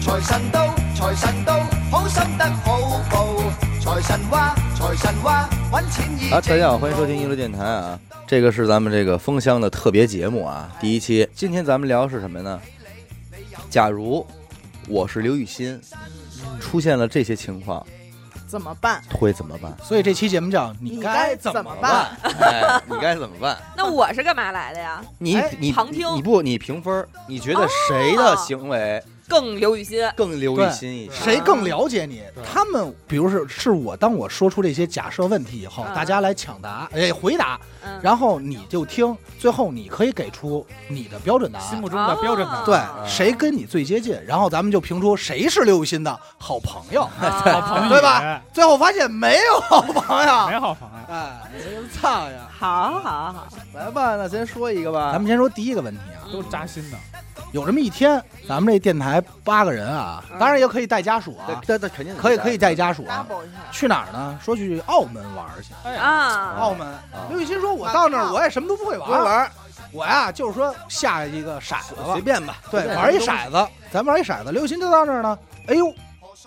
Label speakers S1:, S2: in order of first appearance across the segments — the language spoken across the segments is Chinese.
S1: 財神到，財神到，好心得好報。財神話，財神話，揾錢易。
S2: 啊，大家好，歡迎收聽一路电台啊！这个是咱们这个封箱的特别节目啊，第一期。今天咱们聊的是什么呢？假如我是刘雨欣，出现了这些情况，
S3: 怎么办？
S2: 会怎么办？
S4: 所以这期节目叫“
S3: 你
S4: 该
S3: 该
S4: 怎
S3: 怎
S4: 么
S3: 么
S4: 办
S3: 办
S2: 哎，你该怎么办？
S5: 那我是干嘛来的 呀？
S2: 你
S4: 哎
S2: 你
S5: 旁听
S2: 你不你评分儿，你觉得谁的行为
S5: 更刘雨欣，
S2: 更刘雨欣一些？
S4: 谁更了解你？他们，比如是是我，当我说出这些假设问题以后，
S5: 嗯
S4: 大家来抢答，哎，回答，
S5: 嗯，
S4: 然后你就听，最后你可以给出你的标准答
S3: 心
S4: 案
S3: 目。中的标准答
S5: 啊
S3: 案。
S4: 对，谁跟你最接近，然后咱们就评出谁是刘雨欣的好朋友。
S5: 好
S3: 朋友
S4: 对吧？最后发现没有好朋
S3: 没
S4: 友，
S3: 好朋友，
S4: 哎，我操呀！
S5: 好好好，
S2: 来吧，那先说一个吧。
S4: 咱们先说第一个问题啊，
S3: 都是扎心的。
S4: 有这么一天，咱们这电台八个人啊，当然也可以带家属啊，
S2: 这这肯定得
S4: 可以可以带家属啊，
S3: double
S5: 嗯
S3: 一下，
S4: 去哪儿呢？说去澳门玩儿去。
S3: 哎呀，
S5: 啊，
S4: 澳门，刘雨欣说：“我到那儿我也什么都不会玩
S2: 不会玩
S4: 儿，我呀就是说下一个骰子吧
S2: 随，便吧，
S4: 对，
S2: 随便
S4: 玩一骰子，咱玩一骰子。刘雨欣就到那儿呢，哎呦，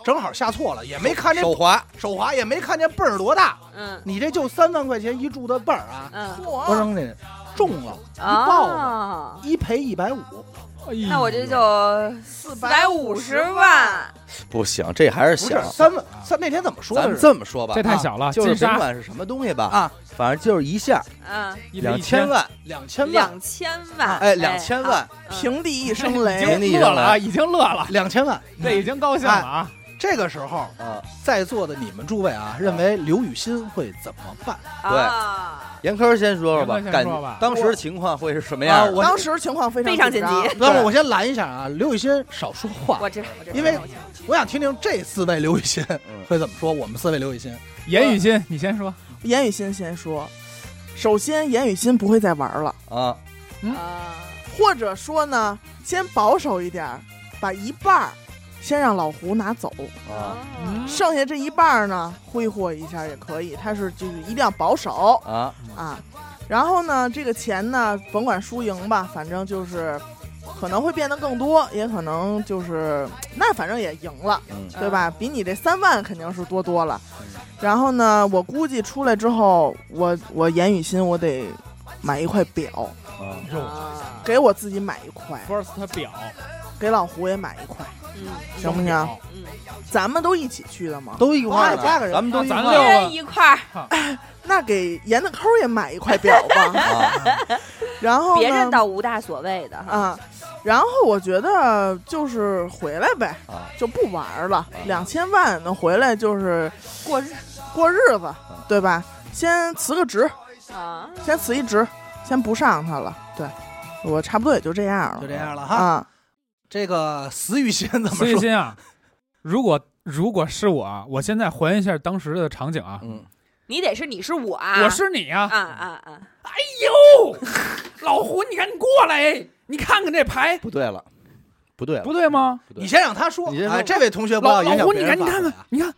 S4: 正好下错了，也没看见
S2: 手滑，
S4: 手滑，也没看见蹦儿多大，
S5: 嗯
S4: 你这就三万块钱一注的蹦儿啊，
S5: 嗯，
S4: 我扔进去中了，一爆了，
S5: 啊，
S4: 一赔一百五，
S3: 哎
S5: 那我这就四百五十万，
S2: 不行，这还是
S4: 不
S2: 小
S4: 是。三万三那天怎么说
S2: 咱
S4: 的
S2: 们
S4: 是？
S2: 这么说吧，
S3: 这太小了，
S2: 啊就是
S3: 啊金
S2: 甭
S3: 沙
S2: 管是什么东西吧，
S4: 啊，
S2: 反正就是一下
S5: 嗯，
S3: 一人
S2: 两
S3: 一
S2: 千
S3: 千，
S2: 万，
S4: 两千万，
S5: 两千万，
S2: 哎，两千万，
S5: 啊平
S3: 一声
S2: 平地一
S3: 已经
S2: 声
S3: 乐了啊，
S2: 雷
S3: 已经乐了，
S4: 两千万。
S3: 这已经高兴了啊。
S4: 这个时候，
S2: 啊，
S4: 在座的你们诸位啊，认为刘雨欣会怎么办？
S5: 啊，
S2: 严科先说说吧，
S3: 严科
S2: 感
S3: 先说吧
S2: 当时情况会是什么样
S4: 啊
S2: 的？
S4: 我
S6: 当时情况非常
S5: 非常紧急，
S4: 那么我先拦一下啊，刘雨欣少说话，
S5: 我知道，我知道，
S4: 因为
S5: 我知道
S4: 我想听听这四位刘雨欣
S2: 嗯
S4: 会怎么说。我们四位刘雨欣，
S3: 严雨欣，你先说，
S6: 严雨欣先说，首先严雨欣不会再玩了，
S2: 啊，
S5: 啊，
S6: 或者说呢，先保守一点儿，把一半儿先让老胡拿走，
S2: 啊
S3: 嗯
S6: 剩下这一半儿呢挥霍一下也可以。他是就是一定要保守
S2: 啊，
S6: 啊。然后呢，这个钱呢，甭管输赢吧，反正就是可能会变得更多，也可能就是那反正也赢了。
S2: 嗯，
S6: 对吧？比你这三万肯定是多多了。然后呢，我估计出来之后，我我严雨欣我得买一块表，
S2: 啊，
S3: 哟
S5: 啊？
S6: 给我自己买一块，
S3: ，first 表，
S6: 给老胡也买一块，
S5: 嗯
S6: 行不
S3: 表
S6: 行？咱们都一起去的嘛，
S2: 都一块儿呢
S6: 八八个人
S2: 啊咱们都一块
S5: 一
S3: 咱六
S2: 儿
S3: 个
S5: 人一块儿，
S6: 那给严的抠也买一块表 吧。
S2: 啊，
S6: 然后呢
S5: 别人倒无大所谓的哈，
S6: 啊，然后我觉得就是回来呗，
S2: 啊
S6: 就不玩了。两千万那回来就是过日过日子，对吧？先辞个职，
S5: 啊，
S6: 先辞一职，先不上他了。对，我差不多也就这样了。
S4: 就这样了哈。
S6: 啊，
S4: 这个死雨欣怎么
S3: 所以
S4: 说？
S3: 欣啊，如果如果是我啊，我现在还原一下当时的场景啊，
S2: 嗯，
S5: 你得是你是我啊，
S3: 我是你啊
S5: 啊，啊啊，
S3: 哟，老胡，你赶紧过来，你看看这牌，
S2: 不对了，不对了，
S3: 不对吗？
S2: 不对
S4: 你先让他说
S2: 你先。说
S4: 哎，这位同学不
S3: 老
S4: 要影
S3: 老
S4: 响
S3: 胡，
S4: 别
S3: 你
S4: 人
S3: 看，
S4: 发
S3: 你看
S4: 挥
S3: 看
S4: 啊，
S3: 你看，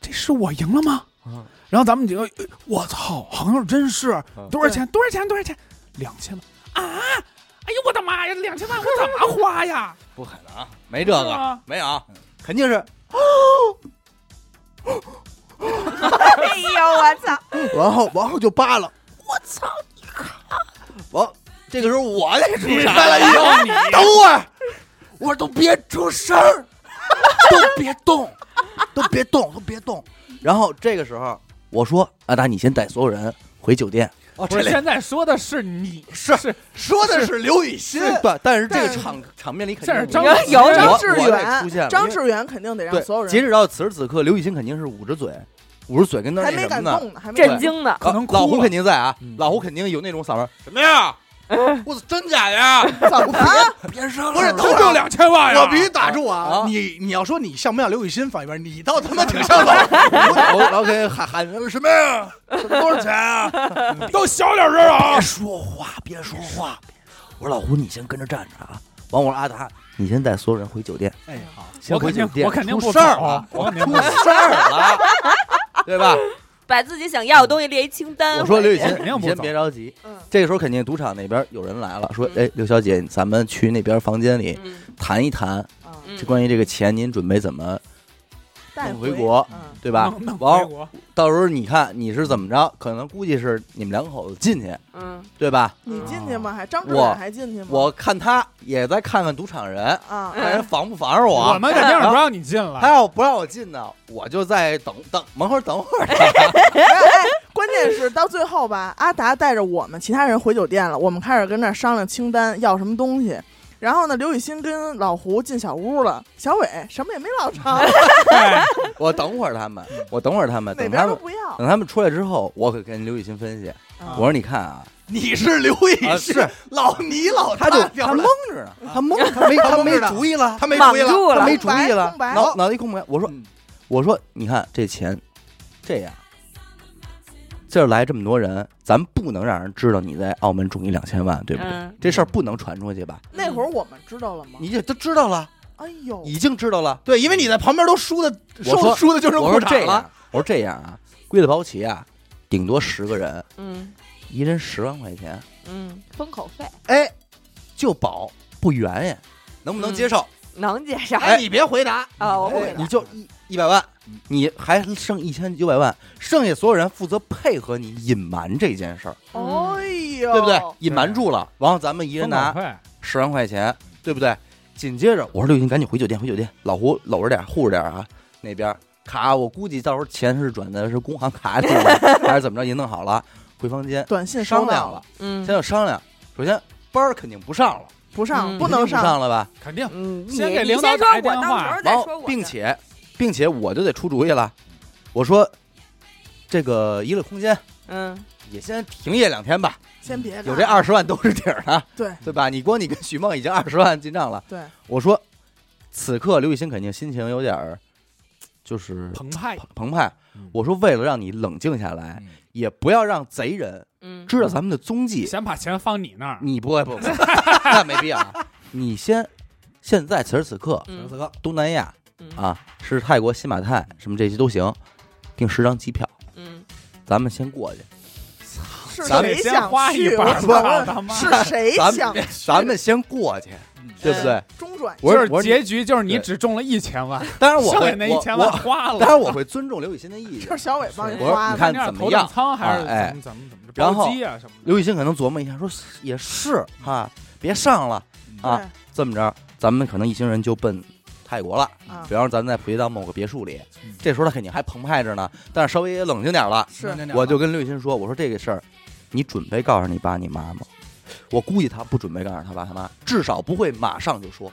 S3: 这是我赢了吗？
S2: 嗯
S3: 然后咱们几个，呃我操，好像真是
S2: 嗯
S3: 多少钱？多少钱？多少钱？两千万啊！哎呦，我的妈呀，两千万我怎么花呀？
S2: 不可能，没这
S3: 是
S2: 个
S3: 吗，
S2: 没有 啊，肯定是。
S5: 哎呦我操！
S2: 然后，然后就扒了，我操你完，这个时候我得出场了，
S3: 要你
S2: 等会儿
S7: 我说都别出声 儿，都别动，都别动，都别动。
S2: 然后这个时候我说：“阿达，你先带所有人回酒店。
S4: 哦，
S3: 不
S4: 这
S3: 是
S4: 里
S3: 现在说的是你，
S2: 是
S3: 是
S4: 说的是刘雨”欣，
S2: 对，但是这个
S6: 但是
S2: 场场面里肯定
S3: 这
S2: 我
S3: 是张
S5: 有有
S6: 张
S2: 我
S6: 志
S2: 我得出现了
S6: 远，张
S2: 因为
S6: 志远肯定得让所有
S2: 对，截
S6: 人
S2: 止到此时此刻，刘雨欣肯定是捂着嘴，捂着嘴跟那儿
S6: 还
S2: 那
S6: 没
S2: 什么
S6: 敢
S2: 呢。
S6: 动呢，还没
S5: 震惊的，
S3: 可能哭了
S2: 老胡肯定在啊
S3: 嗯，
S2: 老胡肯定有那种嗓门，
S7: 什么呀？我操，真假呀？
S6: 怎么了？
S7: 别声儿，
S4: 不是
S3: 都挣两千万呀！
S4: 啊我必须打住啊
S2: 啊！
S4: 你你要说你像不像刘雨欣反一边，你倒他妈挺像老胡。
S2: 然后然后给喊喊
S7: 什么呀？多少钱啊？
S3: 都小点声啊
S7: 别！说话，别说话。
S2: 我说老胡，你先跟着站着啊。完，我说阿达，你先带所有人回酒店，
S4: 哎，好，
S2: 先
S3: 我
S2: 回
S3: 肯
S2: 酒
S3: 定
S2: 店。
S3: 我肯定
S2: 出
S3: 不
S2: 事儿
S3: 走啊
S2: 了，
S3: 我肯定
S2: 出
S3: 不走
S2: 事儿了，对吧？
S5: 把自己想要的东西列一清单。
S2: 我说刘雨
S3: 我
S2: 欣
S3: 肯定，
S2: 你
S3: 不
S2: 先
S3: 走
S2: 别着急。
S5: 嗯
S2: 这个时候肯定赌场那边有人来了，说：“
S5: 嗯
S2: 哎，刘小姐，咱们去那边房间里
S5: 嗯
S2: 谈一谈
S6: 啊
S5: 嗯
S2: 就关于这个钱，您准备怎么
S6: 带
S2: 回国
S6: 嗯，
S2: 对吧
S3: 弄弄？回
S2: 完，
S3: 国
S2: 到时候你看你是怎么着，可能估计是你们两口子进去，
S5: 嗯，
S2: 对吧？
S6: 你进去吗？还张志
S2: 我
S6: 远还进去吗？
S2: 我看他也在看看赌场人，
S6: 啊，
S2: 看人防不防着
S3: 我
S2: 我。
S3: 们肯定 是不让你进了
S2: 他。要不让我进呢，我就在等等门口等会儿他。
S6: 关键是到最后吧，阿达带着我们其他人回酒店了，我们开始跟那儿商量清单要什么东西。然后呢，刘雨欣跟老胡进小屋了，小伟什么也没落 成，
S3: 哎
S2: 我等会儿他们，我等会儿他们，
S6: 哪
S2: 等他
S6: 边
S2: 们
S6: 都不要。
S2: 等他们出来之后，我可跟刘雨欣分析，
S6: 啊
S2: 我说你看啊，
S4: 你是刘亦
S2: 啊
S4: 欣，
S2: 是
S4: 老你老
S2: 他就
S4: 啊表
S2: 他
S4: 了
S2: 蒙着呢，他蒙他没
S4: 他
S2: 他
S4: 蒙
S2: 没
S4: 着呢
S2: 主意了，
S4: 他没
S5: 绑
S4: 注意了，
S5: 住
S2: 他
S5: 了
S2: 没，主意了
S6: 空，白
S2: 脑脑袋一空白。我说我说你看这钱这样，这儿来这么多人，咱不能让人知道你在澳门中一两千万，对不对？
S5: 嗯
S2: 这事儿不能传出去吧？
S6: 那会儿我们知道了吗？
S2: 你这都知道了，
S6: 哎
S4: 哦
S6: 呦，
S2: 已经知道了。
S4: 对，因为你在旁边都输的，
S2: 我说
S4: 输输的就剩
S2: 我说
S4: 裤
S2: 这
S4: 衩了
S2: 样。，我说这样啊，归了包齐啊，顶多十个人，
S5: 嗯
S2: 一人十万块钱，
S5: 嗯，封口费
S2: 哎，就保不圆呀，能不能接受？
S5: 能接受
S4: 哎，你嗯别回答，嗯
S5: 啊，我不
S2: 哎
S5: 会
S2: 你就一一百万，你还剩一千九百万，剩下所有人负责配合你隐瞒这件事儿，
S5: 嗯
S6: 哎
S4: 哦
S6: 呦，
S2: 对不对？隐瞒住了，然后咱们一人拿
S3: 快，
S2: 十万块钱，对不对？紧接着我说刘鑫，赶紧回酒店，回酒店。老胡搂着点儿，护着点儿啊，那边儿卡，我估计到时候钱是转的是工行卡里了，还是怎么着也弄好了。回房间
S6: 短信
S2: 商量
S6: 量
S2: 了，，
S5: 嗯
S2: 先要商量。首先班儿肯定不上了，
S6: 不上
S5: 嗯
S6: 不
S2: 肯
S6: 能
S2: 定不上了吧？
S3: 肯定
S5: 嗯，你
S3: 先给
S5: 你
S3: 领导
S5: 先说
S3: 打
S5: 我
S3: 一电
S5: 到时
S3: 话
S5: 候
S2: 然
S5: 再说
S2: 后
S5: 我的，
S2: 并且并且我就得出主意了，我说这个一乐空间
S5: 嗯
S2: 也先停业两天吧，
S6: 先别
S2: 有这
S6: 干了
S2: 二十万都是底儿的，
S6: 对
S2: 对吧？你光你跟许梦已经二十万进账了，
S6: 对，
S2: 我说此刻刘雨欣肯定心情有点儿就是
S3: 澎湃，
S2: 澎澎湃
S3: 嗯，
S2: 我说为了让你冷静下来，
S4: 嗯
S2: 也不要让贼人
S5: 嗯
S2: 知道咱们的踪迹，
S3: 先把钱放你那儿。
S2: 你不会 不会，那没必要啊，你先现在此时此刻
S5: 嗯
S4: 哥，
S2: 东南亚
S5: 嗯
S2: 啊，是泰国、新马泰什么这些都行，订十张机票，
S5: 嗯
S2: 咱们先 过去。
S6: 是
S3: 咱得
S6: 谁
S3: 先
S6: 想
S3: 花一
S6: 去？
S3: 半
S6: 我
S3: 儿
S6: 我
S3: 吧
S6: 问
S3: 大妈
S6: 是谁
S2: 咱
S6: 想
S2: 们咱们先过去，
S3: 嗯
S2: 对不对？
S6: 中转？
S2: 我
S3: 就
S2: 说
S3: 是
S2: 我说，
S3: 结局就是你
S2: 对
S3: 只中了一千万，
S2: 当然我
S3: 剩
S2: 会
S3: 下那
S2: 我
S3: 一千万
S2: 我
S3: 花
S2: 当
S3: 了。
S2: 然我会尊重刘雨欣的意
S6: 这
S2: 见
S6: 是。小伟帮你
S2: 我说
S6: 花
S2: 你
S6: 的，
S2: 看怎么样？
S3: 仓还是
S2: 啊哎
S3: 怎么怎么怎么着？
S2: 然后
S3: 包机啊什么的
S2: 刘雨欣可能琢磨一下，说也是哈，别上了，
S6: 对
S2: 啊这么着，咱们可能一行人就奔泰国了。
S6: 啊
S2: 比，方说咱们在普吉岛某个别墅里
S4: 嗯，
S2: 这时候他肯定还澎湃着呢，但是稍微也冷静点了。
S6: 是
S2: 我就跟刘雨欣说：“我说这个事儿，你准备告诉你爸你妈吗？我估计他不准备告诉他爸他妈，至少不会马上就说，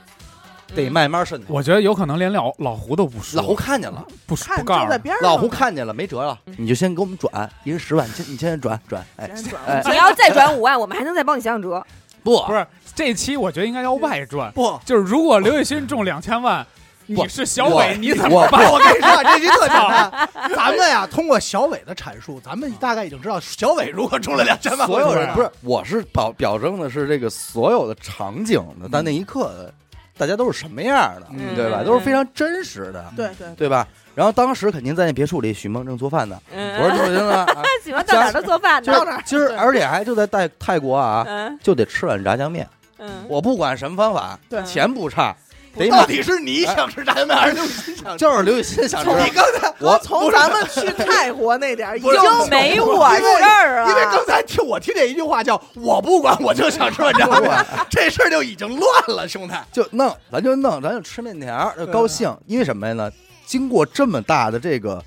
S2: 得慢慢渗透。
S3: 我觉得有可能连老老胡都不说，
S2: 老胡看见了，
S3: 不说
S6: 看
S3: 不告
S6: 就
S3: 诉
S6: 在
S3: 你，
S6: 边上呢，
S2: 老胡看见了，没辙了
S5: 嗯，
S2: 你就先给我们转，一人十万，你先你先转转。哎，
S6: 先转
S2: 哎
S5: 你要再转五万，我们还能再帮你 想想辙。
S2: 不
S3: 不是这期我觉得应该叫外传，
S4: 不，
S3: 就是如果刘雨欣中两千万，你是小
S2: 我
S3: 伟，你怎么
S2: 我
S3: 办？
S4: 我跟 你说，啊这句特简单。
S8: 单，
S4: 咱们呀，通过小伟的阐述，咱们大概已经知道小伟如何中了两千 万。
S2: 所有人
S3: 啊
S2: 不是，我是表表征的是这个所有的场景的，但那一刻大家都是什么样的，
S5: 嗯
S2: 对吧？
S5: 嗯
S2: 都是非常真实的，
S6: 对对，
S2: 对吧？然后当时肯定在那别墅里，许梦正做饭呢。我
S5: 嗯，
S2: 说这真的啊，
S5: 喜欢到哪儿都做饭
S2: 今
S5: 呢。
S2: 儿今儿，而且还就在泰泰国啊，
S5: 嗯
S2: 就得吃碗炸酱面。
S5: 嗯，
S2: 我不管什么方法，
S6: 对
S2: 钱不差，得
S4: 到
S2: 买。哎
S4: 底是你想吃炸酱面还是刘雨欣想吃？
S2: 就是刘雨欣想吃，
S4: 你刚才，
S2: 我
S6: 从咱们去泰国那点儿已经
S4: 不是
S5: 就没我事儿
S4: 因为
S5: 啊。
S4: 刚才听我听见一句话叫“我不管，我就 想吃炸酱面”，这事儿就已经乱了，兄弟。
S2: 就弄，咱就弄，咱就吃面条儿，就高兴。因为什么呀呢？经过这么大的这个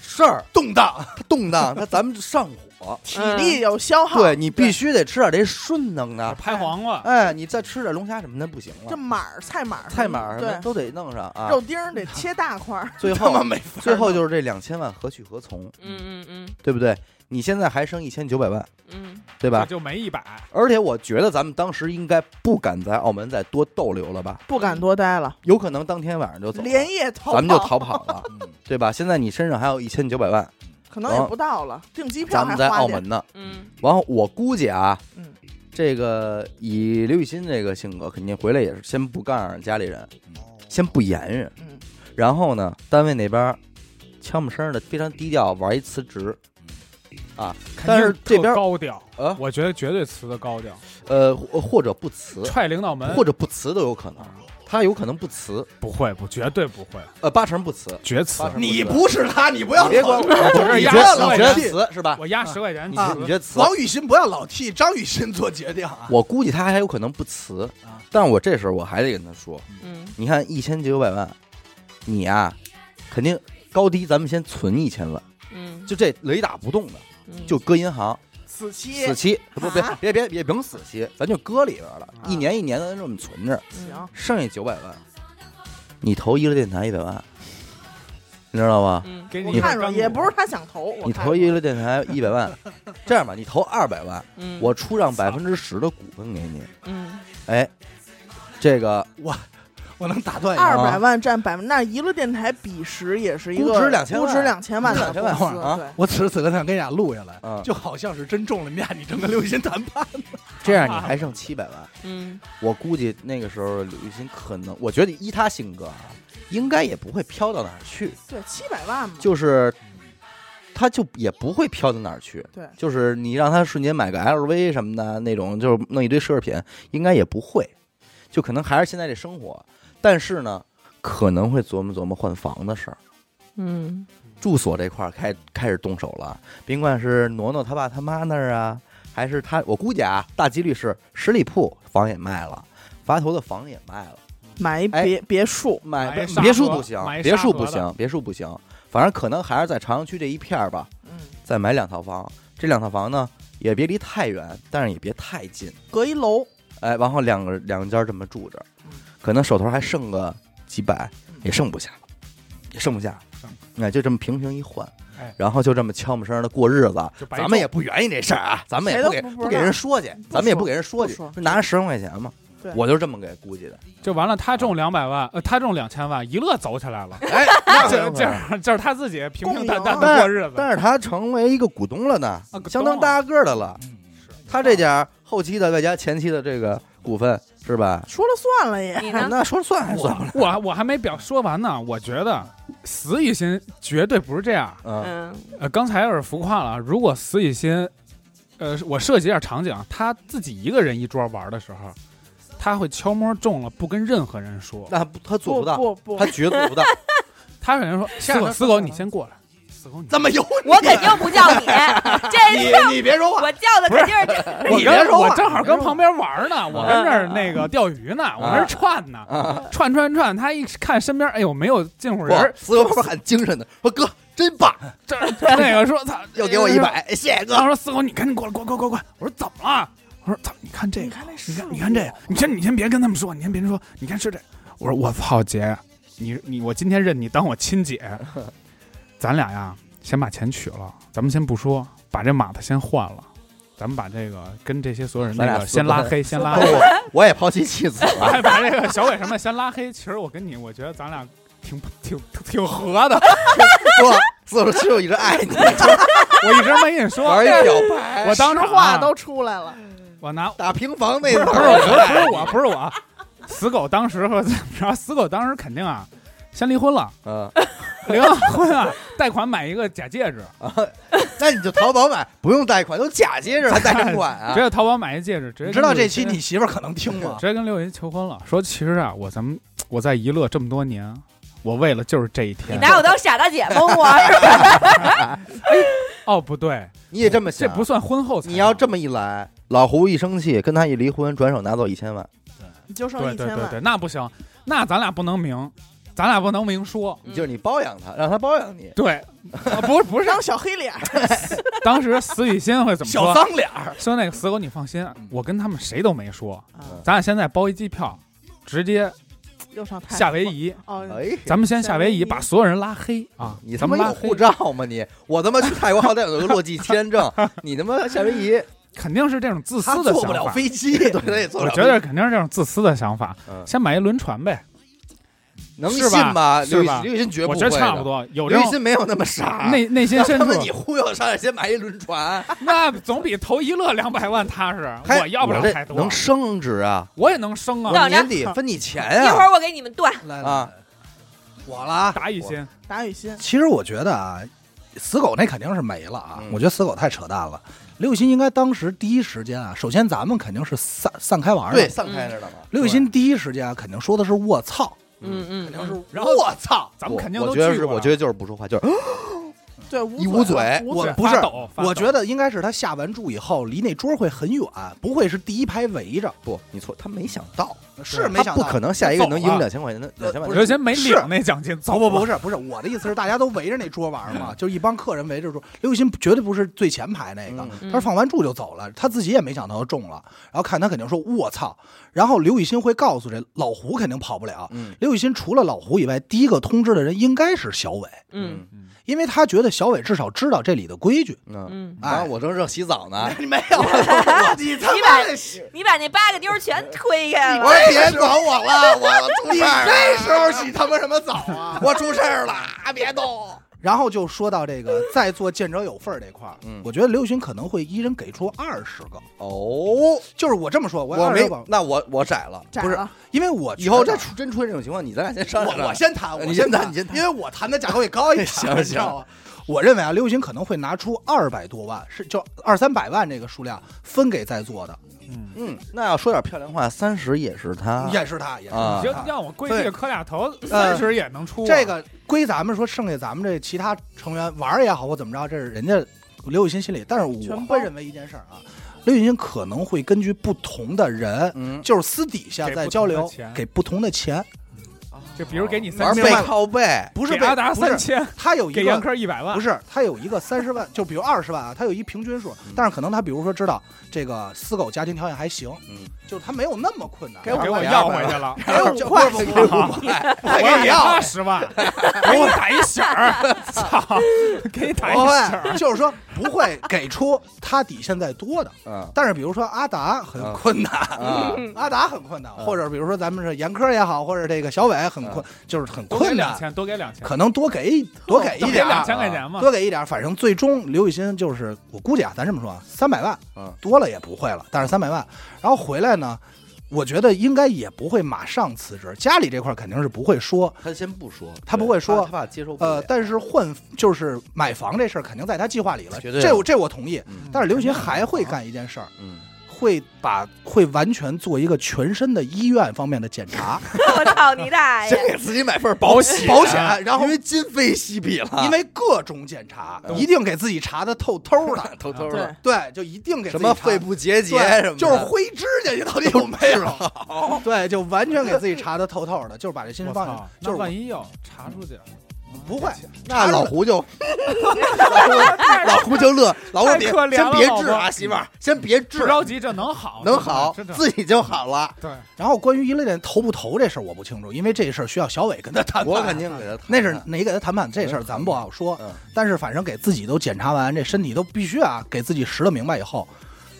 S2: 事儿
S4: 动 荡，
S2: 动荡，那咱们就上火。
S6: 体力有消耗，
S2: 对你必须得吃点这顺当的，
S3: 拍黄瓜，
S2: 哎，你再吃点龙虾什么的不行
S6: 这
S2: 了，
S6: 码儿菜码儿
S2: 菜码儿什么的
S6: 对，
S2: 都得弄上啊。
S6: 肉丁儿得切大块儿，
S2: 最
S4: 他妈
S2: 后
S4: 没法弄
S2: 最后就是这两千万何去何从，
S5: 嗯嗯嗯
S2: 对不对？你现在还剩一千九百万，
S5: 嗯
S2: 对吧
S3: 这？就没一百，
S2: 而且我觉得咱们当时应该不敢在澳门再多逗留了吧？
S6: 不敢多待了，
S2: 有可能当天晚上就走了，
S6: 连夜逃跑，
S2: 咱们就逃跑了，
S4: 嗯
S2: 对吧？现在你身上还有一千九百万，
S6: 可能也不到了，订机
S2: 嗯
S6: 票
S2: 咱
S6: 还
S2: 们在
S6: 花
S2: 澳
S6: 点，
S2: 门呢。
S5: 嗯
S2: 然后我估计啊，
S6: 嗯
S2: 这个以刘雨欣这个性格，肯定回来也是先不告诉家里人，先不言语，
S6: 哦嗯
S2: 然后呢，单位那边悄没声儿的，非常低调，玩一辞职，
S6: 嗯
S2: 啊，但是
S3: 肯
S2: 这
S3: 定特
S2: 边
S3: 高调，
S2: 啊
S3: 我觉得绝对辞的高调，
S2: 呃或或者不辞，
S3: 踹领导门，
S2: 或者不辞都有可能。他有可能不辞，
S3: 不会，不绝对不会，
S2: 呃，八成不辞。
S3: 绝词
S2: 八。成辞
S4: 你不是他，你不要
S2: 你别管
S4: 老
S2: 我，我
S3: 是
S2: 你
S3: 压
S2: 觉得
S3: 了
S2: 你觉得
S3: 我这
S2: 辞是吧？
S3: 我啊压十块钱
S2: 你
S3: 辞
S2: 觉你觉得辞？
S4: 王雨欣不要老替张雨欣做决定啊！
S2: 我估计他还有可能不辞
S4: 啊，
S2: 但我这时候我还得跟他说，
S5: 嗯，
S2: 你看一千九百万，你啊，肯定高低咱们先存一千万，
S5: 嗯
S2: 就这雷打不动的，
S5: 嗯，
S2: 就搁银行
S6: 死期
S2: 死期，不别
S6: 啊
S2: 别别别甭死期，咱就搁里边了，
S6: 啊
S2: 一年一年的这么存着，
S6: 行，
S2: 剩下九百万，你投一个电台一百万，你知道吗？
S5: 嗯
S3: 给你
S6: 我
S3: 一个
S6: 看着
S3: 干
S6: 也
S3: 股
S6: 不是他想投，我
S2: 你
S6: 看
S2: 投
S6: 着
S2: 一个电台一百万，这样吧，你投二百万，
S5: 嗯，
S2: 我出让百分之十的股份给你，
S5: 嗯
S2: 哎，这个
S4: 我能打
S2: 啊
S4: 断一下
S6: 二百万占百分，那一个电台比时也是一个
S2: 估值2000万
S6: 估值两千万的
S2: 估值2000万
S6: 公司
S2: 啊
S6: 对
S4: 我此时此刻想跟你俩录下来
S2: 嗯，
S4: 就好像是真中了面，你正跟刘雨欣谈判。
S2: 这样你还剩七百万。
S5: 嗯
S2: 我估计那个时候李玉欣可能，我觉得依他性格啊，应该也不会飘到哪儿去，
S6: 对，七百万嘛，
S2: 就是他就也不会飘到哪儿去。
S6: 对
S2: 就是你让他瞬间买个 LV 什么的那种，就是弄一堆奢侈品，应该也不会，就可能还是现在这生活，但是呢，可能会琢磨琢磨换房的事儿。
S5: 嗯
S2: 住所这块儿开开始动手了，甭管是挪挪他爸他妈那儿啊，还是他，我估计啊，大几率是十里铺房也卖了，垡头的房也卖了。
S6: 买一
S2: 哎
S6: 别别墅，
S3: 买
S2: 买
S3: 一沙
S2: 别墅
S3: 河
S2: 不行
S3: 买，一
S2: 别
S3: 沙
S2: 墅
S3: 河
S2: 不
S3: 的
S2: 行，别墅不行，反正可能还是在朝阳区这一片儿吧，
S6: 嗯，
S2: 再买两套房。这两套房呢，也别离太远，但是也别太近。
S6: 隔一楼，
S2: 哎，然后两个两家这么住着，
S3: 嗯
S2: 可能手头还剩个几百，也剩不下，也剩不下
S3: 剩。
S2: 哎，就这么平平一换
S3: 哎，
S2: 然后就这么悄没声儿的过日子。
S3: 就白
S2: 咱们也
S3: 种
S2: 不圆你这事儿啊，咱们也
S6: 谁
S2: 不
S6: 都
S2: 给
S6: 不
S2: 不
S6: 知
S2: 给
S6: 道
S2: 人说去，咱们也不给人说去，
S6: 说
S2: 就拿着十万块钱嘛
S6: 对。
S2: 我就是这么给估计的。
S3: 就完了。他中两百万，呃，他中两千万，一乐走起来了。
S2: 哎，
S3: 这这就是他自己平平淡淡
S6: 共
S3: 的
S2: 赢
S3: 过日子。
S2: 但是他成为一个股东了呢
S3: 啊股，东
S2: 相当大个儿的了。
S4: 嗯
S2: 他这点儿后期的外加前期的这个股份是吧？
S6: 说了算了也，
S5: 你
S2: 哎
S5: 呢？
S2: 那说算还算不
S3: 我
S2: 了。
S3: 我我还没表说完呢，我觉得死雨欣绝对不是这样。
S2: 嗯，
S5: 嗯
S3: 呃，刚才有点浮夸了啊。如果死雨欣，呃，我设计一下场景啊，他自己一个人一桌玩的时候，他会悄摸中了，不跟任何人说。
S2: 那不他做
S6: 不
S2: 不到，
S6: 不不
S2: 他，绝做不到。
S3: 他可能说：“
S4: 下
S3: 死狗，
S4: 面
S3: 死狗，你先过来。”死狗，你
S4: 怎么有
S5: 我肯定不叫你，这
S4: 你？你别说话，
S5: 我叫的肯定是这
S3: 我
S4: 你别
S3: 跟
S4: 说话
S3: 我正好跟旁边玩呢，我跟这儿那个钓鱼呢，我跟这儿串
S2: 啊
S3: 呢，串串串。他一看身边，哎呦，没有近乎人
S2: 我
S3: 儿，
S2: 死狗后边很精神的，说哥真棒，
S3: 这儿那个说：“操，
S2: 又给我一。百，谢谢
S3: 然
S2: 哥
S3: 后。说：“四狗，你赶紧过来，过来过来过来！”我说：“怎么了？”我说：“操，你看这
S6: 你
S3: 个，
S6: 看这事
S3: 你看你
S6: 儿
S3: 看这个，你先你先别跟他们说，你先别说，你看是这。”我说：“我操，姐，你你我今天认你当我亲姐，咱俩呀，先把钱取了，咱们先不说，把这码子先换了。”咱们把这个跟这些所有人
S2: 咱
S3: 那
S2: 俩
S3: 个
S2: 私
S3: 先拉
S2: 奔
S3: 黑，先拉
S2: 包
S3: 黑
S2: 括。我我也抛妻弃子了，
S3: 哎，把这个小伟什么先拉黑。其实我跟你，我觉得咱俩挺挺挺挺合的。
S2: 说死狗其实我一直爱你，
S3: 我一直没跟你说
S2: 玩，一表白，
S3: 我当
S6: 实
S3: 场
S6: 话
S3: 啊
S6: 都出来了，
S3: 我拿
S2: 打平房那
S3: 不是不是
S2: 头。
S3: 我不是我不是我，死狗当时和怎么着？死狗当时肯定啊，先离婚了，
S2: 嗯，
S3: 离完婚啊，贷款买一个假戒指，
S4: 啊
S2: 那你就淘宝买，不用贷款，都假接着还贷什么款
S3: 直
S2: 啊？
S3: 接淘宝买一戒指，直接
S4: 你
S3: 跟
S4: 知道
S3: 刘雨
S4: 这期
S3: 欣
S4: 你媳妇儿可能听吗
S3: 直？接跟刘雨欣求婚了，说其实啊，我咱们我在娱乐这么多年，我为了就是这一
S5: 你
S3: 天。
S5: 拿我当傻大姐蒙我是吧？
S3: 哦，不对，
S2: 你也这么
S3: 这
S2: 想？
S3: 不算婚后财啊。
S2: 你要这么一来，老胡一生气，跟他一离婚，转手拿走一千万，
S6: 你就剩
S3: 对
S6: 一
S3: 对
S6: 千
S3: 对
S6: 万，
S3: 对，那不行，那咱俩不能明，咱俩不能明说。
S5: 嗯
S2: 就是你包养他，让他包养你。
S3: 对， 啊、不是不是，
S6: 张小黑脸儿，
S3: 当时死雨欣会怎么
S4: 小
S3: 说？
S4: 脏脸儿，
S3: 说那个死狗，你放心，
S2: 嗯
S3: 我跟他们谁都没说，
S6: 啊
S3: 咱俩现在包一机票，直接
S6: 又上泰
S3: 夏威夷，
S5: 嗯
S6: 哦，
S2: 哎，
S3: 咱们先夏威
S6: 夏威夷
S3: 夷把所有人拉黑啊！
S2: 嗯你他
S3: 咱
S2: 妈
S3: 们拉
S2: 有
S3: 黑
S2: 护，照吗你？我他妈去泰国好歹有个落地签 证，你他妈夏威夷
S3: 肯定是这种自
S4: 他
S3: 私的
S4: 坐
S3: 想
S4: 不了
S3: 法。
S4: 飞 机，
S2: 对他也做
S3: 我
S2: 不
S3: 觉
S2: 了，
S3: 得肯定是这种自私的想法，
S2: 嗯
S3: 先买一轮船呗。
S2: 能
S3: 是
S2: 信
S3: 吧
S2: 吗？
S3: 是
S2: 刘雨
S3: 吧
S2: 刘雨欣绝不
S3: 我
S2: 会
S3: 觉得
S2: 的，
S3: 差不多，有这
S2: 刘雨
S3: 种
S2: 欣没有那么傻。
S3: 内内心
S2: 要
S3: 深
S2: 他
S3: 处
S2: 妈，你忽悠上来先买一轮船，
S3: 那总比投一乐两百万踏实。
S2: 还
S3: 我要不
S2: 我
S3: 了
S2: 这
S3: 太多，
S2: 能升值啊！
S3: 我也能升
S2: 我
S3: 啊！
S5: 等着
S2: 年底分你钱
S5: 一会
S2: 啊！
S5: 儿我给你们断。
S4: 来
S2: 啊，
S4: 我了啊。
S3: 打雨欣，
S6: 打雨欣，
S8: 其实我觉得啊，
S4: 死狗那肯定是没了啊！
S2: 嗯
S4: 我觉得死狗太扯淡了。刘雨欣应该当时第一时间啊，首先咱们肯定是散散开玩儿的。
S2: 对，，
S5: 嗯
S2: 散开着呢嘛。
S4: 刘雨欣第一时间啊，肯定说的是我操，
S5: 嗯嗯
S4: 肯定是
S3: 然后
S4: 我操。
S3: 咱们肯定
S2: 我
S3: 都
S2: 我觉得
S3: 去
S2: 是，
S3: 过了。
S2: 我
S3: 啊
S2: 觉得就是不说话，就是
S6: 对，
S4: 一
S6: 捂
S4: 捂嘴，
S6: 捂
S4: 我
S6: 嘴，
S4: 不是
S3: 发抖，发抖
S4: 我觉得应该是他下完注以后，离那桌会很远，不会是第一排围着，
S2: 不，你错，他没想到，
S4: 是没
S2: 他
S4: 想
S2: 不
S4: 到，
S2: 可能下一个
S3: 走
S2: 能赢
S3: 了
S2: 两千块钱的
S4: 呃
S2: 两千万的
S3: 我觉得先没
S4: 是
S3: 领那奖金，走
S4: 不不
S3: 了
S4: 不是不是，我的意思是大家都围着那桌玩儿
S2: 嗯
S4: 嘛，就是一帮客人围着桌。刘雨欣绝对不是最前排那个，
S2: 嗯
S4: 他是放完注就走了，他自己也没想到中了。然后看他肯定说我操，然后刘雨欣会告诉这老胡肯定跑不了。
S2: 嗯
S4: 刘雨欣除了老胡以外，第一个通知的人应该是小伟，
S5: 嗯
S4: 因为他觉得小伟至少知道这里的规矩。
S2: 嗯，
S5: 嗯，
S2: 然后我正正洗澡 呢，
S4: 哎没有，啊你他妈的，
S5: 你把那八个妞儿全推开
S4: 我
S5: 了，
S4: 说别管我了，我你这时候洗他妈什么澡啊？ 我出事儿了，别动。然后就说到这个在座见者有份儿这块儿，
S2: 嗯
S4: 我觉得刘雨欣可能会一人给出二十个，
S2: 哦，
S4: 就是我这么说，我
S2: 我
S4: 二十
S2: 没
S4: 个，，
S2: 那我我窄了，
S6: 窄
S4: 不是
S6: 了
S4: 因为我
S2: 以后再
S4: 觉得啊
S2: 出真出现这种情况，你咱俩先商量商
S4: 我
S2: 量。
S4: 我先谈，我
S2: 你先
S4: 谈，
S2: 谈你先谈
S4: 因为我谈的价格会高一 点，
S2: 行
S4: 你知道吗？我认为啊，刘雨欣可能会拿出二百多万，是就二三百万这个数量分给在座的，
S2: 嗯，那要说点漂亮话，三十也是他，
S4: 也是他，也是
S2: 啊
S4: 他
S3: 你就让我跪地
S4: 对
S3: 磕俩头，
S4: 呃
S3: 三十也能出啊。
S4: 这个归咱们说，剩下咱们这其他成员玩儿也好或怎么着，这是人家刘雨欣心里。但是我
S6: 全包
S4: 会认为一件事儿啊，刘雨欣可能会根据不同的人，
S2: 嗯，
S4: 就是私底下
S3: 给
S4: 在
S3: 不
S4: 交
S3: 同的
S4: 流
S3: 钱，
S4: 给不同的钱，
S3: 就比如给
S4: 哦
S3: 你
S2: 哦玩
S3: 三千
S2: 背
S3: 万，
S2: 靠背，
S4: 不是
S3: 给
S4: 被
S3: 阿达
S4: 不是
S3: 三千，
S4: 他有
S3: 给
S4: 一
S3: 杨
S4: 个。
S3: 科一百万，
S4: 不是，他有一个三十万，就比如二十万啊，他有一平均数，但是可能他比如说知道这个死狗家庭条件还行，
S2: 嗯，
S4: 就是他没有那么困难，
S2: 给
S3: 给
S2: 我
S3: 我
S2: 要
S3: 要
S2: 回
S3: 回
S2: 去
S3: 去了，
S4: 我五块，不不不不不
S3: 我要给他十万，给我打一响儿，操，给你打一
S4: 不
S3: 响儿
S4: 会，就是说不会给出他底线再多的，
S2: 嗯
S4: 但是比如说阿达很
S2: 嗯
S4: 困难，
S2: 啊，
S4: 阿达很困难，
S2: 嗯
S4: 或者比如说咱们是严科也好，或者这个小伟很困，就是很
S3: 多给
S4: 困
S3: 两
S4: 难，
S3: 千，多给两千，
S4: 可能多给一多给
S3: 多
S4: 一
S3: 给
S4: 点
S3: 两
S4: 儿，啊
S3: 千块钱嘛。
S4: 多给一点儿，反正最终刘雨欣就是我估计啊，咱这么说啊，三百万
S2: 嗯
S4: 多了也不会了，但是三百万，然后回来呢，我觉得应该也不会马上辞职，家里这块儿肯定是不会说，
S2: 他先不说，
S4: 他不会
S2: 对
S4: 说
S2: 他怕接受不啊
S4: 呃，
S2: 了。
S4: 但是换就是买房这事儿肯定在他计划里了，
S2: 绝对
S4: 这我这我同意，
S2: 嗯
S4: 但是刘雨欣还会干一件事儿。
S2: 嗯，
S4: 会把会完全做一个全身的医院方面的检 查，
S5: 我操你大
S2: 先
S5: 爷！
S2: 给自己买份保险，啊
S4: 保险，然后
S2: 因为今非昔比了，
S4: 因为各种检查，
S2: 嗯。
S4: 一定给自己查的透透的
S2: 偷偷
S6: 对
S2: 的，
S4: 对，就一定给自
S2: 什
S4: 己
S2: 么
S4: 查
S2: 肺部结节
S4: 对
S2: 什么的，
S4: 就是啊灰指甲，你到底有没 有？对，就完全给自己查的透透的，就是把这心
S3: 我
S4: 事放下
S3: 操，，
S4: 就
S3: 那
S4: 是
S3: 万一要查出去，
S4: 不会。
S2: 那老胡就老胡老胡就乐，老胡别
S3: 太可怜
S2: 先
S3: 了
S2: 别
S3: 老
S2: 治
S3: 婆
S2: 啊，媳妇儿，先别治
S3: 不，着急，这能好，
S2: 能好
S3: 真的
S2: 自己就好了。
S3: 对。
S4: 然后关于一类恋投不投这事儿，我不清楚，因为这事儿需要小伟跟他谈判。
S2: 我肯定给他谈，
S4: 那是你给他谈判这事儿，咱不好说。
S2: 嗯
S4: 但是反正给自己都检查完，这身体都必须啊，给自己拾了明白以后，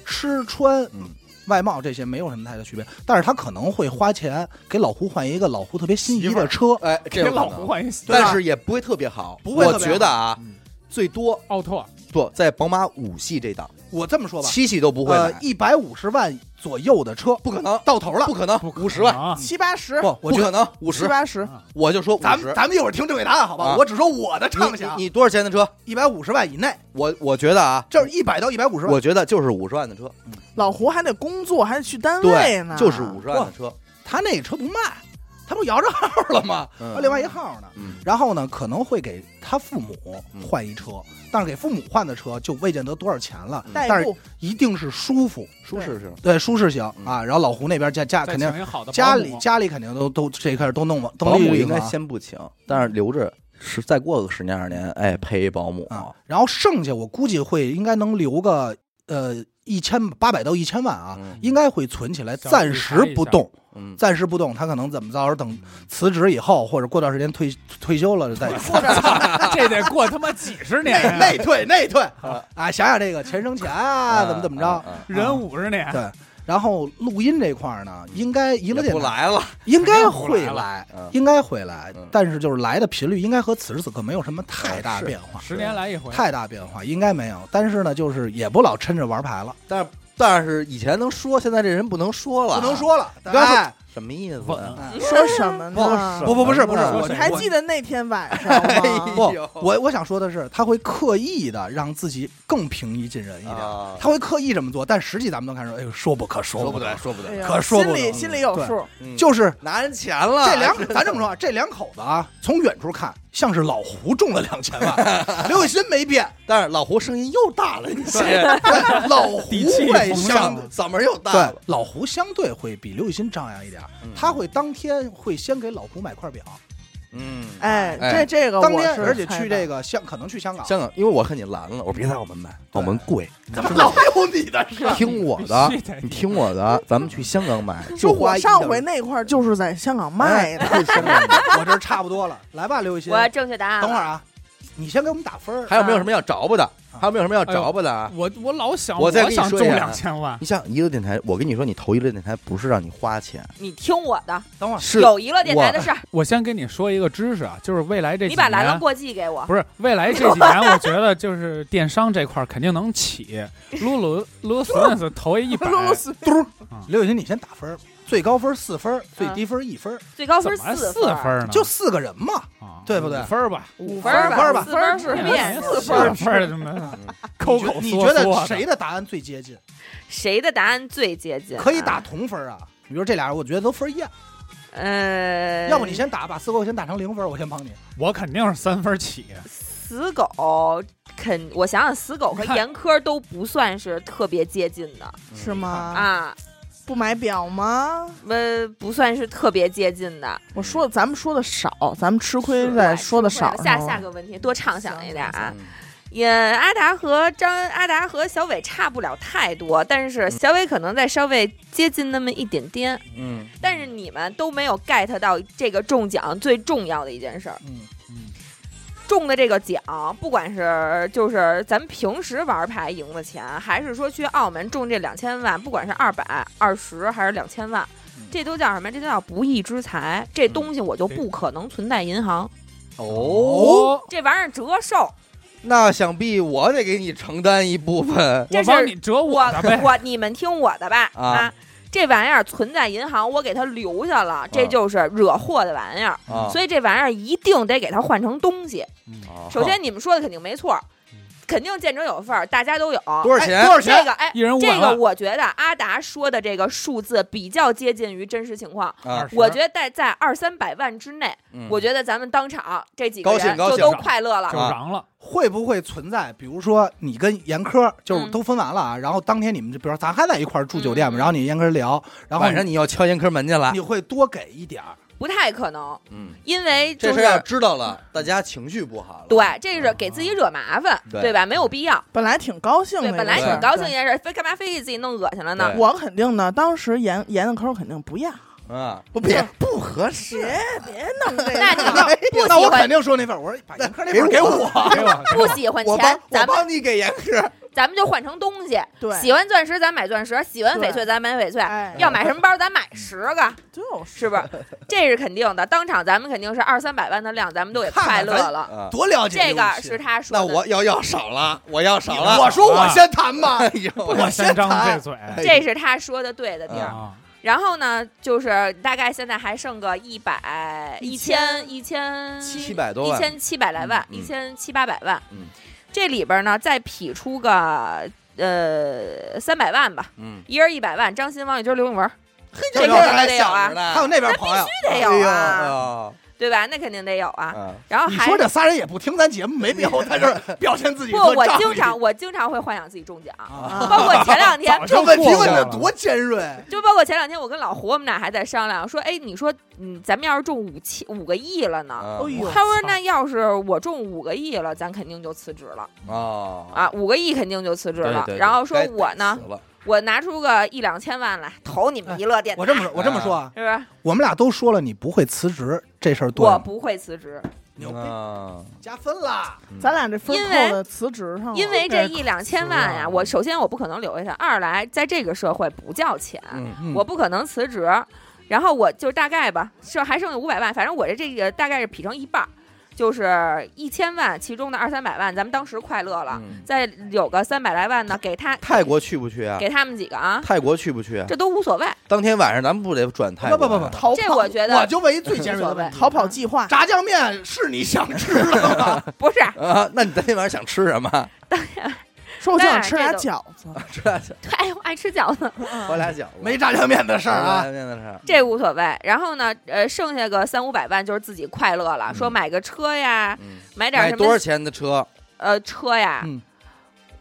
S4: 吃穿、
S2: 嗯
S4: 外貌这些没有什么太大区别。但是他可能会花钱给老胡换一个老胡特别心仪的车，
S2: 哎，这
S3: 给
S2: 有可
S3: 老
S2: 能
S3: 胡换一新
S4: 对吧
S2: 但是也不会特别好，
S4: 不会特
S2: 我
S4: 别好
S2: 觉得啊
S3: 嗯，
S2: 最多
S3: 奥拓，
S2: 不在宝马五系这档，
S4: 我这么说吧，
S2: 七系都不会
S4: 呃
S2: 买，，
S4: 一百五十万左右的车
S2: 不可能，
S4: 到头了
S2: 不。可能，五十万，
S3: 啊，
S6: 七八十，
S2: 不，
S4: 我
S2: 不
S4: 觉
S2: 可
S4: 得
S2: 能，五
S6: 七
S2: 十，
S6: 八十，
S2: 我就说五
S4: 咱
S2: 十
S4: 们。咱们一会儿听正确答案，好吧？
S2: 啊
S4: 我只说我的畅
S2: 你
S4: 想，
S2: 你你多少钱的车？
S4: 一百五十万以内，
S2: 我我觉得啊，
S4: 这是一百到一百五十万。
S2: 我觉得就是五十万的车，
S6: 老胡还得工作，还得去单位
S2: 对
S6: 呢，，
S2: 就是五十万的车。
S4: 他那个车不卖，他不摇着号了吗？
S2: 嗯
S4: 他另外一号呢？
S2: 嗯
S4: 然后呢，可能会给他父母换一车，但是给父母换的车就未见得多少钱了，
S2: 嗯
S4: 但
S6: 代
S4: 是
S6: 步，
S4: 一定是舒服，
S2: 舒适性，
S4: 对，舒适型
S2: 嗯
S4: 啊。然后老胡那边家家
S3: 再
S4: 肯定
S3: 请一好的
S4: 家
S3: 保姆
S4: 里家里肯定都都这一块都弄完，都
S2: 保姆应
S4: 利用
S2: 该
S4: 了啊
S2: 先不请，但是留着十再过个十年二十年，哎，配一保姆
S4: 啊。然后剩下我估计会应该能留个呃一千八百到一千万啊，
S2: 嗯
S4: 应该会存起来，
S3: 小
S4: 暂
S3: 理
S4: 时
S3: 财一
S4: 不
S3: 下
S4: 动，
S2: 嗯，
S4: 暂时不动。他可能怎么着，等辞职以后或者过段时间退退休了再
S3: 过这这得过他妈几十年
S4: 内
S3: 呀，
S4: 内退内退
S2: 啊
S4: 啊！想想这个钱生钱啊，怎么怎么着
S2: 啊？啊啊
S3: 人五十年，
S4: 对，然后录音这块儿呢，应该
S2: 也
S4: 赢了电
S2: 不
S4: 台
S2: 来了，
S4: 应该会
S3: 肯定不
S4: 来
S2: 嗯，
S4: 应该会来
S2: 嗯，
S4: 但是就是来的频率应该和此时此刻没有什么太大
S2: 是
S4: 变化，
S3: 十年来一回，
S4: 太大变化应该没有。但是呢，就是也不老抻着玩牌了，
S2: 但是但是以前能说，现在这人不能说了，
S4: 不能。说了。
S2: 刚才
S4: 哎
S2: 什么意思
S3: 稳
S2: 啊？
S5: 嗯
S6: 说什么呢？
S4: 不不不是不是，
S2: 我
S4: 我
S6: 你还
S4: 我
S6: 记得那天晚上吗？
S4: 不
S2: 哎呦，
S4: 嗯我我想说的是，他会刻意的让自己更平易近人一点，
S2: 啊
S4: 他会刻意这么做，但实际咱们都看出，哎呦，说不可说
S2: 说不
S4: 不
S2: 对，
S4: 得，
S2: 说不
S6: 哎
S2: 对，
S6: 呀
S4: 可说不
S6: 心
S4: 得
S6: 里心里有
S4: 对
S6: 数，
S2: 嗯
S4: 就是
S2: 拿人钱了，
S4: 这两，咱这么说啊，这两口子啊，从远处看像是老胡中了两千万，刘雨欣没变，
S2: 但是老胡声音又大了一些，
S4: 对老
S3: 底气
S4: 胡会
S3: 膨
S4: 相
S3: 胀
S4: 对
S3: 了
S2: 嗓门又大
S4: 对
S2: 了，
S4: 老胡相对会比刘雨欣张扬一点，
S2: 嗯
S4: 他会当天会先给老胡买块表，
S2: 嗯，
S6: 哎，
S2: 哎
S6: 这这个
S4: 当
S6: 我
S4: 天
S6: 是
S4: 而且去这
S6: 个，
S4: 个香，可能去香港，
S2: 香港，因为我看你拦了，我说别在澳门买，澳门贵，
S4: 老有你的事 儿。
S2: 听我的
S3: 必须得，
S2: 你听我的，咱们去香港买，
S6: 就
S2: 就花
S6: 我
S2: 一
S6: 上
S2: 两
S6: 回那块儿就是在香港卖的，
S2: 哎就香港买
S4: 我这儿差不多了，来吧，刘雨欣
S5: 我，要正确答案。
S4: 等会儿，啊，你先给我们打分儿。
S2: 还有没有什么要着吧的？还有没有什么要
S3: 哎呦
S2: 着吧的啊？
S3: 我我老想，
S2: 我
S3: 我
S2: 再跟你
S3: 想
S2: 说
S3: 中
S2: 一下
S3: 两千万，
S2: 你像娱乐电台，我跟你说，你投娱乐电台不是让你花钱，
S5: 你听我的，
S4: 等会儿，
S2: 是
S5: 有娱乐电台的事儿，
S3: 我先跟你说一个知识啊，就是未来这几
S5: 你把
S3: 年，
S5: 来了过季给我。
S3: 不是未来这几年，我觉得就是电商这块儿肯定能起。撸撸撸 Swins 投一一百，
S6: 露露丝
S4: 嘟
S3: 嗯，
S4: 刘雨欣，你先打分儿，最高分四分儿，最低分一分儿，
S5: 最高分
S3: 怎么
S5: 四
S3: 四分儿呢？
S4: 就四个人嘛。
S3: 啊
S4: 对不对
S3: 五分儿吧，
S5: 五
S4: 儿
S5: 吧，
S4: 分
S5: 分
S4: 儿吧
S5: 四分儿是面
S3: 四
S5: 试
S3: 分儿，分儿什么抠
S4: 嗯你觉
S3: 口
S4: 你
S3: 缩
S4: 觉得
S3: 缩
S4: 谁
S3: 的
S4: 的答案最接近？
S5: 谁的答案最接近？
S4: 可以打。同分儿啊。比如这俩人，我觉得都分儿一样。
S5: 呃，
S4: 要不你先打吧，四哥，我先打成零分儿，我先帮你。
S3: 我肯定是三分儿起，
S5: 死狗肯，我想想，死狗和严苛都不算是特别接近的
S6: 是吗？
S5: 啊，
S6: 不买表吗？
S5: 呃，不算是特别接近的。
S6: 我说咱们说的少，咱们吃亏
S5: 是
S6: 在
S5: 吧
S6: 说的少嗯
S5: 下
S6: 上
S5: 下
S6: 了
S5: 个问题多畅想一点啊
S2: 嗯。
S5: 也阿达和张阿达和小伟差不了太多，但是小伟可能再稍微接近那么一点点。
S2: 嗯，
S5: 但是你们都没有 get 到这个中奖最重要的一件事儿。
S4: 嗯
S3: 嗯
S5: 中的这个奖，不管是就是咱们平时玩牌赢的钱，还是说去澳门中这两千万，不管是二百、二十还是两千万
S2: 嗯，
S5: 这都叫什么？这都叫不义之财。这东西我就不可能存在银行，
S2: 哦，，
S5: 这玩意儿折寿。
S2: 那想必我得给你承担一部分
S5: 这
S3: 我
S5: 事儿
S3: 帮你折
S5: 我
S3: 的呗，
S5: 我你们听我的吧
S2: 啊
S5: 这玩意儿存在银行，我给它留下了，这就是惹祸的玩意儿。
S2: 啊。
S5: 所以这玩意儿一定得给它换成东西。
S2: 哦嗯
S5: 首先，你们说的肯定没错儿，肯定见者有份儿，大家都有。
S2: 多少
S4: 哎
S2: 钱
S4: 多？少
S5: 这
S4: 钱？
S5: 个哎，
S3: 一人五百
S5: 这个
S3: 万，
S5: 我觉得阿达说的这个数字比较接近于真实情况。
S2: 啊，
S5: 我觉得在在二三百万之内，
S2: 嗯
S5: 我觉得咱们当场这几个
S2: 高兴
S5: 人
S2: 高
S5: 就
S2: 兴
S5: 都快乐了
S3: 就。
S2: 啊
S3: 嚷了，
S4: 会不会存在？比如说你跟严科就是
S5: 嗯
S4: 都分完了啊，然后当天你们就比如说咱还在一块儿住酒店嘛，
S5: 嗯
S4: 然后你严科聊，然后
S2: 晚上你要敲严科门去了
S4: 你。会多给一点儿。
S5: 不太可能，
S2: 嗯，
S5: 因为
S2: 这
S5: 就
S2: 事儿要
S5: 是
S2: 知道了，大家情绪不好了。
S5: 对，这是给自己惹麻烦，
S2: 嗯对
S5: 对吧？没有必要。
S6: 本来挺高兴的
S5: 对，
S6: 一个事
S5: 本
S6: 儿，
S5: 来挺高兴一
S6: 对。
S5: 件事，非干嘛非给自己弄恶心了呢
S2: 对？
S6: 我肯定的，当时严严的抠肯定不要，
S2: 啊，不别不合适。
S6: 别别 弄这
S5: 那 你
S6: 个。
S5: 们不
S4: 那
S5: 喜
S4: 我肯
S5: 欢
S4: 定说那份儿，我说把严科那份儿
S2: 给
S4: 给
S2: 我
S4: 我，
S3: 给我
S5: 不喜欢
S2: 我
S5: 钱
S2: 帮，我
S5: 咱们啊
S2: 帮你给严科，
S5: 咱们就换成东西。
S6: 对
S5: 喜欢钻石咱买钻石，喜欢翡翠
S6: 对
S5: 咱买翡翠，
S6: 哎
S5: 要买什么包咱买十个，
S6: 就是
S5: 是不 是？这是肯定的，当场咱们肯定是二三百万的量，咱们都给
S4: 看
S5: 快
S4: 看
S5: 乐
S4: 咱
S5: 了。
S2: 啊
S4: 多了解
S5: 这
S4: 刘雨
S5: 个
S4: 欣
S5: 是他说
S2: 那
S5: 的，
S2: 我要要少了，我要少了。
S4: 我说我先谈吧，
S2: 哎呦，
S3: 我先张这嘴
S5: 这是他说的对的地
S2: 嗯
S5: 儿。
S3: 啊，
S5: 然后呢，就是大概现在还剩个一百、一千、一千
S2: 七百多
S5: 一
S2: 万，
S5: 千七百来万，
S2: 嗯
S5: 一千七八百万。
S2: 嗯
S5: 这里边呢，再匹出个呃三百万吧，
S2: 嗯，
S5: 一人一百万。张鑫、王雨军、刘永文，这
S4: 这事
S5: 事
S4: 儿
S5: 儿
S4: 还
S5: 还
S4: 得
S5: 得
S4: 有
S5: 有
S4: 啊
S5: 啊，
S2: 嗯
S4: 还有那边朋友，
S5: 这得有啊，
S2: 啊
S5: 对吧？那肯定得有啊。
S2: 啊，
S5: 然后
S4: 你
S5: 还
S4: 说这仨人也不听咱节目，没必要在这儿表现自己
S5: 不，
S4: 多仗
S5: 我
S4: 义。
S5: 经常我经常会幻想自己中奖，
S4: 啊，
S5: 包括前两天
S3: 早
S4: 这
S3: 就
S4: 问题
S3: 过
S4: 问
S3: 去
S4: 的
S3: 了
S4: 多 尖锐，
S5: 就包括前两天我跟老胡我们俩还在商量说，哎，你说嗯，咱们要是中五千五个亿了呢？
S2: 啊
S6: 哎呦，
S5: 他说：“那要是我中五个亿了，咱肯定就辞职了
S2: 啊，
S5: 啊！五个亿肯定就辞职
S2: 对
S5: 了。
S2: 对对
S5: 然后说
S2: 该
S5: 我呢
S2: 死，了
S5: 我拿出个一两千万来投你们娱乐电台，
S4: 我这么说，我这么说啊，
S5: 是不是？
S4: 我们俩都说了，你不会辞职这事儿对
S5: 我
S4: 吗，嗯
S5: 不会辞职，
S4: 牛逼，
S2: 啊，
S4: 加分啦！
S2: 嗯
S6: 咱俩这分
S5: 因为
S6: 扣的辞职上了，
S5: 因为这一两千万
S3: 是
S5: 呀、
S3: 啊
S5: 我首先我不可能留下它，二来在这个社会不叫钱，
S2: 嗯
S4: 嗯
S5: 我不可能辞职。然后我就大概吧，剩还剩下五百万，反正我这这个大概是劈成一半儿。就是一千万，其中的二三百万，咱们当时快乐了，
S2: 嗯
S5: 再有个三百来万呢，给他
S2: 泰国去不去啊？
S5: 给他们几个啊，
S2: 泰国去不去啊？
S5: 这都无所谓。
S2: 当天晚上咱们不得转泰
S4: 不
S2: 国？
S4: 不不不，，
S6: 逃
S5: 这我
S6: 跑，
S5: 觉
S4: 我
S5: 得
S4: 就问一最尖
S5: 无
S4: 锐的
S5: 所
S4: 问
S5: 谓
S4: 题，，
S6: 逃跑计划，
S4: 炸酱面是你想吃的吗？
S5: 不是
S2: 啊，那你当天晚上想吃什么？
S6: 说我就想吃
S5: 那
S6: 俩
S5: 这都
S6: 饺子，
S2: 吃俩饺，
S5: 哎呦，爱吃饺子，
S2: 包俩饺子，
S4: 没炸酱面的事
S2: 事
S4: 儿啊，
S2: 面的事儿。
S5: 这无所谓。然后呢，呃，剩下个三五百万就是自己快乐了，说买个车呀，
S2: 嗯，
S5: 买点
S2: 买
S5: 什
S2: 多少
S5: 么
S2: 钱的车
S5: 呃车呀
S2: 嗯，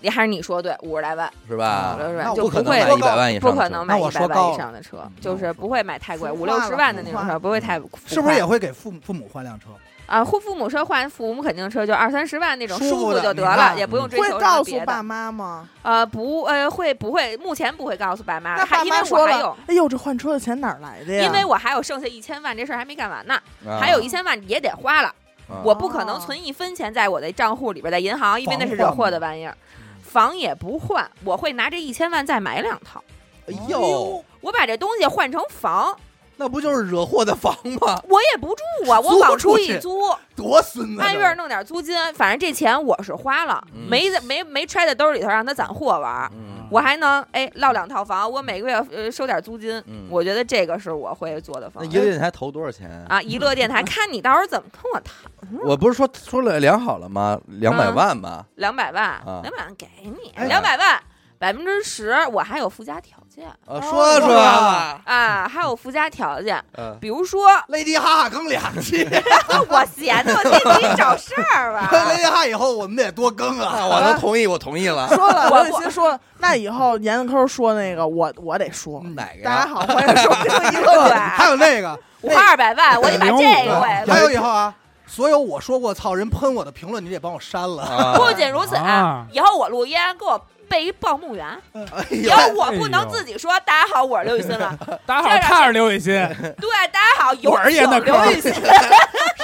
S5: 也还是你说对，五十来万，
S2: 是
S4: 哎
S2: 吧？
S5: 五十来
S4: 那
S5: 万
S4: 我
S5: 呃就
S2: 不可能
S5: 会
S2: 买一百万以上
S5: 不
S2: 的车，
S5: 可能买
S4: 那
S5: 一
S4: 我
S5: 百
S4: 说高
S5: 万
S4: 了
S5: 以上的车
S2: 嗯，
S5: 就是不会买太贵，
S6: 浮
S5: 五
S6: 夸
S5: 六
S6: 了
S5: 十万的那种
S6: 浮
S5: 车，
S6: 夸
S5: 不会太浮夸
S4: 是不是也会给父母父母换辆车？
S5: 啊？父父母车换父母肯定车就二三十万那种，
S4: 舒服
S5: 舒服
S4: 的
S5: 就得
S4: 明
S5: 了，
S4: 白
S5: 也不用追求
S6: 会
S5: 什么
S6: 告诉
S5: 别
S6: 爸
S5: 的。
S6: 妈吗？
S5: 呃，不，呃，会不会？目前不会告诉爸妈，
S6: 那
S5: 还
S6: 爸
S5: 因为
S6: 妈
S5: 我
S6: 说
S5: 还
S6: 了
S5: 有。，
S6: 哎呦，这换车的钱哪儿来的呀？
S5: 因为我还有剩下一千万这事儿还没干完呢，
S2: 啊
S5: 还有一千万也得花了，
S2: 啊
S5: 我不可能存一分钱在我的账户里边，在银行，因为那是惹祸的玩意儿，
S2: 嗯
S5: 房也不换，我会拿这一千万再买两套，
S2: 哎呦，
S5: 我把这东西换成房，
S2: 那不就是惹祸的房吗？
S5: 我也不 住啊，我
S4: 租
S5: 往
S4: 出
S5: 出
S4: 去
S5: 一租，
S4: 多孙子！
S5: 按月弄哎点租金，反正这钱我是花了，
S2: 嗯
S5: 没在没没揣在兜里头让他攒货玩儿，
S2: 嗯
S5: 我还能哎落两套房，我每个月呃收点租金，
S2: 嗯
S5: 我觉得这个是我会做的
S2: 那
S5: 方
S2: 一
S5: 案
S2: 个嗯电台投多少钱？
S5: 啊。娱乐电台，看你到时候怎么跟我谈，
S2: 我不是说说了量好了吗？两百
S5: 嗯
S2: 万吗？
S5: 两百万，
S2: 啊
S5: 两百万给你，
S2: 哎
S5: 两百万百分之十，我还有附加条件
S2: 啊，
S6: 哦
S2: 说说啊，
S5: 啊，还有附加条件，
S2: 嗯
S5: 比如说啊
S4: Lady 哈哈更两 期，Lady
S5: 我闲的，我给你找事儿 吧。
S4: 哈哈以后我们得多更啊
S2: 那
S4: 了。
S2: 我都同意，我同意 了。
S6: 说了，
S5: 我
S6: 刘雨欣说了，那以后闫子抠说那个，我我 得说。
S4: 嗯
S2: 哪个
S6: 大家
S2: 呀？
S6: 好，欢迎收听一个
S4: 还有那个，
S5: 我花二百万，我得把
S3: 零五
S5: 这
S3: 个
S5: 个哎我也
S4: 还有以后啊，所有我说过操人喷我的评论，你得帮我删了。
S2: 啊
S5: 不仅如此，
S3: 啊
S5: 以后我录音给我备一报幕员，
S2: 哎
S5: 以
S2: 呦
S5: 后我不能自己说“大家好，我是刘雨欣”了，
S3: 大家好，看着刘雨欣，
S5: 对，大家好，有
S3: 我是闫德
S5: 请
S3: 科
S5: 刘雨欣。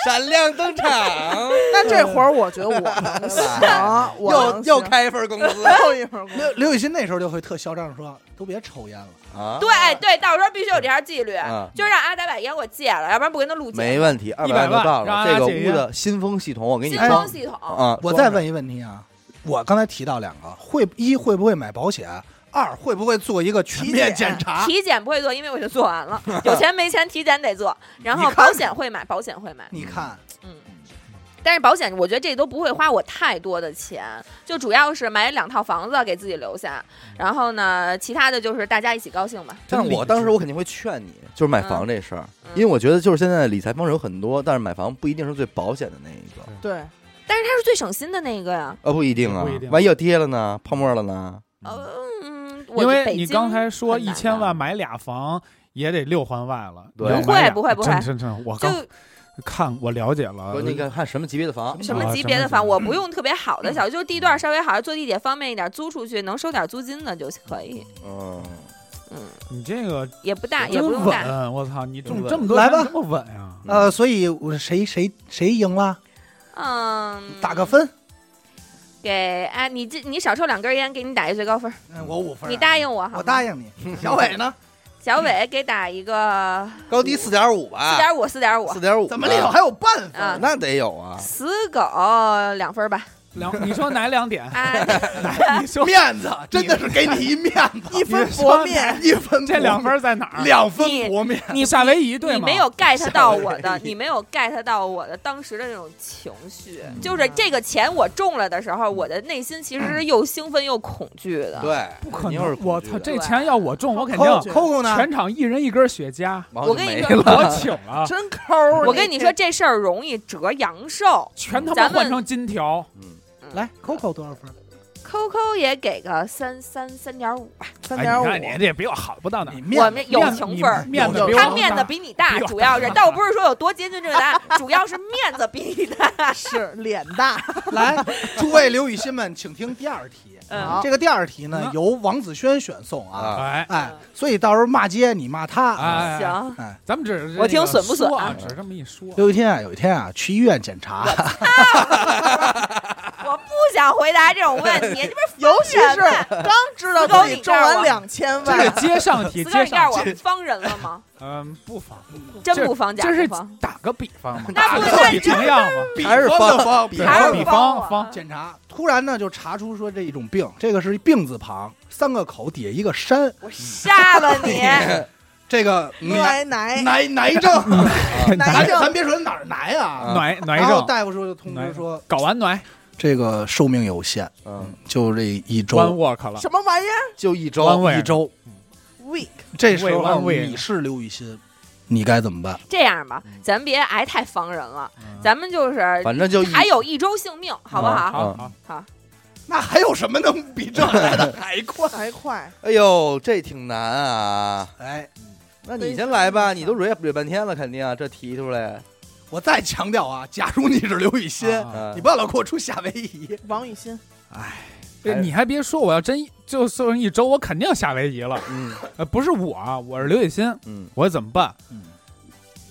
S2: 闪亮登场，
S6: 那这活儿我觉得我能行，我
S2: 又
S6: 能
S2: 又
S6: 行。
S2: 开一份工资
S6: 又一会儿
S4: 刘刘雨欣那时候就会特嚣张地说：“都别抽烟了，
S2: 啊！
S5: 对对，到时候必须有这条纪律
S2: 嗯，
S5: 就让阿达把烟给我戒了，要不然不跟他录节目。
S2: 没问题，二
S3: 100
S2: 万就到了。
S3: 让
S2: 这
S3: 他
S2: 个
S3: 解
S2: 屋
S3: 压
S2: 的新风系统，我给你
S5: 新
S2: 装
S5: 风系统，
S2: 啊！
S4: 我再问一问题啊，我刚才提到两个，会一会不会买保险，二会不会做一个全面检查？
S5: 体检不会做，因为我就做 完了，有钱没钱体检得做，然后
S4: 你看
S5: 保险会买，保险会买，
S4: 你看，
S5: 嗯
S3: 嗯
S5: 但是保险我觉得这都不会花我太多的钱，就主要是买两套房子给自己留下，然后呢，其他的就是大家一起高兴吧。
S2: 但是我当时我肯定会劝你，就是买房这事儿，因为
S5: 嗯
S2: 我觉得就是现在的理财方式有很多，但是买房不一定是最保险的那一个，
S6: 对，
S5: 但是他是最省心的那个呀，
S2: 呃，不一定啊，
S3: 不一定
S2: 万一要跌了呢，泡沫了呢，
S5: 嗯，我
S3: 因为
S5: 北
S3: 你
S5: 京
S3: 刚才说
S5: 很
S3: 一
S5: 难
S3: 千
S5: 的
S3: 万买俩房也得六环外了，
S2: 对
S3: 你要
S2: 不
S5: 会
S3: 买俩
S5: 不会不会
S3: 真真真，我
S5: 就
S3: 刚看我了解了
S2: 不，那个看什么级别的房，
S5: 什么
S3: 啊
S5: 级
S3: 什
S5: 别
S3: 么
S5: 的
S3: 级
S5: 房，
S3: 别嗯
S5: 我不用特别好的小，就是地段稍微好，坐地铁方便一点，租出去能收点租金的就可以，
S2: 嗯，
S3: 你这个
S5: 也不大，啊也
S3: 真
S5: 不用大。
S3: 稳，啊我操，你
S2: 真
S3: 中
S2: 稳
S3: 这么多
S4: 来
S3: 钱
S4: 吧
S3: 这么稳啊 呀？
S4: 呃，所以我谁谁谁赢了，
S5: 嗯，
S4: 打个分，
S5: 给哎，你这你少抽两根烟，给你打一最高分，
S4: 嗯我五分，
S3: 啊
S5: 你答应我哈。
S4: 我答
S5: 应。
S4: 应你。小伟呢？
S5: 小伟给打一个
S2: 高低四点五
S5: 四
S2: 吧，
S5: 点五，四点五
S2: 四。点五，
S4: 怎么里头还有办法？
S5: 啊，
S2: 那得有啊，
S5: 死狗两分吧。？
S3: 两，你说哪两点
S5: 啊，
S3: 哪 你说
S4: 面子真的是给你一面子，
S6: 一分
S3: 你说
S6: 薄面，
S4: 一分
S3: 这两分在哪儿？
S4: 两分薄面。
S5: 你
S3: 夏威夷对
S5: 你
S3: 吗？
S5: 没有 get 到我的，你没有 get 到我的当时的那种情绪，就是这个钱我中了的时候，我的内心其实是又兴奋又恐惧的。
S2: 对，
S3: 不可
S2: 肯定是
S3: 能！
S2: 恐
S3: 我
S2: 惧
S3: 操，
S2: 的
S3: 这
S5: 对啊
S3: 钱要我中，我肯定
S6: Coco-
S4: Coco 呢？
S3: 全场一人一根雪 茄，啊
S2: 然后就
S5: 我跟你
S2: 没
S5: 说
S2: 了，
S3: 我请了，
S6: 真抠儿。
S5: 我跟你说，这事儿容易折阳寿。
S3: 全他妈
S5: 咱们
S3: 换成金条。
S4: 来，Coco 多少分？
S5: Coco 也给个三三三点五，
S6: 三
S3: 哎，
S6: 点
S3: 你
S6: 五，
S3: 看你这比我好不到哪儿
S4: 你，
S5: 我
S4: 面
S5: 们
S4: 子
S5: 有
S3: 面子
S5: 情
S3: 你
S5: 分儿。
S3: 面子
S4: 有
S3: 比我
S5: 他
S3: 好
S5: 面子
S3: 大
S5: 比你大
S3: 比，我
S5: 主要是
S3: 大，
S5: 但我不是说有多接近这个答案，主要是面子比你大。
S6: 是脸大，
S4: 来，诸位刘雨欣们，请听第二 题。
S5: 嗯，
S4: 这个第二题呢
S3: 嗯，
S4: 由王子轩选送啊。
S3: 哎
S4: 哎，所以到时候骂街你骂他啊。
S3: 哎，
S5: 嗯
S3: 哎
S5: 行，
S4: 哎，
S3: 咱们只是
S5: 我听
S3: 这个
S5: 损不损
S3: 说
S5: 啊
S3: 啊？只是这么一说，
S4: 有一天啊，有一天啊，去医院检查，
S5: 我不想回答这种问题，这不是
S6: 尤其是
S5: 疯人吗
S6: 刚知道自己中完两千
S3: 这
S6: 万
S3: 是，接上 题，
S5: 死告诉
S3: 接
S5: 你告
S3: 上
S5: 诉我
S3: 题。
S5: 方人了吗？
S3: 嗯，不妨，
S5: 真不方，假
S3: 这是
S5: 不方，
S3: 打个比方嘛，
S5: 那不
S3: 打
S5: 是
S3: 个比成样嘛，
S2: 还是
S4: 方
S2: 方
S4: 方，
S3: 对
S5: 还是
S3: 比
S5: 方啊
S3: 方方
S4: 检查，突然呢就查出说这一种病，这个是病字旁，三个口底下一个山，
S5: 我杀了你！
S4: 这个难
S6: 奶奶
S4: 难难症，
S6: 癌
S4: 咱
S6: 症
S4: 咱别说哪儿难啊，
S3: 暖暖
S4: 然后
S3: 症，
S4: 大夫说就通知说
S3: 睾丸暖
S4: 这个寿命有限，
S2: 嗯，
S4: 就这一
S3: one
S4: 周，
S3: work 了，
S6: 什么玩意儿
S2: 就一周
S3: 弯位
S4: 一周，
S6: ？week
S4: 这时
S3: 万
S4: 候啊
S3: 位
S4: 你是刘雨欣，你该怎么办？
S5: 这样吧，咱别挨太方人了，咱们就是
S2: 反正就一
S5: 还有一周性
S4: 嗯
S5: 命，好不好？
S3: 好好，
S4: 那还有什么能比这来的还快？
S6: 还快，
S2: 哎呦，这挺难啊。
S4: 哎，
S2: 那你先来吧，你都蕊蕊半天了，肯定啊，这提出来，
S4: 我再强调啊，假如你是刘雨欣，
S3: 啊
S2: 嗯
S4: 你，不要老给我出夏威夷，
S6: 王雨欣
S3: 哎你还别说，我要真就剩一周，我肯定夏威夷了。
S2: 嗯
S3: 呃，不是我啊，我是刘雨欣，
S2: 嗯
S3: 我怎么办？
S4: 嗯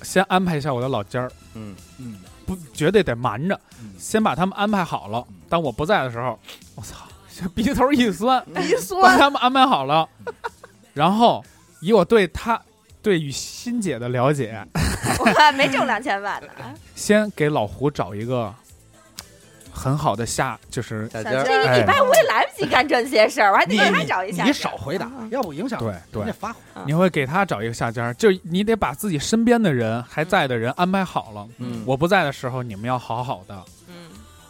S3: 先安排一下我的老家儿，
S2: 嗯，
S4: 嗯，
S3: 不绝对得瞒着，
S4: 嗯
S3: 先把他们安排好了
S4: 嗯。
S3: 当我不在的时候，我操，这鼻头一酸，
S6: 鼻
S3: 把
S6: 酸，
S3: 他们安排好了，然后以我对他对雨欣姐的了解，
S5: 我没挣两千万呢，
S4: 哎
S3: 先给老胡找一个很好的下，就是
S2: 大家
S5: 这一礼拜
S3: 哎
S5: 我也来不及干这些事儿，我还得
S4: 你
S5: 给他找一下。
S4: 你少回答，要不影响
S3: 对
S4: 人家
S3: 对，
S4: 发火。
S5: 啊
S3: 你会给他找一个下家，就你得把自己身边的人还在的人安排好了。
S2: 嗯
S3: 我不在的时候，你们要好好的
S5: 嗯，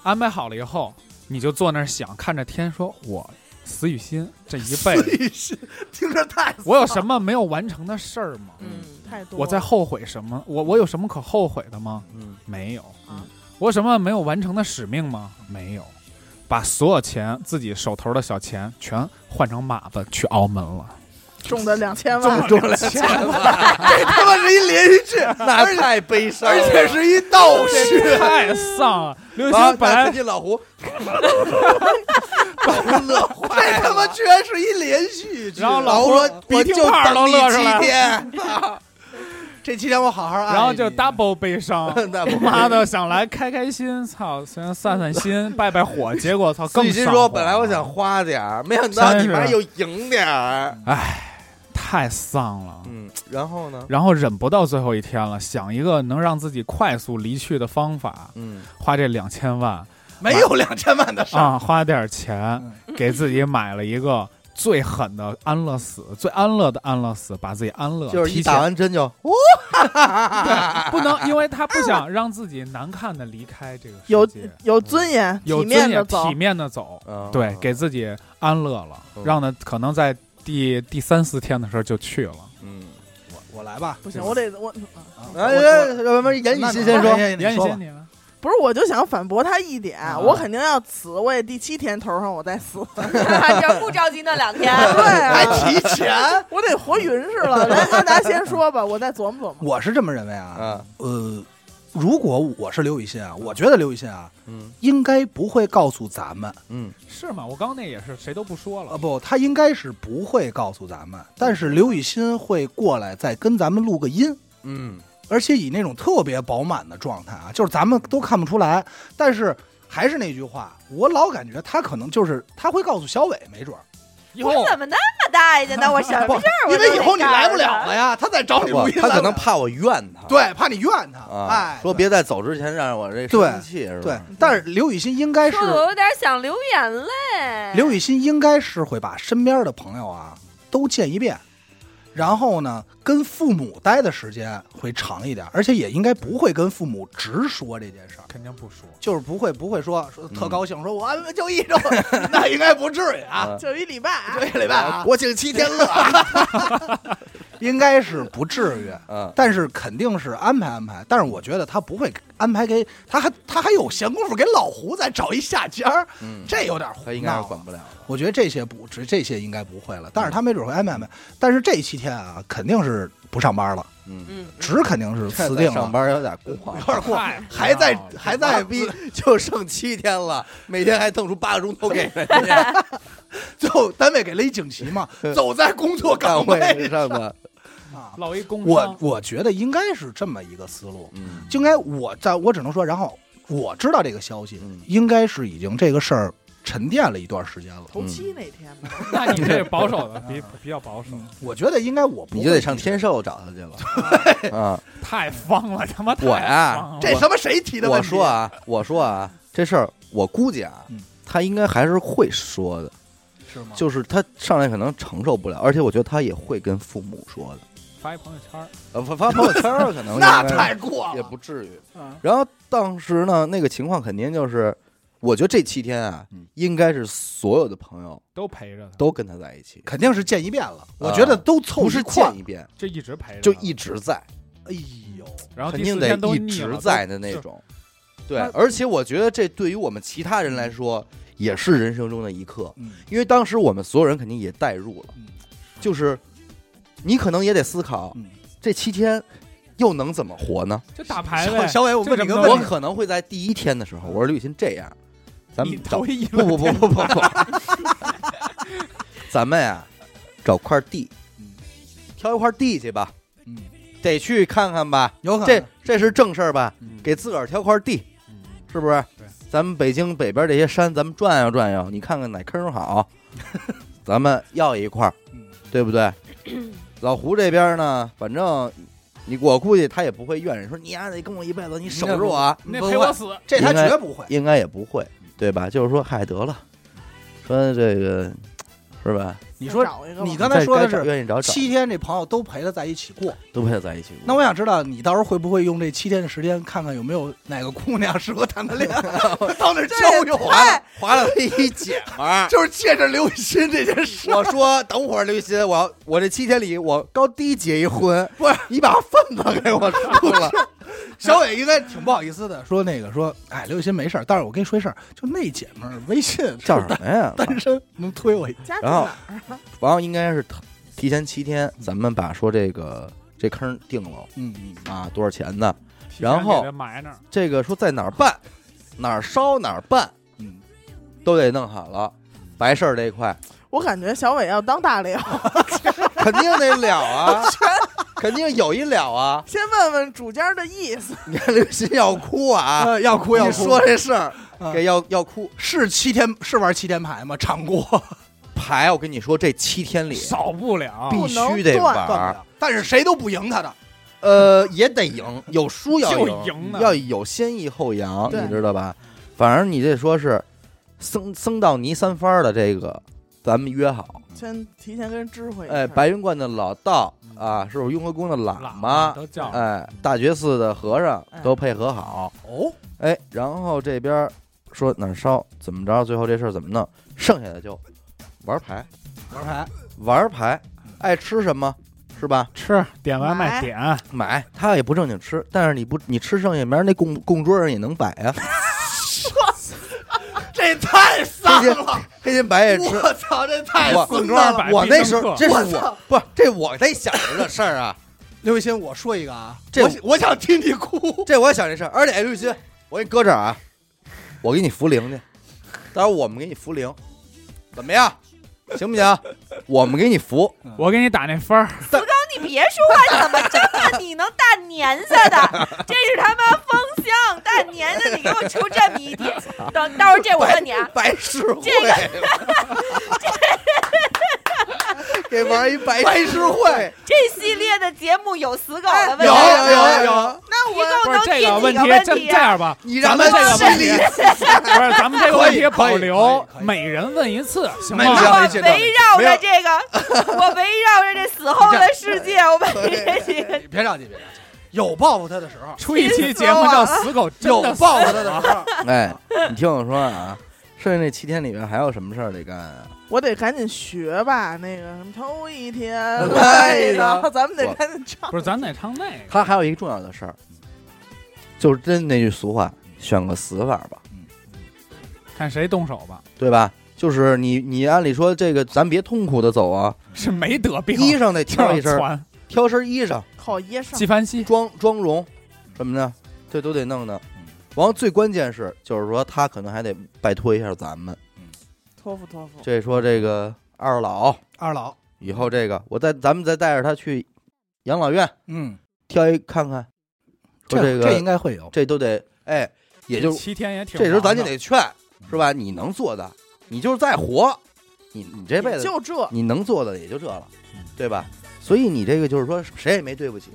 S3: 安排好了以后，你就坐那儿想，看着天说，我死雨欣这一辈子，
S4: 雨欣，听着太死
S3: 我有什么没有完成的事儿吗？
S5: 嗯，
S6: 太多了。
S3: 我在后悔什么？我我有什么可后悔的吗？
S2: 嗯
S3: 没有
S5: 啊。
S3: 我有什么没有完成的使命吗？没有。把所有钱，自己手头的小钱全换成马子去澳门 了。
S6: 中的两千万，
S2: 中了千万，
S4: 他妈是一连续剧，
S2: 那太悲伤了，
S4: 而且是一道
S3: 这
S2: 啊
S4: 士。
S3: 太丧了！刘雨
S2: 然后
S3: 啊欣本来
S2: 进老胡，把人乐坏了，
S4: 这他妈居然是一连续剧！
S3: 然后
S4: 老
S3: 老
S4: 胡
S3: 胡
S4: 说：“
S3: 鼻
S4: 我
S3: 涕
S4: 就
S3: 泡儿
S4: 等
S3: 都
S4: 你
S3: 乐出来
S4: 七
S3: 了
S4: 天，这七天我好好爱你。”
S3: 然后就 double 悲伤。
S2: 那不
S3: 妈的，想来开开心，操，想散散心，拜拜火，结果 操更
S2: 自己
S3: 上
S2: 说
S3: 火
S2: 本来我想花点儿，没想到你妈
S3: 三十
S2: 又赢点儿，
S3: 太丧了。
S2: 嗯，然后呢？
S3: 然后忍不到最后一天了，想一个能让自己快速离去的方法，
S2: 嗯，
S3: 花这两千万
S4: 没有两千万的事儿。
S3: 啊，花点钱给自己买了一个最狠的安乐死，最安乐的安乐死，把自己安乐
S2: 就是一
S3: 提
S2: 打
S3: 前
S2: 完针就
S3: 不能，因为他不想让自己难看的离开这个
S6: 有
S3: 世界，
S6: 有尊严，
S3: 有
S6: 体面
S3: 尊
S6: 的
S3: 严、
S6: 走
S3: 体，面的走，
S2: 嗯
S3: 对，给自己安乐了
S2: 嗯，
S3: 让他可能在第第三四天的时候就去了。
S2: 嗯，
S4: 我我来吧，
S6: 不行，我得我
S4: 啊
S2: 哎哎，要不然严雨欣先说，
S4: 严
S3: 严
S4: 雨
S3: 雨
S4: 欣
S3: 欣，你呢？
S6: 不是，我就想反驳他一点，
S3: 啊
S6: 我肯定要死，我也第七天头上我再死，
S4: 嗯
S5: 这不着急那两 天，
S6: 对
S4: 还
S6: 啊，
S4: 提前。
S6: 我得活云似的。来，安达先说吧，我再琢磨琢磨。
S4: 我是这么认为啊，
S2: 啊，
S4: 呃，如果我是刘雨欣啊，我觉得刘雨欣啊，
S2: 嗯
S4: 应该不会告诉咱们
S2: 嗯
S3: 是吗？我刚刚那也是，谁都不说
S4: 啊，
S3: 了。
S4: 不，他应该是不会告诉咱们，但是刘雨欣会过来再跟咱们录个音。
S2: 嗯
S4: 而且以那种特别饱满的状态啊，就是咱们都看不出来。但是还是那句话，我老感觉他可能就是他会告诉小伟，没准儿，
S3: 哟
S5: 我怎么那么待见呢？我什么事儿？
S4: 因为以后你来不了了。呀，他再找你录
S2: 不，
S4: 音
S2: 他可能
S4: 来
S2: 怕我怨他，
S4: 不了对，怕你怨他，
S2: 啊
S4: 哎，，
S2: 说别在走之前让我这
S4: 对
S2: 生气是吧？
S4: 对对。但是刘雨欣 应该是
S5: 说我有点想流眼泪。
S4: 刘雨欣应该是会把身边的朋友啊都见一遍，然后呢，跟父母待的时间会长一点，而且也应该不会跟父母直说这件事儿。
S3: 肯定不说。
S4: 就是不会不会说说特
S2: 嗯
S4: 高兴，说我安排就一周， 那应该不至于啊
S2: 啊，
S6: 就一礼拜啊，
S4: 这个礼拜啊，
S2: 我呃请七天乐，啊
S4: 应该是不至于，
S2: 嗯
S4: 但是肯定是安排安排，但是我觉得他不会安排给他还他还有闲工夫给老胡再找一下家儿，
S2: 嗯，
S4: 这有点胡
S2: 他应该是
S4: 闹
S2: 管
S4: 了。
S2: 不了了，
S4: 我觉得这些不这这些应该不会了，但是他没准会安排安排，但是这七天啊，肯定是不上班了，
S2: 嗯，
S5: 嗯，
S4: 职肯定是
S2: 看
S4: 辞
S2: 在
S4: 定
S2: 上
S4: 了。
S2: 班有点过
S4: 有点过，
S3: 太
S4: 还在
S3: 闹了
S4: 还在 逼，
S2: 就剩七天了，每天还腾出八个钟头 给人家
S4: 最后单位给了一锦旗 嘛，走在工作岗
S2: 岗位
S4: 位
S2: 上 的，
S4: 啊，
S3: 落一工
S4: 我我觉得应该是这么一个思路，
S2: 嗯
S4: 应该我在我只能说，然后我知道这个消息
S2: 嗯，
S4: 应该是已经这个事儿沉淀了一段时间了。
S6: 头七那天吧，
S3: 那你这是保守的，比比较保守，
S4: 我觉得应该我不
S2: 你
S4: 会
S2: 就得上天寿找他去 了。啊，
S3: 太方了，他妈太
S2: 我呀
S3: 方了
S4: 这他妈谁提的问
S2: 我
S4: 题？
S2: 说啊，我说啊，这事儿我估计啊
S4: 嗯，
S2: 他应该还是会说的，
S4: 是吗？
S2: 就是他上来可能承受不了，而且我觉得他也会跟父母说的，
S3: 发一朋友圈儿，
S2: 呃，发发朋友圈儿可能
S4: 那
S2: 应该
S4: 太过
S2: 也
S4: 了。
S2: 不至于
S3: 嗯。
S2: 然后当时呢，那个情况肯定就是，我觉得这七天啊
S4: 嗯，
S2: 应该是所有的朋友
S3: 都陪着他，
S2: 都跟他在一起，
S4: 肯定是见一遍了，我
S2: 啊
S4: 觉得都凑
S2: 不
S4: 一
S2: 是
S4: 块
S2: 见。一遍
S3: 就一直陪着他，
S2: 就一直在，
S4: 哎呦，
S3: 然后
S2: 肯
S3: 第
S2: 定
S3: 四
S2: 得
S3: 天都
S2: 一
S3: 腻
S2: 直
S3: 了
S2: 在的那
S3: 就
S2: 种。对，而且我觉得这对于我们其他人来说也是人生中的一刻，
S4: 嗯，
S2: 因为当时我们所有人肯定也代入了
S4: 嗯，
S2: 就是你可能也得思考
S4: 嗯
S2: 这七天又能怎么活呢？
S3: 就打牌呗。
S4: 小伟，我问
S3: 这
S4: 你个
S3: 什么
S2: 我
S4: 问题，
S2: 可能会在第一天的时候，我说吕雨欣这样，咱
S3: 你
S2: 们找
S3: 头一
S2: 不不不不不不，咱们呀找块地
S4: 嗯，
S2: 挑一块地去吧，
S4: 嗯，
S2: 得去看看吧，
S4: 有可能
S2: 这这是正事儿吧？
S3: 嗯
S2: 给自个儿挑块地，
S3: 嗯
S2: 是不是
S3: 对？
S2: 咱们北京北边这些山，咱们转悠转悠，你看看哪坑 好，咱们要一块儿，
S4: 嗯
S2: 对不 对？老胡这边呢，反正你我估计他也不会怨人，说你丫、得跟我一辈子，你守着我啊，
S3: 那
S4: 不
S3: 陪
S4: 会
S3: 我死，
S4: 这他
S2: 应该
S4: 绝不会。
S2: 应该也不会，对吧？就是说，嗨，得了，说这个是吧？
S4: 你说
S6: 找一个吧
S4: 你刚才说的
S2: 该找
S4: 是
S2: 愿意找找，嗯
S4: 七天，这朋友都陪他在一起过。
S2: 都陪他在一起过。
S4: 那我想知道，你到时候会不会用这七天的时间，看看有没有哪个姑娘适合谈个 恋爱，到那儿交友
S2: 划
S4: 啊？
S2: 了划了他一姐们 儿，
S4: 就是借着刘雨欣这件事，
S2: 我说等会儿刘雨欣，我要我这七天里我高低结 一婚，不是你把份子给我出了，
S4: 小伟应该挺不好意思的，说那个说，哎，刘雨欣没事儿，但是我跟你说一事儿，就那姐们儿微信是
S2: 叫什
S4: 单
S2: 么呀？
S4: 单身，能推我一
S6: 家住
S2: 然后
S6: 哪儿？
S2: 然后应该是提前七天，咱们把说这个这坑定了
S4: 嗯嗯，
S2: 啊，多少钱呢？
S3: 提前
S2: 然后
S3: 给他埋那儿，
S2: 这个说在哪儿办，哪儿烧哪儿办，
S4: 嗯，
S2: 都得弄好了。白事儿这一块
S6: 我感觉小伟要当大聊，
S2: 肯定得了啊，肯定有一了啊。
S6: 先问问主家的意 思。
S2: 你看刘雨欣要哭啊，
S4: 呃要哭要
S2: 你
S4: 哭。
S2: 说这事儿
S4: 啊
S2: 给要要哭
S4: 是七天是玩七天牌吗？ 唱过，
S2: 牌，我跟你说，这七天里
S3: 少不了。
S2: 必须得
S6: 不能
S2: 玩
S6: 断
S2: 儿，
S4: 但是谁都不赢他的。
S2: 呃，也得赢，有输要
S3: 就
S2: 赢，
S3: 赢呢
S2: 要有先抑后扬，
S6: 对
S2: 你知道吧？反正你这说是僧僧到泥三番儿的这个，咱们约好。
S6: 先提前跟人知会一下。
S2: 哎，白云观的老道啊，是我雍和宫的喇
S3: 喇
S2: 嘛，
S3: 都叫了，
S2: 哎，大觉寺的和尚
S6: 哎
S2: 都配合好。
S4: 哦，
S2: 哎，然后这边儿说哪儿烧怎么着，最后这事儿怎么弄，剩下的就玩牌，
S4: 玩牌
S2: 玩牌，爱吃什么是吧？
S3: 吃点外卖
S6: 买
S3: 点，
S2: 买，他也不正经吃，但是你不你吃剩下，明儿那供供桌上也能摆啊呀、
S4: 这太
S2: 啊，
S4: 丧
S2: 黑金
S4: 了！
S2: 黑金白也吃。
S4: 我操，这太
S2: 我
S4: 损
S3: 桌上
S4: 了！
S3: 摆
S2: 我
S3: 必
S2: 那
S3: 胜
S2: 时候
S3: 客
S2: 这是我不是这我在想着的事儿啊，
S4: 刘雨欣，我说一个啊，
S2: 这
S4: 我我想听你 哭。
S2: 这我也想这事儿。而且哎刘雨欣，我给你搁这儿啊，我给你扶灵去，到时候我们给你扶灵，怎么样？行不行？我们给你扶，
S3: 我给你打那分儿，
S5: 你别说话，怎么真的你能大年下 的？这是他妈风向大年的，你给我出这么一 题。等到时候这我问你啊，
S2: 白事会，
S5: 这
S2: 给玩一白白事会，
S5: 这系列的节目有死狗的问
S2: 有
S5: 题，
S2: 有有有，
S6: 那
S5: 一
S6: 我
S5: 共
S3: 不是
S5: 能
S3: 这个
S5: 提
S3: 问
S5: 几个
S3: 题，
S5: 问
S3: 这
S5: 题啊
S3: 这？样吧，
S2: 你
S3: 咱
S2: 让
S3: 们
S2: 他
S3: 这个
S2: 心
S3: 问
S2: 里
S3: 题不是咱们这个问题保
S4: 可
S3: 留
S4: 以可以可，以
S3: 每人问一次，行
S4: 没
S5: 然
S4: 事
S3: 吗？
S5: 后
S4: 没见到
S5: 围绕着这个， 我围绕着这死后的世界，我把这些
S4: 别着急，别着急，有报复他的时候，
S3: 出一期节目叫《死
S5: 啊
S3: 狗真
S4: 有
S3: 的死
S4: 报复他的啊时候。
S2: 哎，你听我说啊，剩下那七天里面还有什么事儿得干啊？
S6: 我得赶紧学吧，那个什么头 一天
S2: 哎对
S6: 来
S2: 的
S6: 到，咱们得
S2: 我
S6: 赶紧唱。
S3: 不是，咱得唱那个。
S2: 他还有一个重要的事儿，就是真那句俗话，选个死法吧，
S3: 看谁动手吧，
S2: 对吧？就是你你按理说这个咱别痛苦的走啊，
S3: 是没得病，
S2: 衣裳得挑一身，
S3: 传
S2: 挑身衣裳，
S6: 靠夜上
S3: 纪梵希，
S2: 妆妆容什么的，这都得弄弄。
S4: 嗯
S2: 完了，最关键是，就是说他可能还得拜托一下咱们，
S6: 托付托付，
S2: 这说这个二老
S4: 二老，
S2: 以后这个，我再咱们再带着他去养老院
S4: 嗯，
S2: 挑一看看，说
S4: 这
S2: 个
S4: 应该会有。
S2: 这都得哎，也就
S3: 七天也挺。
S2: 这时候咱就得劝，是吧？你能做的，你就是再活，你你这辈子
S6: 就这，
S2: 你能做的也就这了，对吧？所以你这个就是说谁也没对不起。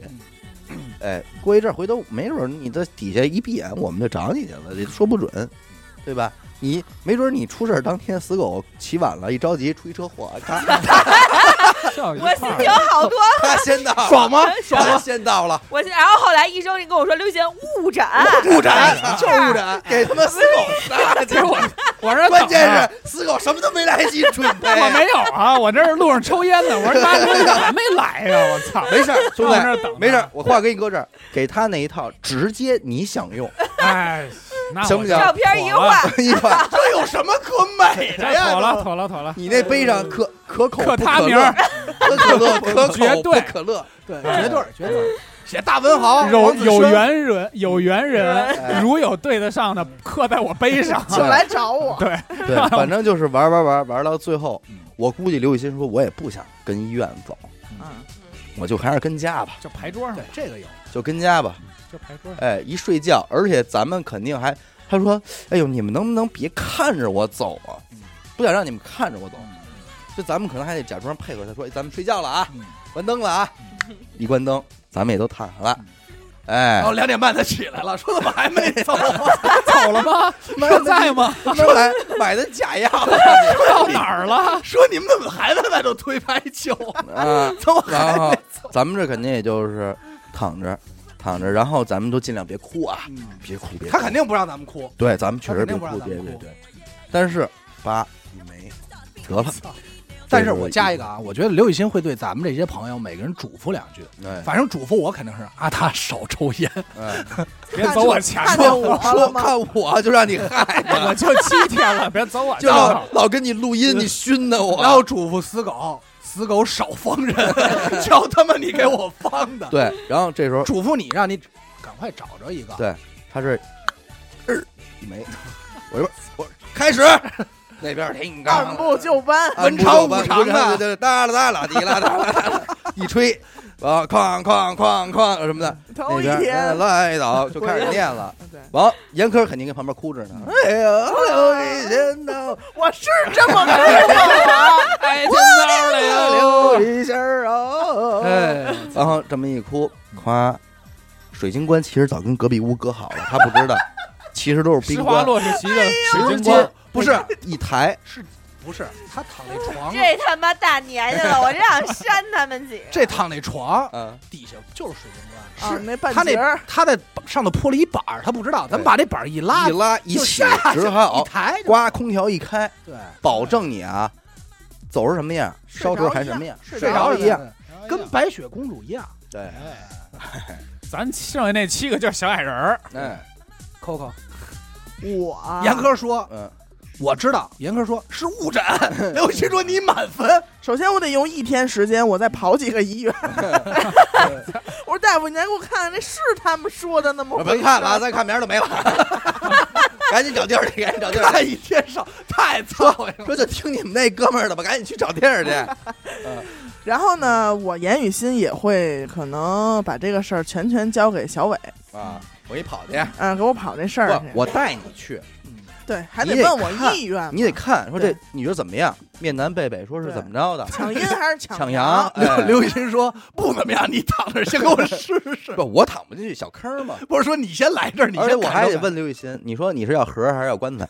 S2: 哎，过一阵儿回头没准儿你的底下一闭眼，我们就找你去了，这说不准，对吧？你没准儿你出事儿当天死狗起晚了，一着急出一车祸，他
S3: 笑一
S5: 我心
S3: 块
S5: 情
S3: 儿。
S5: 好多，
S2: 他先到了，
S4: 爽吗？
S5: 爽
S2: 他先到了，
S5: 我心然后后来医生就跟我说，刘姐误诊，
S2: 误诊哎就是误诊，给他妈死狗 杀去！ 我
S3: 我说
S2: 关键
S3: 等啊
S2: 是死狗什么都没来得及准备，
S3: 我没有啊，我这是路上抽烟呢。我说妈，你怎么没来呀、我操！
S2: 没事儿， 兄
S3: 我在那儿等
S2: 弟哎没
S3: 着，啊
S2: 事儿，我话给你搁这儿，给他那一套，直接你想 用，
S3: 哎，那我
S2: 行不行
S5: 照片一换，
S2: 你把这有什么可美
S3: 这妥了，妥了，妥了。
S2: 你那杯上可可口
S3: 可
S2: 不
S3: 他
S2: 可
S3: 名
S2: 乐
S3: 儿，
S2: 可可 乐可口
S3: 绝
S2: 不
S3: 对
S2: 可乐，
S4: 对，
S3: 哎
S4: 绝对儿绝对儿，
S2: 写大文豪
S3: 有
S2: 王子
S3: 有
S2: 轩
S3: 缘人，有缘人，如有对得上的，刻在我杯上。
S6: 就来找我。
S3: 对，
S2: 对，反正就是玩玩玩玩到最后，
S3: 嗯
S2: 我估计刘雨欣说，我也不想跟医院走，
S6: 嗯，
S2: 我就还是跟家吧，
S3: 就牌桌上
S4: 对，这个有。
S2: 就跟家吧，
S3: 就牌桌上。
S2: 哎，一睡觉，而且咱们肯定还，他说，哎呦，你们能不能别看着我走啊？
S4: 嗯
S2: 不想让你们看着我走，就咱们可能还得假装配合他说，哎咱们睡觉了啊，
S4: 嗯
S2: 关灯了啊，一关灯，咱们也都躺下了，哎
S4: 然哦后，两点半他起来了，说怎么还没 走？啊
S3: 走了吗？
S2: 妈
S3: 不在吗？
S2: 说来买的假药
S3: 到哪儿了？
S4: 说你们怎么还在外头推排球？
S2: 啊，
S4: 嗯怎么还
S2: 然后咱们这肯定也就是躺着躺着，然后咱们都尽量别哭啊，别哭别哭，
S4: 嗯他肯定不让咱们哭，
S2: 对，咱们确实
S4: 他肯
S2: 别
S4: 定不
S2: 哭，
S4: 让咱
S2: 别
S4: 们
S2: 别
S4: 哭
S2: 别，但是八你没得了，
S4: 但是我加一个啊，我觉得刘雨欣会对咱们这些朋友每个人嘱咐两句，
S2: 哎，
S4: 反正嘱咐我肯定是阿达少抽 烟，
S2: 哎
S3: 别走我前
S6: 看
S3: 面，
S6: 见我了
S2: 说
S6: 吗？
S2: 看我就让 你害的，
S3: 我就七天了，别走我
S2: 就
S3: 前
S2: 老
S3: 面。
S2: 老跟你录音，你熏的我，
S4: 然后嘱咐死狗，死狗少方 人，瞧他妈你给我方的，
S2: 对，然后这时候
S4: 嘱咐你让你赶快找着一个，
S2: 对他是，呃一没，我一会儿我开 始，那边挺杠
S6: 按
S2: 了。
S6: 部就班，
S2: 按
S4: 文
S2: 部
S4: 昌
S2: 就班
S4: 武常啊
S2: 对对对，哒啦哒啦滴啦哒 啦哒啦，一吹，啊，哐哐哐哐什么的，那
S6: 头一
S2: 边哎
S6: 天。
S2: 来到就开始念了。
S6: 对，
S2: 完，严科肯定跟旁边哭着呢。哎呀，有一仙到，
S6: 我是这么跟你说的，
S3: 哎，真糟了
S2: 哎
S3: 哟！
S2: 留一仙儿哦。
S3: 哎，
S2: 然后这么一哭，夸，水晶棺其实早跟隔壁屋隔好了，他不知道，其实都是
S3: 施
S2: 冰
S3: 华
S2: 棺。
S3: 洛世奇
S5: 哎
S3: 的水
S2: 直
S3: 晶
S2: 接哎
S3: 棺，
S2: 不是一抬，
S4: 不是他躺那床，
S5: 这他妈大年纪了，我真想扇他们几个。
S4: 这躺那床
S2: 嗯，
S4: 底下就是水晶棺，
S6: 啊，那
S2: 哎
S6: 半
S4: 他
S6: 截
S4: 那
S6: 儿，
S4: 他在上头铺了一板儿，他不知道，咱们
S2: 对
S4: 把这板儿一拉
S2: 一拉一
S4: 就
S2: 起
S4: 下去
S2: 直
S4: 一
S2: 好，
S4: 抬就，
S2: 刮空调一开，
S4: 对，
S2: 保证你啊，走成什么样，烧出
S6: 着
S2: 还
S6: 一
S2: 什么
S6: 样
S2: 样，
S6: 睡
S2: 睡
S4: 着
S2: 着
S4: 了
S2: 一样。，
S4: 跟白雪公主一样。
S2: 对，
S3: 咱剩下那七个就是小矮人儿，
S2: 哎，
S4: Coco，
S6: 我啊
S4: 啊严科说
S2: 嗯，
S4: 我知道，严科说是误 诊，刘雨欣说你满分，
S6: 首先我得用一天时间，我再跑几个 医院。我说大夫，您给我看看，这是他们说的那么回
S2: 甭
S6: 哦事
S2: 看了啊，
S6: 儿？
S2: 再看明儿就没了， 赶紧找地儿去，赶紧找地儿
S4: 看
S2: 去。
S4: 一天上太操心了。
S2: 说就听你们那哥们儿的吧，赶紧去找地儿去。
S6: 然后呢，我
S2: 嗯
S6: 严雨欣也会可能把这个事儿全权交给小伟，
S2: 啊，我给你跑去，
S6: 嗯、给我跑这事儿
S2: 我
S6: 去。
S2: 我带你去，
S6: 对，还
S2: 你
S6: 得
S2: 得
S6: 问我
S2: 看
S6: 意愿，
S2: 你得看，说这
S6: 对
S2: 你觉得怎么样？面南背北说是
S6: 对
S2: 怎么着的？
S6: 抢阴还是抢
S2: 抢羊，？哎
S4: 刘雨欣说不怎么样，你躺着先给我试试。
S2: 不，我躺不进去小坑儿嘛。
S4: 不是说你先来这儿，你
S2: 而且
S4: 先
S2: 我还得问刘雨欣，你说你是要盒儿还是要棺材？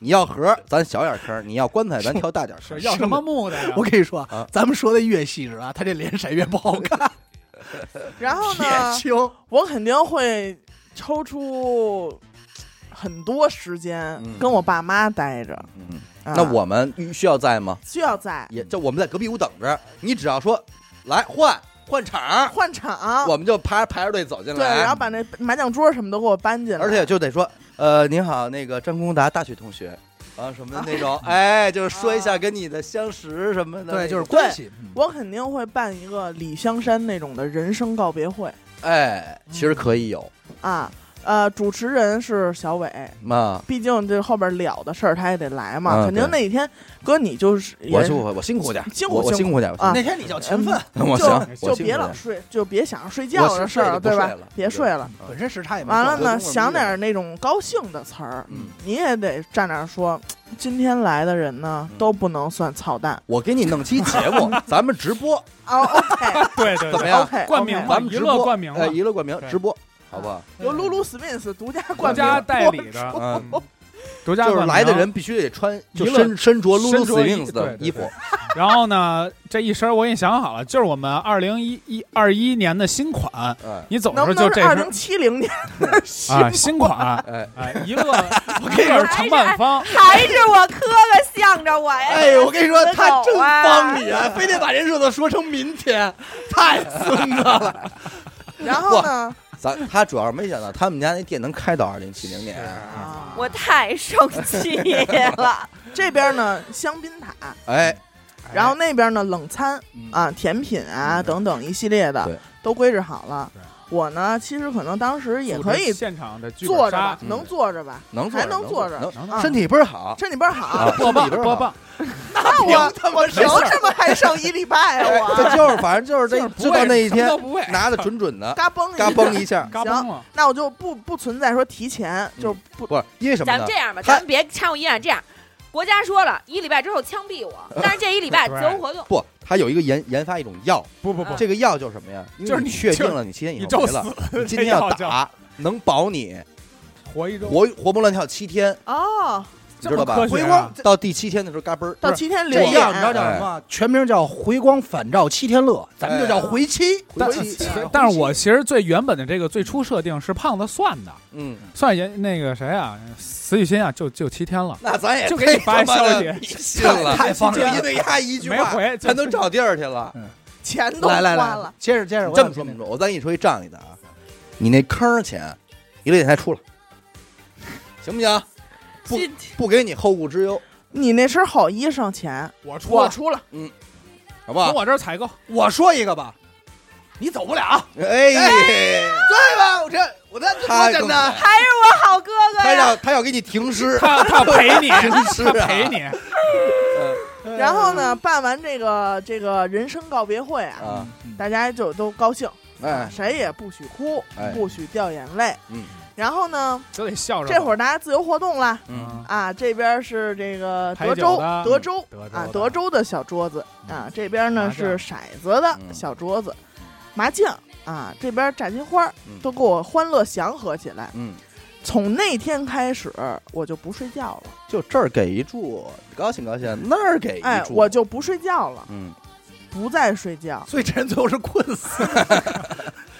S2: 你要盒儿，咱小点儿坑儿；你要棺材，咱挑大点儿坑
S3: 是
S2: 儿。
S3: 要什么墓的呀？
S4: 我跟你说
S2: 啊，
S4: 咱们说的越细致啊，他这脸色越不好 看，
S6: 然 后
S4: 铁
S6: 呢，
S4: 青。
S6: 我肯定会抽出很多时间
S2: 嗯
S6: 跟我爸妈待着。
S2: 嗯
S6: 啊
S2: 那我们需要在吗？
S6: 需要在
S2: 也就我们在隔壁屋等着，你只要说来换换场儿，
S6: 换场，
S2: 我们就排排着队走进
S6: 对，
S2: 来。
S6: 然后把那麻将桌什么都给我搬进来，
S2: 而且就得说，呃，您好，那个张公达大学同学，啊什么的那 种，哎，就是说一下跟你的相识什么的那种，
S4: 对，就是关系。
S6: 我肯定会办一个李香山那种的人生告别会
S2: 哎，其实可以有，
S6: 啊。呃，主持人是小伟，
S2: 妈，
S6: 毕竟这后边了的事儿他也得来嘛，
S2: 嗯
S6: 肯定
S2: 对
S6: 那一天哥你就是也
S2: 我就我辛苦点儿，
S6: 辛苦
S2: 我我
S6: 辛
S2: 辛苦点儿，
S6: 啊
S4: 那天你叫勤奋，
S2: 我辛
S6: 就
S2: 苦点儿我行，我
S6: 就
S2: 辛苦
S6: 别
S2: 点
S6: 老
S2: 儿
S6: 睡，就别想着睡
S2: 我
S6: 觉
S2: 是
S6: 的事
S2: 睡
S6: 儿
S2: 了
S6: 了，
S2: 不
S6: 对吧
S2: 睡了？嗯
S6: 别睡了。
S4: 本身时差也没
S6: 完了
S4: 够
S6: 呢，
S4: 就跟我
S6: 想
S4: 们
S6: 点儿那种高兴的词儿，
S2: 嗯
S6: 你也得站那儿说，今天来的人呢
S2: 嗯
S6: 都不能算操蛋。
S2: 我给你弄期节目，咱们直播
S6: 哦，OK
S3: 对对
S2: 怎么
S3: 对，
S2: 样？
S6: OK，
S3: 哎冠名嘛
S2: 咱们
S3: 娱
S2: 直
S3: 乐
S2: 播
S3: 冠名
S2: 哎，
S3: 嘛，
S2: 娱乐冠名
S3: 对
S2: 直播，好不好？
S6: 由 Lulu Smith 独家
S3: 独
S6: 冠名
S3: 家代理的，
S2: 嗯，
S3: 嗯独家
S2: 就是
S3: 冠名
S2: 来的人必须得穿就
S3: 娱乐
S2: 身身着 Lulu
S3: 身着衣
S2: Swings 的
S3: 对对
S2: 衣服
S3: 对，然后呢，这一身我也想好了，就是我们二零一一二一年的新款，
S2: 哎
S3: 你总
S6: 能
S3: 是
S6: 不
S3: 就
S6: 能
S3: 这
S6: 是
S3: 身
S6: 二
S3: 儿
S6: 零七零 年的新
S3: 啊新款，
S2: 哎
S3: 哎，一乐，我
S6: 哎
S3: 跟你说，承办方，
S5: 还是我磕个向着我呀！
S4: 哎，我跟你说，
S5: 死
S4: 他真
S5: 狗啊
S4: 帮你啊，非得把人日子说成明天，太孙子了。
S6: 然后呢，
S2: 咱他主要是没想到他们家那店能开到二零七零年，
S6: 啊
S5: 我太生气了。
S6: 这边呢香槟塔，
S2: 哎，
S6: 然后那边呢冷餐
S2: 嗯
S6: 啊、甜品啊等等一系列
S2: 对
S6: 的都规制好了
S3: 对。
S6: 我呢，其实可能当时也
S3: 组
S6: 可
S3: 织
S6: 以
S3: 现场的剧本
S6: 坐着
S3: 杀
S6: 吧，
S2: 嗯
S6: 能坐着吧，
S2: 能坐
S6: 还
S2: 着
S6: 能坐着，
S2: 能
S6: 啊
S2: 身体倍儿好，
S6: 身体倍儿好。
S2: 啊身体
S3: 播报
S2: 倍儿
S3: 播
S2: 好
S3: 报，
S6: 那我我凭什么还剩一礼拜
S2: 哎
S6: 啊？我
S2: 这就是反正就是这，
S3: 不
S2: 知
S3: 会
S2: 道那一
S3: 什么
S2: 天
S3: 都不会，
S2: 拿的准准的，
S6: 嘎嘣
S2: 嘎嘣一
S6: 下，
S2: 下，
S3: 嘎嘣了，
S6: 那我就不不存在说提前，就不
S2: 不是因为什么
S5: 咱
S2: 呢
S5: 们这？样吧，
S2: 他
S5: 咱们别掺和一眼。这样，国家说了一礼拜之后枪毙我，但是这一礼拜
S3: 对
S5: 自由活动。
S2: 不，他有一个研研发一种药，
S3: 不不不，
S2: 这个药叫什么呀？因为
S3: 就是
S2: 你
S3: 你
S2: 确
S3: 就
S2: 定了你七天以
S3: 你
S2: 后
S3: 就
S2: 没
S3: 死
S2: 了，
S3: 了，
S2: 你今
S3: 这
S2: 天要
S3: 药叫
S2: 打，能保你
S3: 活一周，
S2: 活活蹦乱跳七天，
S6: 哦，
S2: 你
S3: 这
S2: 知道
S3: 么
S2: 吧
S3: 科？学
S4: 回
S3: 啊
S4: 光
S2: 到第七天的时候，嘎嘣儿，
S6: 到
S2: 不是
S6: 七天零
S4: 这
S2: 对
S4: 样你知道
S6: 点，
S4: 叫什么吗？全名叫回光返照七天乐，咱们就叫回七。
S2: 回
S3: 但
S2: 七，
S6: 啊
S3: 但是我其实最原本的这个最初设定是胖子算的，
S2: 嗯，
S3: 算也那个谁啊，死雨欣啊，就就七天了，
S2: 那咱也
S3: 就给你
S2: 太
S3: 发
S2: 他妈
S3: 消
S2: 的
S3: 息
S2: 信了，
S4: 太方
S2: 就
S4: 便了
S2: 因为他一句
S3: 没
S2: 话，
S3: 回，嗯
S2: 咱都找地儿去了。
S6: 钱都花
S4: 来来
S6: 了
S4: 来，，接着接着，
S2: 这么说这么说，我再跟你说一仗义的啊，你那坑儿钱，一个电台出了，行不行？不
S5: 今
S2: 不给你后顾之忧，
S6: 你那身好衣裳钱
S3: 我出
S6: 我
S3: 了，
S6: 出了，
S2: 好不
S3: 从
S2: 好？
S3: 我这儿采购，
S4: 我说一个吧，你走不了，
S2: 哎，
S4: 对吧？我这我这怎
S2: 他
S4: 么
S2: 更
S4: 真的？
S5: 还是我好哥哥
S2: 他
S5: 呀！
S2: 要他要给你停尸，
S3: 哎他他要 陪 你，
S2: 是
S3: 他
S2: 啊
S3: 陪你，
S6: 然后呢，办完这个这个人生告别会啊，
S2: 啊，
S6: 大家就都高兴，
S2: 哎，
S6: 谁也不许哭
S2: 哎，
S6: 不许掉眼泪。
S2: 嗯，
S6: 然后呢，
S3: 都得笑着走。
S6: 这会儿大家自由活动啦。
S2: 嗯，
S6: 啊，这边是这个
S3: 台
S6: 啊德
S3: 酒
S6: 州
S3: 的，
S6: 德州
S3: 德州
S6: 啊
S3: 的，
S6: 德州的小桌子啊，这边呢
S3: 麻将
S6: 是骰子的
S2: 嗯
S6: 小桌子，麻将啊，这边炸金花
S2: 嗯，
S6: 都给我欢乐祥和起来。
S2: 嗯，
S6: 从那天开始，我就不睡觉了，
S2: 就这儿给一注，高兴高兴，那儿给
S6: 哎
S2: 一，注，
S6: 我就不睡觉了，
S2: 嗯，
S6: 不再睡觉。
S4: 所以这人最后是困死，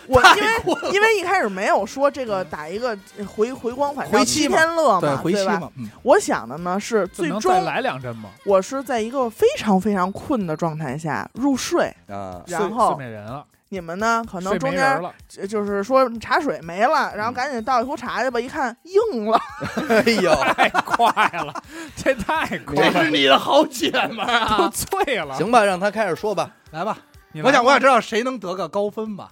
S6: 我因为
S4: 太困了。
S6: 因为一开始没有说这个打一个回回光返照
S4: 回
S6: 七
S4: 期嘛
S6: 天乐
S4: 对，
S6: 嘛，
S4: 回期
S6: 对吧？
S4: 嘛，嗯，
S6: 我想的呢是
S3: 就
S6: 最
S3: 能再
S6: 终
S3: 来两针吗？
S6: 我是在一个非常非常困的状态下入睡，
S2: 啊，
S6: 然
S3: 睡睡
S6: 后
S3: 美人了，
S6: 你们呢可能
S3: 睡
S6: 中
S3: 没
S6: 间
S3: 人了，
S6: 呃就是说茶水没了，然后
S2: 嗯
S6: 赶紧倒一壶茶去吧，一看硬了，
S2: 哎呦，
S3: 太快了，这 太快了，
S4: 你的好姐们儿
S6: 啊
S3: 都醉了。
S2: 行吧，让他开始说吧，
S4: 来吧，
S3: 你来
S4: 我想，我想知道谁能得个高分吧。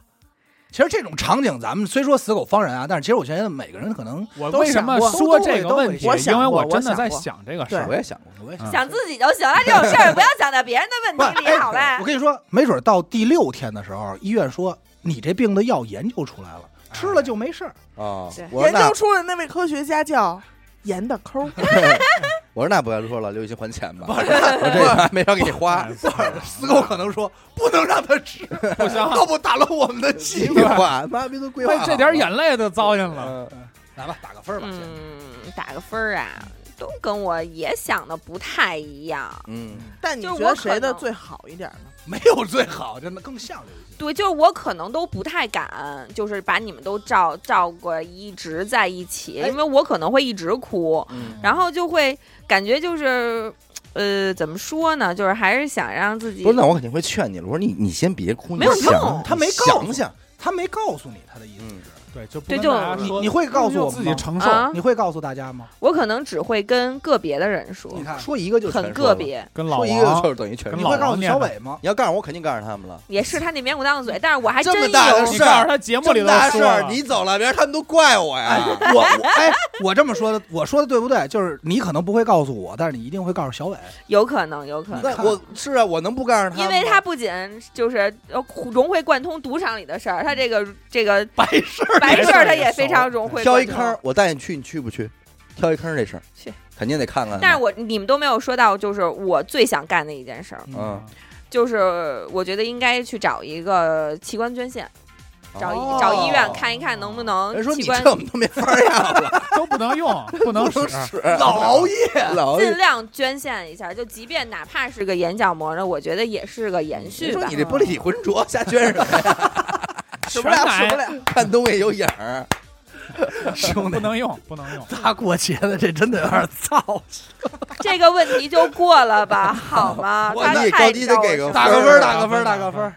S4: 其实这种场景，咱们虽说死狗方人啊，但是其实我觉得每个人可能
S3: 我
S6: 都
S3: 为什
S6: 想
S3: 么
S6: 过
S3: 说这个问题？
S6: 都会都会
S3: 因为
S6: 我想过
S3: 真的
S6: 我
S3: 在
S6: 想过
S3: 想这个事
S6: 对
S2: 我
S3: 儿。
S2: 也想过，
S4: 我也
S3: 嗯
S5: 想自己就行了，这种事儿不要想在别人的问 题里，好呗
S4: 哎我？跟你说，没准到第六天的时候，医院说你这病的药研究出来了，吃了就没事儿。
S2: 啊
S5: 对，
S2: 我说
S6: 研
S2: 那
S6: 究出来那位科学家叫盐的抠儿，
S2: 我说那不要说了，刘雨欣还钱吧，我这还没少给你 花，
S4: 死狗可能说不能让他吃，
S3: 不行，
S6: 哎
S4: 要不打乱我们的
S2: 计
S4: 计划。
S2: 划，妈逼都规划
S3: 为
S2: 好了，
S3: 这点眼泪 都糟践了。
S6: 呃
S2: 嗯
S4: 来吧，打个分吧，先
S5: 嗯，打个分儿啊，都跟我也想的不太一样。
S2: 嗯，
S6: 但你
S5: 就
S6: 觉
S5: 是
S6: 得
S5: 我可
S6: 谁的
S5: 能
S6: 最好一点呢？
S4: 没有最好，真的更像刘雨欣。
S5: 对，就是我可能都不太敢，就是把你们都照照顾一直在一起，
S4: 哎
S5: 因为我可能会一直哭，
S2: 嗯
S5: 然后就会感觉就是，呃，怎么说呢？就是还是想让自己
S2: 不是，那我肯定会劝你了，我说你你先别哭，
S5: 没有
S2: 你想
S5: 用
S4: 他没
S2: 你想想，
S4: 他没告诉你他的意思
S2: 嗯
S4: 是，
S3: 对，就不
S5: 对
S3: 跟
S5: 就
S3: 大家
S5: 你
S3: 说
S4: 你会告诉我
S3: 自
S4: 们
S3: 己
S4: 吗？
S3: 承受。
S5: 啊
S4: 你会告诉大家吗？
S5: 我可能只会跟个别的人说
S4: 你，看，
S2: 说一个就全
S5: 很
S2: 说
S5: 个
S2: 了，
S5: 别，
S3: 跟老
S2: 说一个
S3: 王
S2: 就是等于全
S3: 跟
S4: 你
S2: 说
S3: 老
S4: 会
S2: 了。
S4: 告
S3: 王
S4: 诉
S3: 念
S4: 小
S3: 的
S4: 伟吗？
S2: 你要告诉我，我肯定告诉他们了。
S5: 也是他那棉裤裆的嘴，但是我还真
S2: 这
S5: 有
S2: 么大的
S3: 你
S2: 事儿
S3: 告诉他节目里
S2: 这
S3: 头
S2: 么大
S3: 说
S2: 事儿
S3: 了，
S2: 你走了，别人他们都怪我
S4: 哎
S2: 呀。，
S4: 我我哎，我这么说的，我说的对不对？就是你可能不会告诉我，但是你一定会告诉小伟。
S5: 有可能，有可能。
S2: 那我是啊，我能不告诉他
S5: 因
S2: 们吗？
S5: 为他不仅就是呃融会贯通赌场里的事儿，他这个这个白事儿白事儿他也非常融会贯通
S2: 挑一坑儿，我带你去，你去不去？挑一坑儿这事儿，
S5: 去
S2: 肯定得看看。
S5: 但是我你们都没有说到，就是我最想干的一件事儿，
S2: 嗯，
S5: 就是我觉得应该去找一个器官捐献，找一、
S2: 哦
S5: 找医院看一看能不能
S2: 人说你
S5: 器官
S2: 这我们都没法儿要 了，
S3: 都不能用，不 能使。
S2: 使
S4: 老熬夜，
S2: 老熬
S5: 尽
S2: 夜。
S5: 量捐献一下，就即便哪怕是个眼角膜呢，我觉得也是个延续
S2: 说
S5: 吧
S2: 你。这玻璃体浑浊，瞎捐什么呀？
S6: 使不了，使 不了。
S2: 看东西有影儿。
S4: 兄
S3: 不
S4: 弟，
S3: 能用，不能用。
S4: 大过节的这真的有点燥。
S5: 这个问题就过 了吧，好吗？
S2: 我
S5: 他
S2: 你
S5: 太
S2: 高低得给
S5: 招
S2: 个
S5: 我
S4: 打
S2: 分
S4: 个
S2: 儿
S4: 分
S2: 吧
S4: 儿，打个分儿，打个分儿。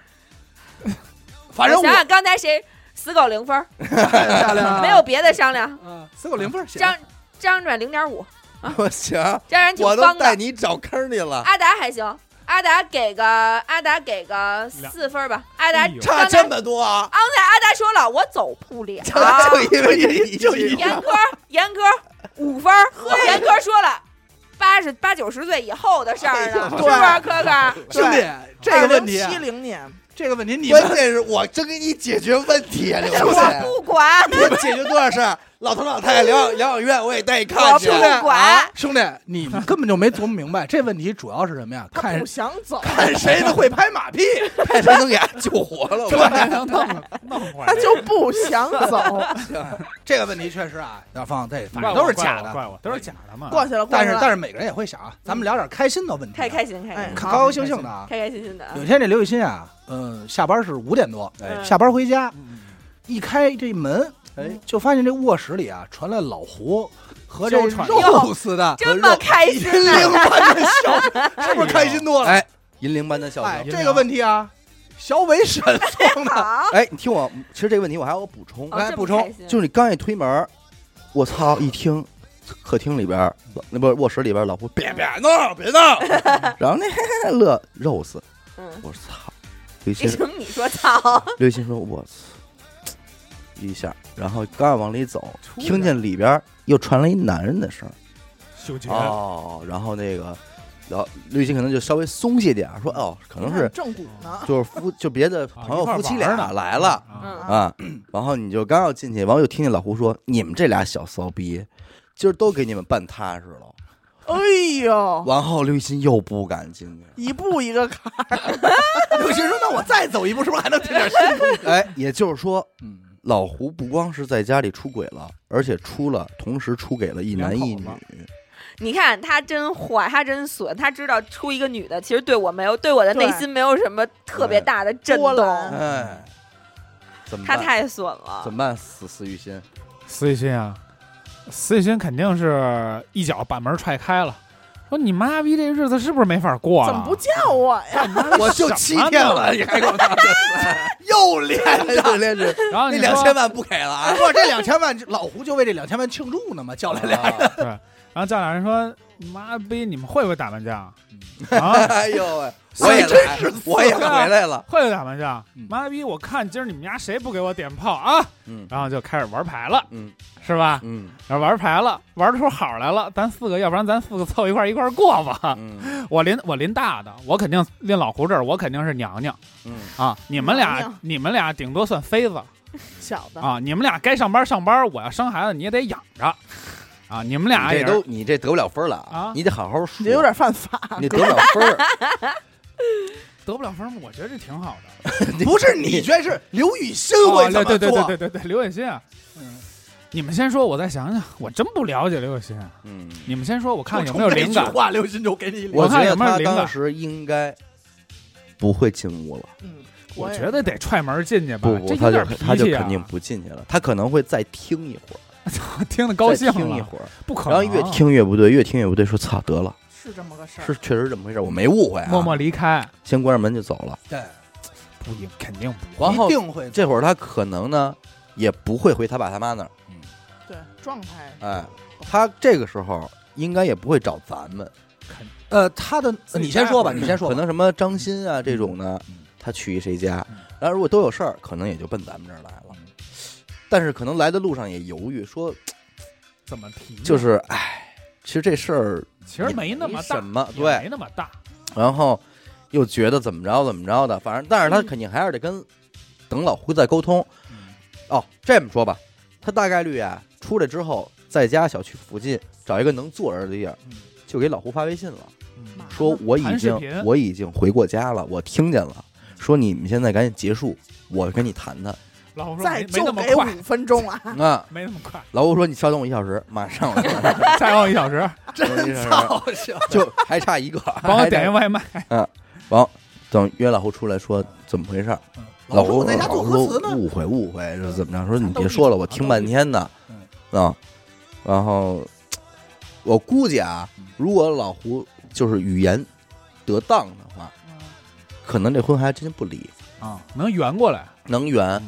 S5: 我
S4: 反正我
S5: 想想刚才谁死狗零分儿，
S4: 漂
S2: 啊
S4: 亮，
S5: 没有别的商量。
S2: 嗯
S4: 啊，四狗零分儿，行
S5: 张张转零点五，
S2: 我行，
S5: 张然挺
S2: 我都
S5: 方
S2: 带
S5: 的。哎
S2: 你找坑儿去了，
S5: 阿达还行，阿达给个阿达给个
S3: 两
S5: 四分儿吧。阿达
S3: 哎
S5: 刚
S3: 呦
S2: 差
S5: 才
S2: 这
S5: 刚
S2: 么多啊！
S5: 才阿达说了，我走不了。
S2: 就因为这一就一
S5: 严哥，严哥五分儿，严哥说了。八十八九十岁以后的事儿呢，是不是？科科，
S4: 兄弟，这个问题，
S3: 啊
S6: 七零年，
S4: 这个问题你们
S2: 关键是我真给你解决问题啊，刘同
S5: 我
S2: 学，
S5: 不管，
S2: 我解决多少事儿？老头老太太疗养疗养院我也带你看
S5: 我
S2: 去
S5: 不。
S4: 对
S5: 管。
S4: 啊兄弟，你们根本就没琢磨明白，这问题主要是什么呀？
S6: 他
S4: 看
S6: 不想走，
S4: 看谁的会拍马屁，
S2: 看 谁能给他救活了。我
S3: 弄弄回来
S6: 他。就不想 走，
S4: 这个问题确实啊，要放这反
S3: 怪
S4: 正
S3: 我
S4: 都是
S3: 怪
S4: 假
S3: 我
S4: 的，
S3: 怪我都是假的嘛。
S6: 过去了，过
S4: 但
S6: 去
S4: 是
S6: 了。
S4: 但是每个人也会想啊，咱们聊点开心的问题
S5: 开
S4: 啊，
S5: 开心，开
S6: 哎
S5: 心，
S4: 高高兴兴的啊。
S5: 开开心心的啊
S4: 有。一天这刘雨欣啊，嗯，下班是五点多，
S5: 嗯
S4: 下班回家
S3: 哎嗯
S4: 一开这门，
S2: 哎，
S4: 就发现这卧室里啊传来老胡和这
S3: 娇 喘
S4: 肉似的，
S5: 这么开
S2: 银
S5: 心
S2: 铃
S5: 啊！
S2: 般的笑声，
S3: 是
S4: 是不是开心？多了？
S2: 哎，银铃般的笑
S4: 哎，
S2: 声。
S4: 这个问题啊，小伟神送的，
S5: 好，
S2: 哎，你听我，其实这个问题我还有个补充，
S5: 哦
S4: 来
S5: 这么
S4: 补充
S5: 开心
S2: 就是你刚一推门儿，我操！一听客厅里边儿，老那不是卧室里边儿，老胡别别闹，别闹， 然后那乐肉丝，
S5: 嗯，
S2: 我说操！刘
S5: 为
S2: 鑫
S5: 什么你说操？
S2: 刘雨欣说：“我操一下，然后刚要往里走，
S3: 出去
S2: 听见里边又传来一男人的声儿
S3: 嗅觉，
S2: 哦，然后那个，然后刘雨欣可能就稍微松懈点儿，说哦，可能
S4: 嗯
S2: 是
S6: 正骨呢，
S2: 就是夫就别的朋友
S3: 啊一块儿
S2: 夫妻
S3: 玩儿
S2: 俩
S3: 呢
S2: 来了
S3: 啊，
S5: 嗯，
S2: 啊，然后你就刚要进去，完后又听见老胡说你们这俩小骚逼，今儿都给你们办踏实了。
S6: 哎
S4: 哦
S6: 呦，
S2: 完后刘雨欣又不敢进去，
S6: 一步一
S3: 啊
S6: 个坎儿，
S4: 刘雨欣说：“那我再走一步，是不是还能听点 新东西
S2: 哎，也就是说。”
S4: 嗯，
S2: 老胡不光是在家里出轨了，而且出了，同时出给了一男一女
S3: 两口。
S5: 你看他真坏，他真损，他知道出一个女的，其实对我没有，对嗯我的内心没有什么特别大的震
S6: 波澜
S5: 动。
S2: 哎，怎么
S5: 他
S2: 办？
S5: 太损了
S2: 怎，么办？死死于心，
S3: 司雨欣啊，司雨欣肯定是一脚把门踹开了，说你妈逼这日子是不是没法过了？
S6: 怎么不叫我呀？
S2: 我就七天了， 你还给我当真又连 又连着，
S3: 然后
S2: 那
S3: 你
S2: 两
S3: 说
S2: 千万不给了啊！
S4: 不，这两千万，老胡就为这两千万庆祝呢嘛，叫来俩人。
S2: 人，
S3: 对，然后叫俩人说妈逼你们会不会打麻将？啊，
S2: 哎呦喂，我也
S4: 真
S2: 来，我也回来 了，
S3: 会不会打麻将
S4: 嗯？
S3: 妈逼，我看今儿你们家谁不给我点炮啊？
S2: 嗯
S3: 然后就开始玩牌了，
S2: 嗯
S3: 是吧？
S2: 嗯
S3: 然后玩牌了，玩出好来了，咱四个，要不然咱四个凑一块儿一块儿过吧。
S2: 嗯
S3: 我拎我拎大的，我肯定拎老胡这儿，我肯定是娘娘
S2: 嗯，
S3: 啊。你们
S6: 娘
S3: 俩
S6: 娘
S3: 你们俩顶多算妃子
S6: 小的，
S3: 啊，你们俩该上班上班，我要生孩子你也得养着啊。你们俩
S2: 你
S3: 也
S2: 这都你这得不了分了
S3: 啊
S2: 你得好好说，
S6: 你有点犯法，
S2: 你得不了分儿，
S3: 得不了分儿，我觉得这挺好的。
S4: 不是 你觉得是刘雨欣
S3: 哦
S4: 会怎
S3: 对对
S4: 么
S3: 对对
S4: 做？
S3: 对对对，刘雨欣啊
S4: 嗯，
S3: 你们先说，我再想想，我真不了解刘雨欣。
S2: 嗯。
S3: 你们先说，我看有没
S4: 我
S3: 有
S4: 冲这
S3: 灵感
S4: 句。话刘雨欣就给你脸。
S2: 我觉
S3: 看
S2: 得
S3: 有没有
S2: 他
S3: 灵感
S2: 当时应该不会进屋了，
S6: 嗯，
S3: 我
S6: 也
S3: 觉得得踹门进去吧，
S2: 不不，
S3: 这
S2: 他
S3: 有
S2: 就
S3: 点
S2: 他就
S3: 脾气啊
S2: 肯定不进去了，他可能会再听一会儿，
S3: 听得高兴
S2: 再听一
S3: 了，
S2: 会儿，
S3: 不可
S2: 然后
S3: 能。啊
S2: 越听越不对，越听越不对，说操得了，
S6: 是这么个事儿，
S2: 是确实这么回事，我没误会啊，
S3: 默默离开，
S2: 先关上门就走了。
S4: 对，
S3: 不应肯定不
S2: 然后
S4: 一定会
S2: 这会儿他可能呢也不会回他爸他妈那儿。
S6: 对，状态
S2: 哎，他这个时候应该也不会找咱们，
S4: 呃，他的呃你先说吧，你先说吧。
S2: 可能什么张鑫啊这种呢，他去谁家
S4: 嗯，
S2: 然后如果都有事儿，可能也就奔咱们这儿来
S3: 嗯
S2: 了。 但是可能来的路上也犹豫，说
S3: 怎么提？
S2: 就是哎，其实这事儿，
S3: 其实没那么大，
S2: 什么
S3: 也
S2: 对
S3: 没那么大。
S2: 然后又觉得怎么着怎么着的，反正但是
S3: 嗯
S2: 他肯定还是得跟等老胡再沟通。哦，这么说吧，他大概率啊出来之后，在家小区附近找一个能坐人的地儿
S4: 嗯，
S2: 就给老胡发微信了。
S6: 嘛呢
S2: 说我已
S3: 谈嗯视
S2: 经
S3: 频
S2: 我已经回过家了，我听见了，说你们现在赶紧结束，我跟你谈谈。
S3: 老胡说
S6: 再
S3: 没没
S6: 就
S3: 那么
S6: 给
S3: 快，
S6: 五分钟啊，
S2: 啊，
S3: 没那么快，
S2: 老吴说你稍等我一小时，马上 我来
S3: 再要一小 时，
S2: 真操， 就还差一个，
S3: 帮我
S2: 还
S3: 点一
S2: 差
S3: 外卖。
S2: 等约老胡出来说怎么回事儿。
S4: 老
S2: 胡
S4: 胡在家
S2: 老
S4: 做
S2: 胡
S4: 核磁
S2: 说
S4: 呢，
S2: 误会误会是怎么着？说你
S4: 都
S2: 别
S4: 一
S2: 说了，我
S4: 都
S2: 听
S4: 一
S2: 半天呢
S4: 嗯。
S2: 啊，然后我估计啊，
S4: 嗯
S2: 如果老胡就是语言得当的话，
S4: 嗯
S2: 可能这婚还真不离，
S3: 啊，能圆过
S4: 嗯
S3: 来。
S2: 能圆。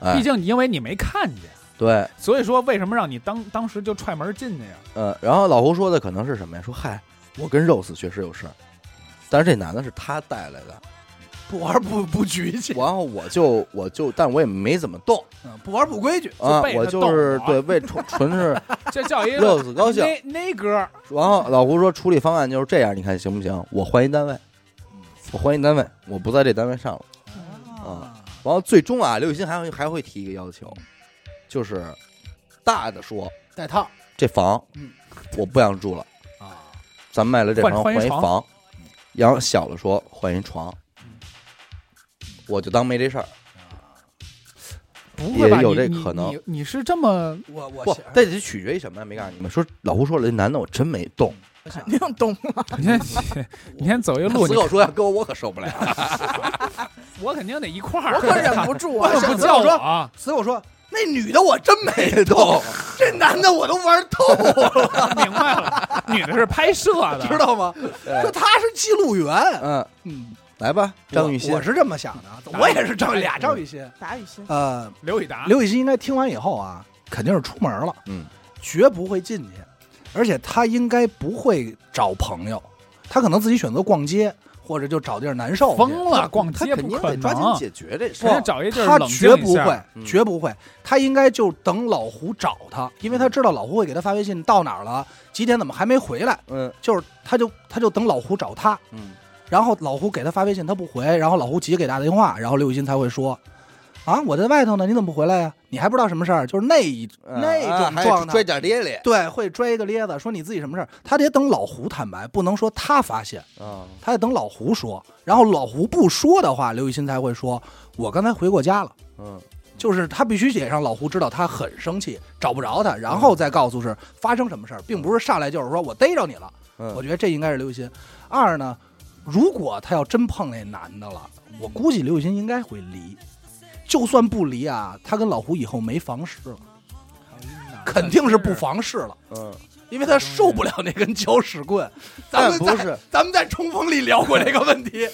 S2: 哎
S3: 毕，竟因为你没看见，
S2: 对，
S3: 所以说为什么让你当当时就踹门进去呀？
S2: 呃，然后老胡说的可能是什么呀？说嗨，我跟 Rose 确实有事儿，但是这男的是他带来的，
S4: 不玩不不局气，
S2: 然后我就我就，但我也没怎么 动
S4: 嗯不玩不规矩。
S2: 啊
S3: 就被，他
S2: 我就是
S3: 动了
S2: 对为纯纯是
S3: 这叫一个
S2: Rose 高兴。
S3: 那那歌
S2: 然后老胡说处理方案就是这样，你看行不行？我换一单位，我换一单位，我不在这单位上了。
S4: 嗯
S2: 啊然后最终啊，刘雨欣还会还会提一个要求，就是大的说
S4: 带套
S2: 这房
S4: 嗯
S2: 我不想住了。
S4: 啊，
S2: 咱卖了这房
S3: 换换一
S2: 一
S3: 床
S2: 房，然后小了说换一床，我就当没这事儿。
S3: 不会吧？
S2: 也有
S3: 你
S2: 这
S3: 你
S2: 可能
S3: 你你是这么
S4: 我我
S2: 不
S4: 想，
S2: 这得取决于什么呀？没告诉你们，说老胡说了，这男的我真没动。
S4: 我想
S6: 你懂吗？
S3: 你先你先走一路，
S2: 死
S3: 你
S2: 狗说要跟我，我可受不了。
S3: 我肯定得一块儿。
S6: 我可忍不住啊！
S3: 为什么不叫我啊？
S4: 死狗说那女的我真没动，这男的我都玩透，
S3: 明白了，女的是拍摄 的，
S4: 知道吗？说他是记录员，
S2: 嗯，
S4: 嗯，
S2: 来吧，张雨
S4: 我
S2: 欣
S4: 我。是这么想的，我也是张俩张雨欣，
S6: 打雨欣，
S4: 呃，
S3: 刘以达，
S4: 刘雨欣应该听完以后啊，肯定是出门了，
S2: 嗯，
S4: 绝不会进去，而且他应该不会找朋友，他可能自己选择逛街，或者就找地儿难受去。
S3: 疯了，逛
S2: 他
S3: 街
S2: 肯
S3: 不
S2: 定
S3: 可
S2: 得抓紧
S3: 能，
S2: 解决这事
S3: 人
S2: 儿
S3: 家，找一地儿
S4: 他
S3: 冷静
S4: 绝不
S3: 一下
S4: 会，
S2: 嗯
S4: 绝不会，他应该就等老胡找他，因为他知道老胡会给他发微信，到哪儿了，几点怎么还没回来，
S2: 嗯
S4: 就是他就他就等老胡找他，
S2: 嗯，
S4: 然后老胡给他发微信，他不回，然后老胡急给打电话，然后刘雨欣才会说。啊，我在外头呢，你怎么不回来呀、你还不知道什么事儿，就是那一、那
S2: 啊
S4: 种
S2: 还
S4: 状态，
S2: 拽点咧咧
S4: 对，会拽一个咧子，说你自己什么事儿，他得等老胡坦白，不能说他发现，
S2: 啊，
S4: 他得等老胡说。然后老胡不说的话，刘雨欣才会说：“我刚才回过家了。
S2: 嗯”
S4: 就是他必须得让老胡知道他很生气，找不着他，然后再告诉是发生什么事儿，并不是上来就是说我逮着你了。
S2: 嗯
S4: 我觉得这应该是刘雨欣。二呢，如果他要真碰那男的了，
S2: 嗯
S4: 我估计刘雨欣应该会离。就算不离啊，他跟老胡以后没房事了，肯定是不房事了。
S2: 嗯，
S4: 因为他受不了那根搅屎棍。咱们
S2: 但
S4: 在
S2: 不是嗯
S4: 咱们在冲锋里聊过这个问 题，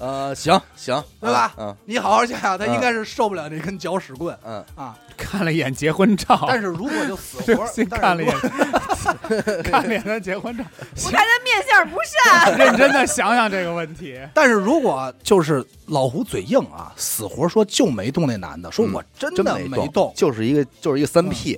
S2: 呃，行行，
S4: 对吧
S2: 嗯
S4: 你好好想想，他
S2: 嗯
S4: 应该是受不了那根搅屎棍。啊
S2: 嗯，
S3: 看了一眼结婚照，
S4: 但是如果就死
S3: 刘
S4: 活，
S3: 星看
S4: 但
S3: 了
S4: 是
S3: 一
S4: 如
S3: 眼
S4: 果，
S3: 看了一眼他结婚照，
S5: 我看他面相不善，
S3: 认真的想想这个问题。
S4: 但是如果就是老胡嘴硬啊，死活说就没动那男的，说
S2: 嗯
S4: 我真
S2: 真
S4: 的
S2: 没
S4: 动。
S2: 就是一个就是一个三 P，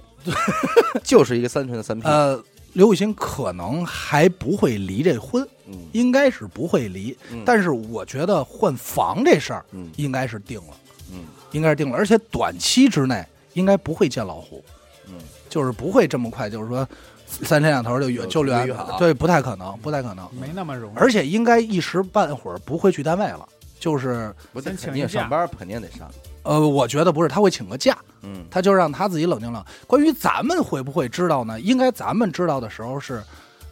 S2: 就是一个三纯的三 P。
S4: 呃，刘雨欣可能还不会离这婚，
S2: 嗯
S4: 应该是不会离。
S2: 嗯
S4: 但是我觉得换房这事儿
S2: 嗯
S4: 应该是定了，
S2: 嗯，
S4: 应该是定了，而且短期之内应该不会见老胡，
S2: 嗯，
S4: 就是不会这么快，就是说三天两头就
S2: 有
S4: 远就
S2: 约
S4: 远
S2: 好，
S4: 对，不太可能，不太可能，
S3: 没那么容易，
S4: 而且应该一时半会儿不会去单位了，就是
S2: 不对，
S3: 先请
S2: 肯定
S3: 一假
S2: 上班肯定得上。
S4: 呃，我觉得不是，他会请个假，
S2: 嗯
S4: 他就让他自己冷静冷。关于咱们会不会知道呢？应该咱们知道的时候是。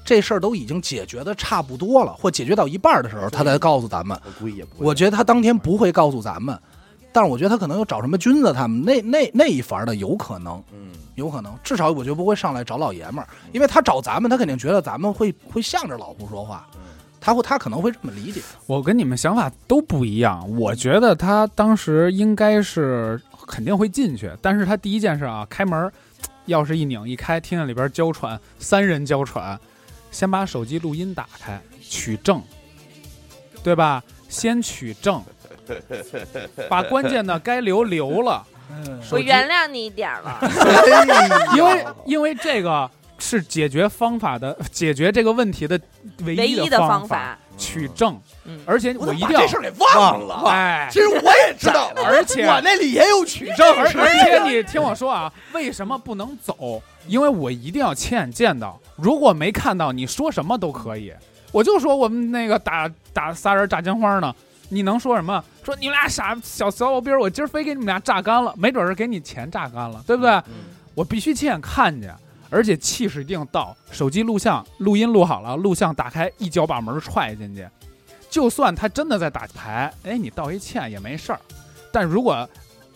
S4: 这事儿都已经解决的差不多了，或解决到一半儿的时候，他才告诉咱们。
S2: 我估计也不会。
S4: 我觉得他当天不会告诉咱们，但是我觉得他可能又找什么军子他们那那那一伐的，有可能，
S2: 嗯
S4: 有可能，至少我觉得不会上来找老爷们儿，因为他找咱们，他肯定觉得咱们会会向着老胡说话，
S3: 嗯
S4: 他会他可能会这么理解，
S3: 我跟你们想法都不一样。我觉得他当时应该是肯定会进去，但是他第一件事啊，开门，钥匙一拧一开，听见里边娇喘，三人娇喘，先把手机录音打开，取证，对吧？先取证，把关键的该留 留了，手
S5: 我
S3: 机
S5: 原谅你一点儿了。
S3: 因为因为这个是解决方法的解决这个问题的唯
S5: 唯
S3: 一
S5: 一的
S3: 方
S5: 方法，
S3: 取证，
S5: 嗯
S3: 而且
S4: 我
S3: 我
S4: 怎
S3: 一
S4: 么
S3: 定
S4: 把这事
S3: 要
S4: 儿给忘了。
S3: 哎
S4: 其。实我也知 道，
S3: 而且
S4: 我那里也有取证，
S3: 而而且你听我说啊，为什么不能走？因为我一定要亲眼见到，如果没看到，你说什么都可以。我就说我们那个打打仨人炸金花呢，你能说什么？说你们俩傻小小狗逼儿，我今儿非给你们俩榨干了，没准是给你钱榨干了，对不对？
S2: 嗯
S3: 我必须亲眼看见，而且气势一定到。手机录像、录音录好了，录像打开，一脚把门踹进去。就算他真的在打牌，哎，你道一歉也没事儿。但如果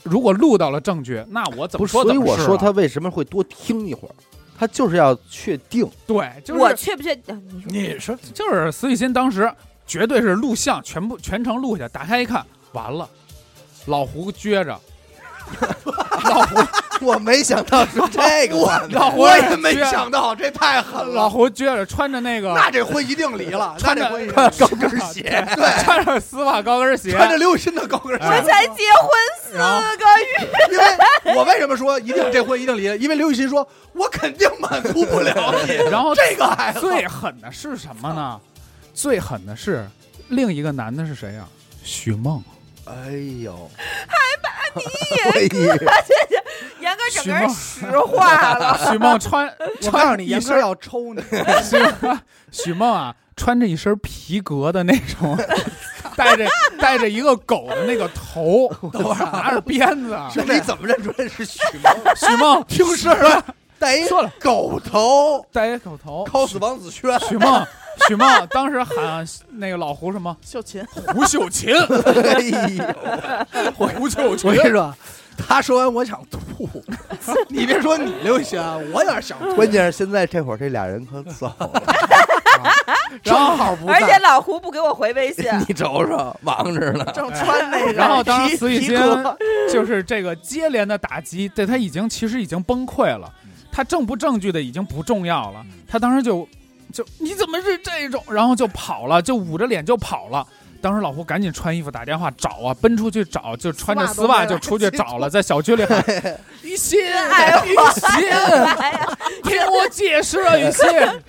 S3: 如果录到了证据，那我怎
S2: 不
S3: 么
S2: 是，
S3: 说
S2: 所
S3: 怎
S2: 以
S3: 么
S2: 我
S3: 是啊
S2: 说
S3: 了
S2: 他为什么会多听一会儿，他就是要确定。
S3: 对，就
S5: 我
S3: 是
S5: 确不确定？你说
S9: 你说
S3: 就是死雨欣当时绝对是录像全部全程录下，打开一看，完了，老胡撅着，老胡
S2: 我没想到是这个话题，
S3: 老胡
S4: 我也没
S3: 撅着
S4: 想到，这太狠
S3: 老
S4: 了。
S3: 胡撅着穿着那个
S4: 那这婚一定离了，那
S3: 穿着
S4: 这婚一定
S3: 穿
S4: 高跟鞋， 对，
S3: 穿着丝袜高跟鞋，
S4: 穿着刘雨欣的高跟
S5: 我
S4: 鞋。
S5: 才结婚四
S3: 然后
S5: 个月，
S4: 因为我为什么说一定这婚一定离？因为刘雨欣说，我肯定满足不 了你。
S3: 然后
S4: 这个还好
S3: 最狠的是什么呢？最狠的是另一个男的是谁啊呀、许梦，
S2: 哎 呦，
S5: 严哥整
S3: 许
S5: 个人
S3: 梦
S5: 石化了。
S3: 许梦穿，
S9: 我告诉你，
S3: 穿
S9: 严
S3: 一
S9: 哥
S3: 身
S9: 要抽 你，
S3: 许梦啊，穿着一身皮革的那种，带着带着一个狗的那个头，拿着鞭子啊。
S4: 你怎么认出来是许梦？
S3: 许梦
S4: 听声儿
S2: 戴一
S3: 说了，
S4: 狗头
S3: 带一狗头。
S4: ，cos 王子 轩，
S3: 许梦，许梦当时喊那个老 胡什么
S6: 秀琴，
S3: 胡秀琴，
S4: 哎呦，
S3: 胡秀
S9: 我
S3: 琴
S9: 跟你说，他说完我想 吐，
S4: 你别说你刘雨欣啊，我有点想 吐。
S2: 关键是现在这会儿这俩人可走了，
S3: 然后
S4: 好不
S5: 而且老胡不给我回微信，
S9: 啊
S2: 你瞅瞅，忙着呢。
S6: 正穿那个
S3: 哎
S6: 皮，
S3: 然后当时死雨
S6: 皮
S3: 欣
S6: 革
S3: 就是这个接连的打击，对他已经其实已经崩溃了，
S4: 嗯
S3: 他证不证据的已经不重要了，他当时就就你怎么是这种，然后就跑了，就捂着脸就跑了。当时老胡赶紧穿衣服打电话找啊，奔出去找，就穿着丝袜就出去找了，在小区里喊雨 欣，
S5: 爱我
S3: 雨欣，
S5: 呀，
S3: 听我解释啊，雨欣。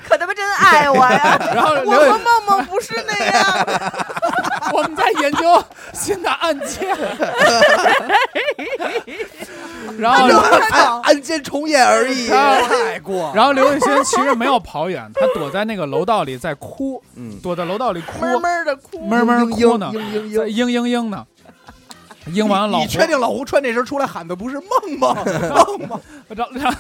S5: 可他妈真爱我 呀！
S3: 然后
S6: 我
S3: 刘
S6: 和
S3: 雨，
S6: 梦梦不是那样，
S3: 我们在研究新的案件，然
S9: 哎
S4: 哎
S3: 后
S2: 案案件重演而已。
S4: 太过，
S3: 然后刘雨欣其实没有跑远，她躲在那个楼道里在哭，
S2: 嗯，
S3: 躲在楼道里哭，
S6: 闷闷的哭。
S3: 闷闷哭呢，
S2: 嘤嘤
S3: 在嘤嘤嘤呢。嘤完老
S4: 你
S3: 胡，
S4: 确定老胡穿这身出来喊的不是梦 梦？梦梦，
S3: 然后然后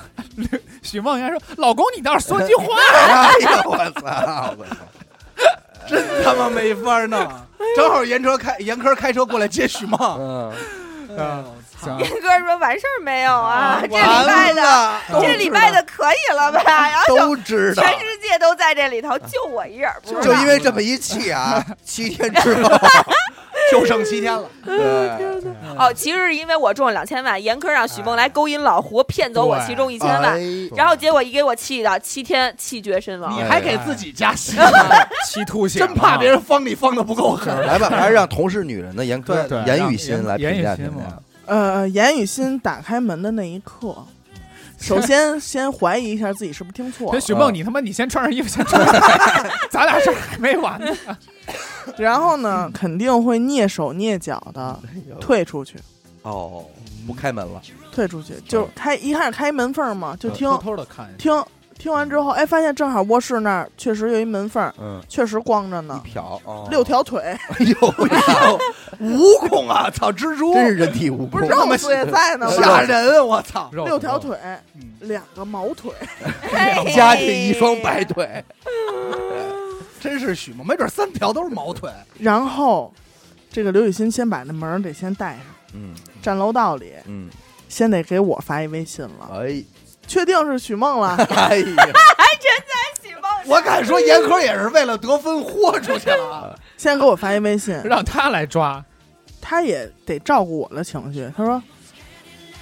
S3: 许梦圆说：“老公，你倒是说句话。
S2: 哎呦，我操！我操
S4: 真他妈没法
S9: 哎
S4: 弄。正好严车开严科开车过来接许
S9: 哎
S4: 梦，
S2: 嗯，
S3: 行
S5: 严哥说完事儿没有啊？这礼拜
S4: 完
S5: 的
S4: 了，
S5: 这礼拜的可以了吧？然后
S2: 都知道，
S5: 全世界都在这里头，就我一人不知道
S2: 就因为这么一气 啊，七天之后，
S4: 就剩七天了。
S2: 对
S5: 哦，其实是因为我中了两千万，严科让许梦来勾引老胡，骗走我
S3: 哎对
S5: 其中一千
S2: 哎
S5: 万，然后结果一给我气的七天气绝身亡
S4: 你。
S2: 哎
S4: 还给自 己加戏，
S3: 气吐血了，
S4: 真怕别人方你方的不够 狠。
S2: 来吧，还是让同是女人的严科
S3: 对对
S2: 严雨欣来
S3: 严
S2: 评价
S3: 雨欣
S2: 评
S3: 嘛
S2: 价。
S6: 呃，严雨欣打开门的那一刻，首先先怀疑一下自己是不是听错
S3: 这
S6: 了，
S3: 许梦，你他妈你先穿上衣服先出来，咱俩事儿还没完呢。
S6: 然后呢，肯定会蹑手蹑脚的退出去，
S2: 哦，不开门了，
S6: 退出去就开一开始开门缝嘛，就听
S3: 偷偷的看一下，
S6: 听听完之后，哎，发现正好卧室那儿确实有一门缝，
S2: 嗯，
S6: 确实光着呢，
S2: 瞟哦
S6: 六，条腿，
S2: 哎 呦，
S4: 蜈蚣啊，操，蜘蛛
S2: 真是人体蜈
S4: 哦
S6: 不是
S2: 蚣，
S6: 肉丝也在呢
S4: 吓
S6: 吗？
S4: 人，啊我操！
S3: 肉
S6: 六条
S3: 肉
S6: 腿，两个毛腿，
S5: 哎
S2: 加这一双白 腿，
S4: 真是许梦，没准三条都是毛腿。
S6: 然后这个刘雨欣先把那门儿得先带上，
S2: 嗯
S6: 站楼道里，
S2: 嗯，
S6: 先得给我发一微信了，
S2: 哎
S6: 确定是许梦了。
S2: 哎呀，
S5: 许梦
S4: 我敢说，严科也是为了得分豁出去 了啊。
S6: 先给 我发一微信，
S3: 让他来抓，
S6: 他也得照顾我的情绪。他说：“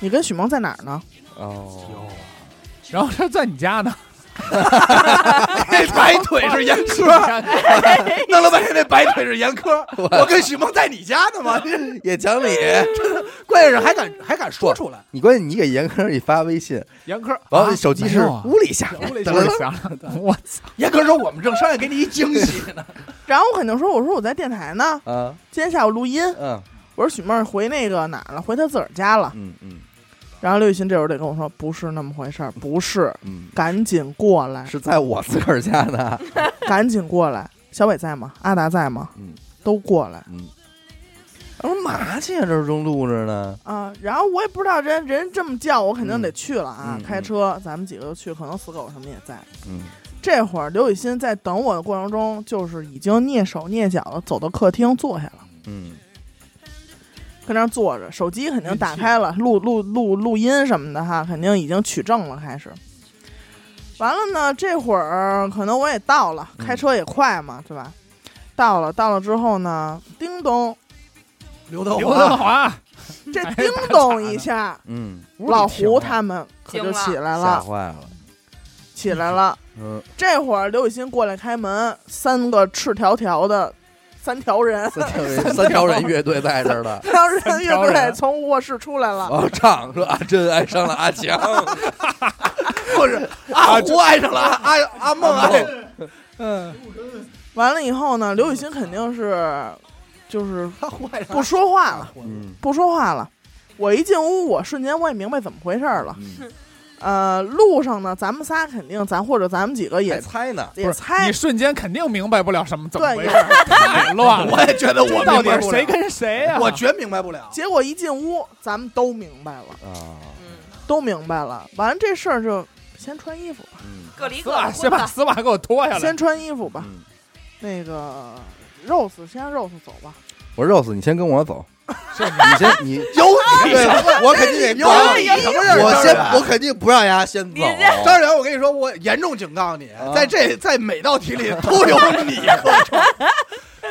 S6: 你跟许萌在哪儿呢？
S2: 哦，
S3: 然后他在你家 呢，
S4: 那白腿 是严苛，
S2: 啊
S4: 弄了半 天那白腿是严苛。我跟许梦在你家呢吗？
S2: 也讲理。
S4: 关键是还敢还敢说出来，
S2: 你关键你给严科你发微信，
S3: 严苛，
S2: 完
S3: 啊
S2: 了手机
S3: 没
S2: 是
S3: 有啊
S2: 屋里下，
S3: 屋里
S2: 噔
S3: 就响 了，我操，
S4: 严苛说我们正商量给你一惊喜呢。
S6: 然后我肯定说，我说我在电台呢，
S2: 啊，
S6: 今天下午录音。
S2: 嗯
S6: 我说许妹儿回那个哪儿了？回她自个儿家了。
S2: 嗯嗯
S6: 然后刘雨欣这会儿得跟我说，不是那么回事儿，不是，
S2: 嗯，
S6: 赶紧过 来，
S2: 是在我自个儿家呢，
S6: 赶紧过来。小伟在吗？阿达在吗？
S2: 嗯
S6: 都过来
S2: 嗯，我说嘛去呀，这正录着呢，
S6: 啊！然后我也不知道人人这么叫，我肯定得去了啊！
S2: 嗯嗯
S6: 开车，咱们几个就去，可能死狗什么也在。
S2: 嗯
S6: 这会儿刘雨欣在等我的过程中，就是已经蹑手蹑脚的走到客厅坐下了。
S2: 嗯
S6: 跟那儿坐着，手机肯定打开
S3: 嗯
S6: 了，录录录录音什么的哈，肯定已经取证了，开始。完了呢，这会儿可能我也到了，
S2: 嗯
S6: 开车也快嘛，对吧？到了，到了之后呢，叮咚，
S10: 刘德
S3: 刘德
S10: 华
S3: 华，
S6: 这叮咚一下，
S2: 嗯，
S3: 屋里
S6: 老
S3: 停
S6: 胡
S3: 了
S6: 他们可就
S5: 惊了
S6: 起来
S2: 吓
S6: 了，
S2: 坏了，
S6: 起 来了。
S2: 嗯，
S6: 这会儿刘雨欣过来开门，三个赤条条的三条人，
S2: 三条人三条人乐队在这儿 了。
S6: 三条人
S3: 条
S6: 乐队
S3: 人
S6: 从卧室出来了。
S2: 后唱说阿珍爱上了阿 强，啊
S4: 不是阿胡爱上了阿阿啊阿梦爱，
S6: 嗯完了以后呢，刘雨欣肯定是就是
S10: 他坏了，
S4: 啊
S6: 不说话了，
S2: 嗯
S6: 不说话了。我一进屋，我瞬间我也明白怎么回事儿了。
S2: 嗯，
S6: 呃，路上呢，咱们仨肯定，咱或者咱们几个
S2: 还
S6: 也
S2: 猜呢，
S6: 也
S3: 哎不是
S6: 猜
S3: 你，瞬间肯定明白不了什么怎么
S6: 对
S3: 回事儿，太乱了，
S4: 我也觉得我
S3: 这到
S4: 明
S3: 底
S4: 白
S3: 是
S4: 不
S3: 谁
S4: 了，
S3: 跟谁呀？
S4: 我绝明白不了。
S6: 结果一进屋，咱们都明白了，
S2: 啊，
S5: 嗯，
S6: 都明白了。完了这事儿就先穿衣服吧，
S2: 嗯
S5: 各离
S3: 丝
S5: 各
S3: 袜，
S5: 的
S3: 先
S5: 婚
S3: 把
S5: 吧。
S3: 丝袜给我脱下来
S6: 先。穿衣服吧。
S2: 嗯
S6: 那个 Rose 先让 Rose 走吧，
S2: 我说 Rose，你先跟我走，你先你，
S4: 有你
S2: 对，我肯定得
S4: 有
S2: 我
S4: 你哎什么事儿？
S2: 我
S4: 张
S2: 先
S4: 远
S2: 我肯定不让丫先走
S5: 你，这
S4: 张远，我跟你说，我严重警告你
S2: 哦啊，
S4: 在这在每道题里都有你和虫，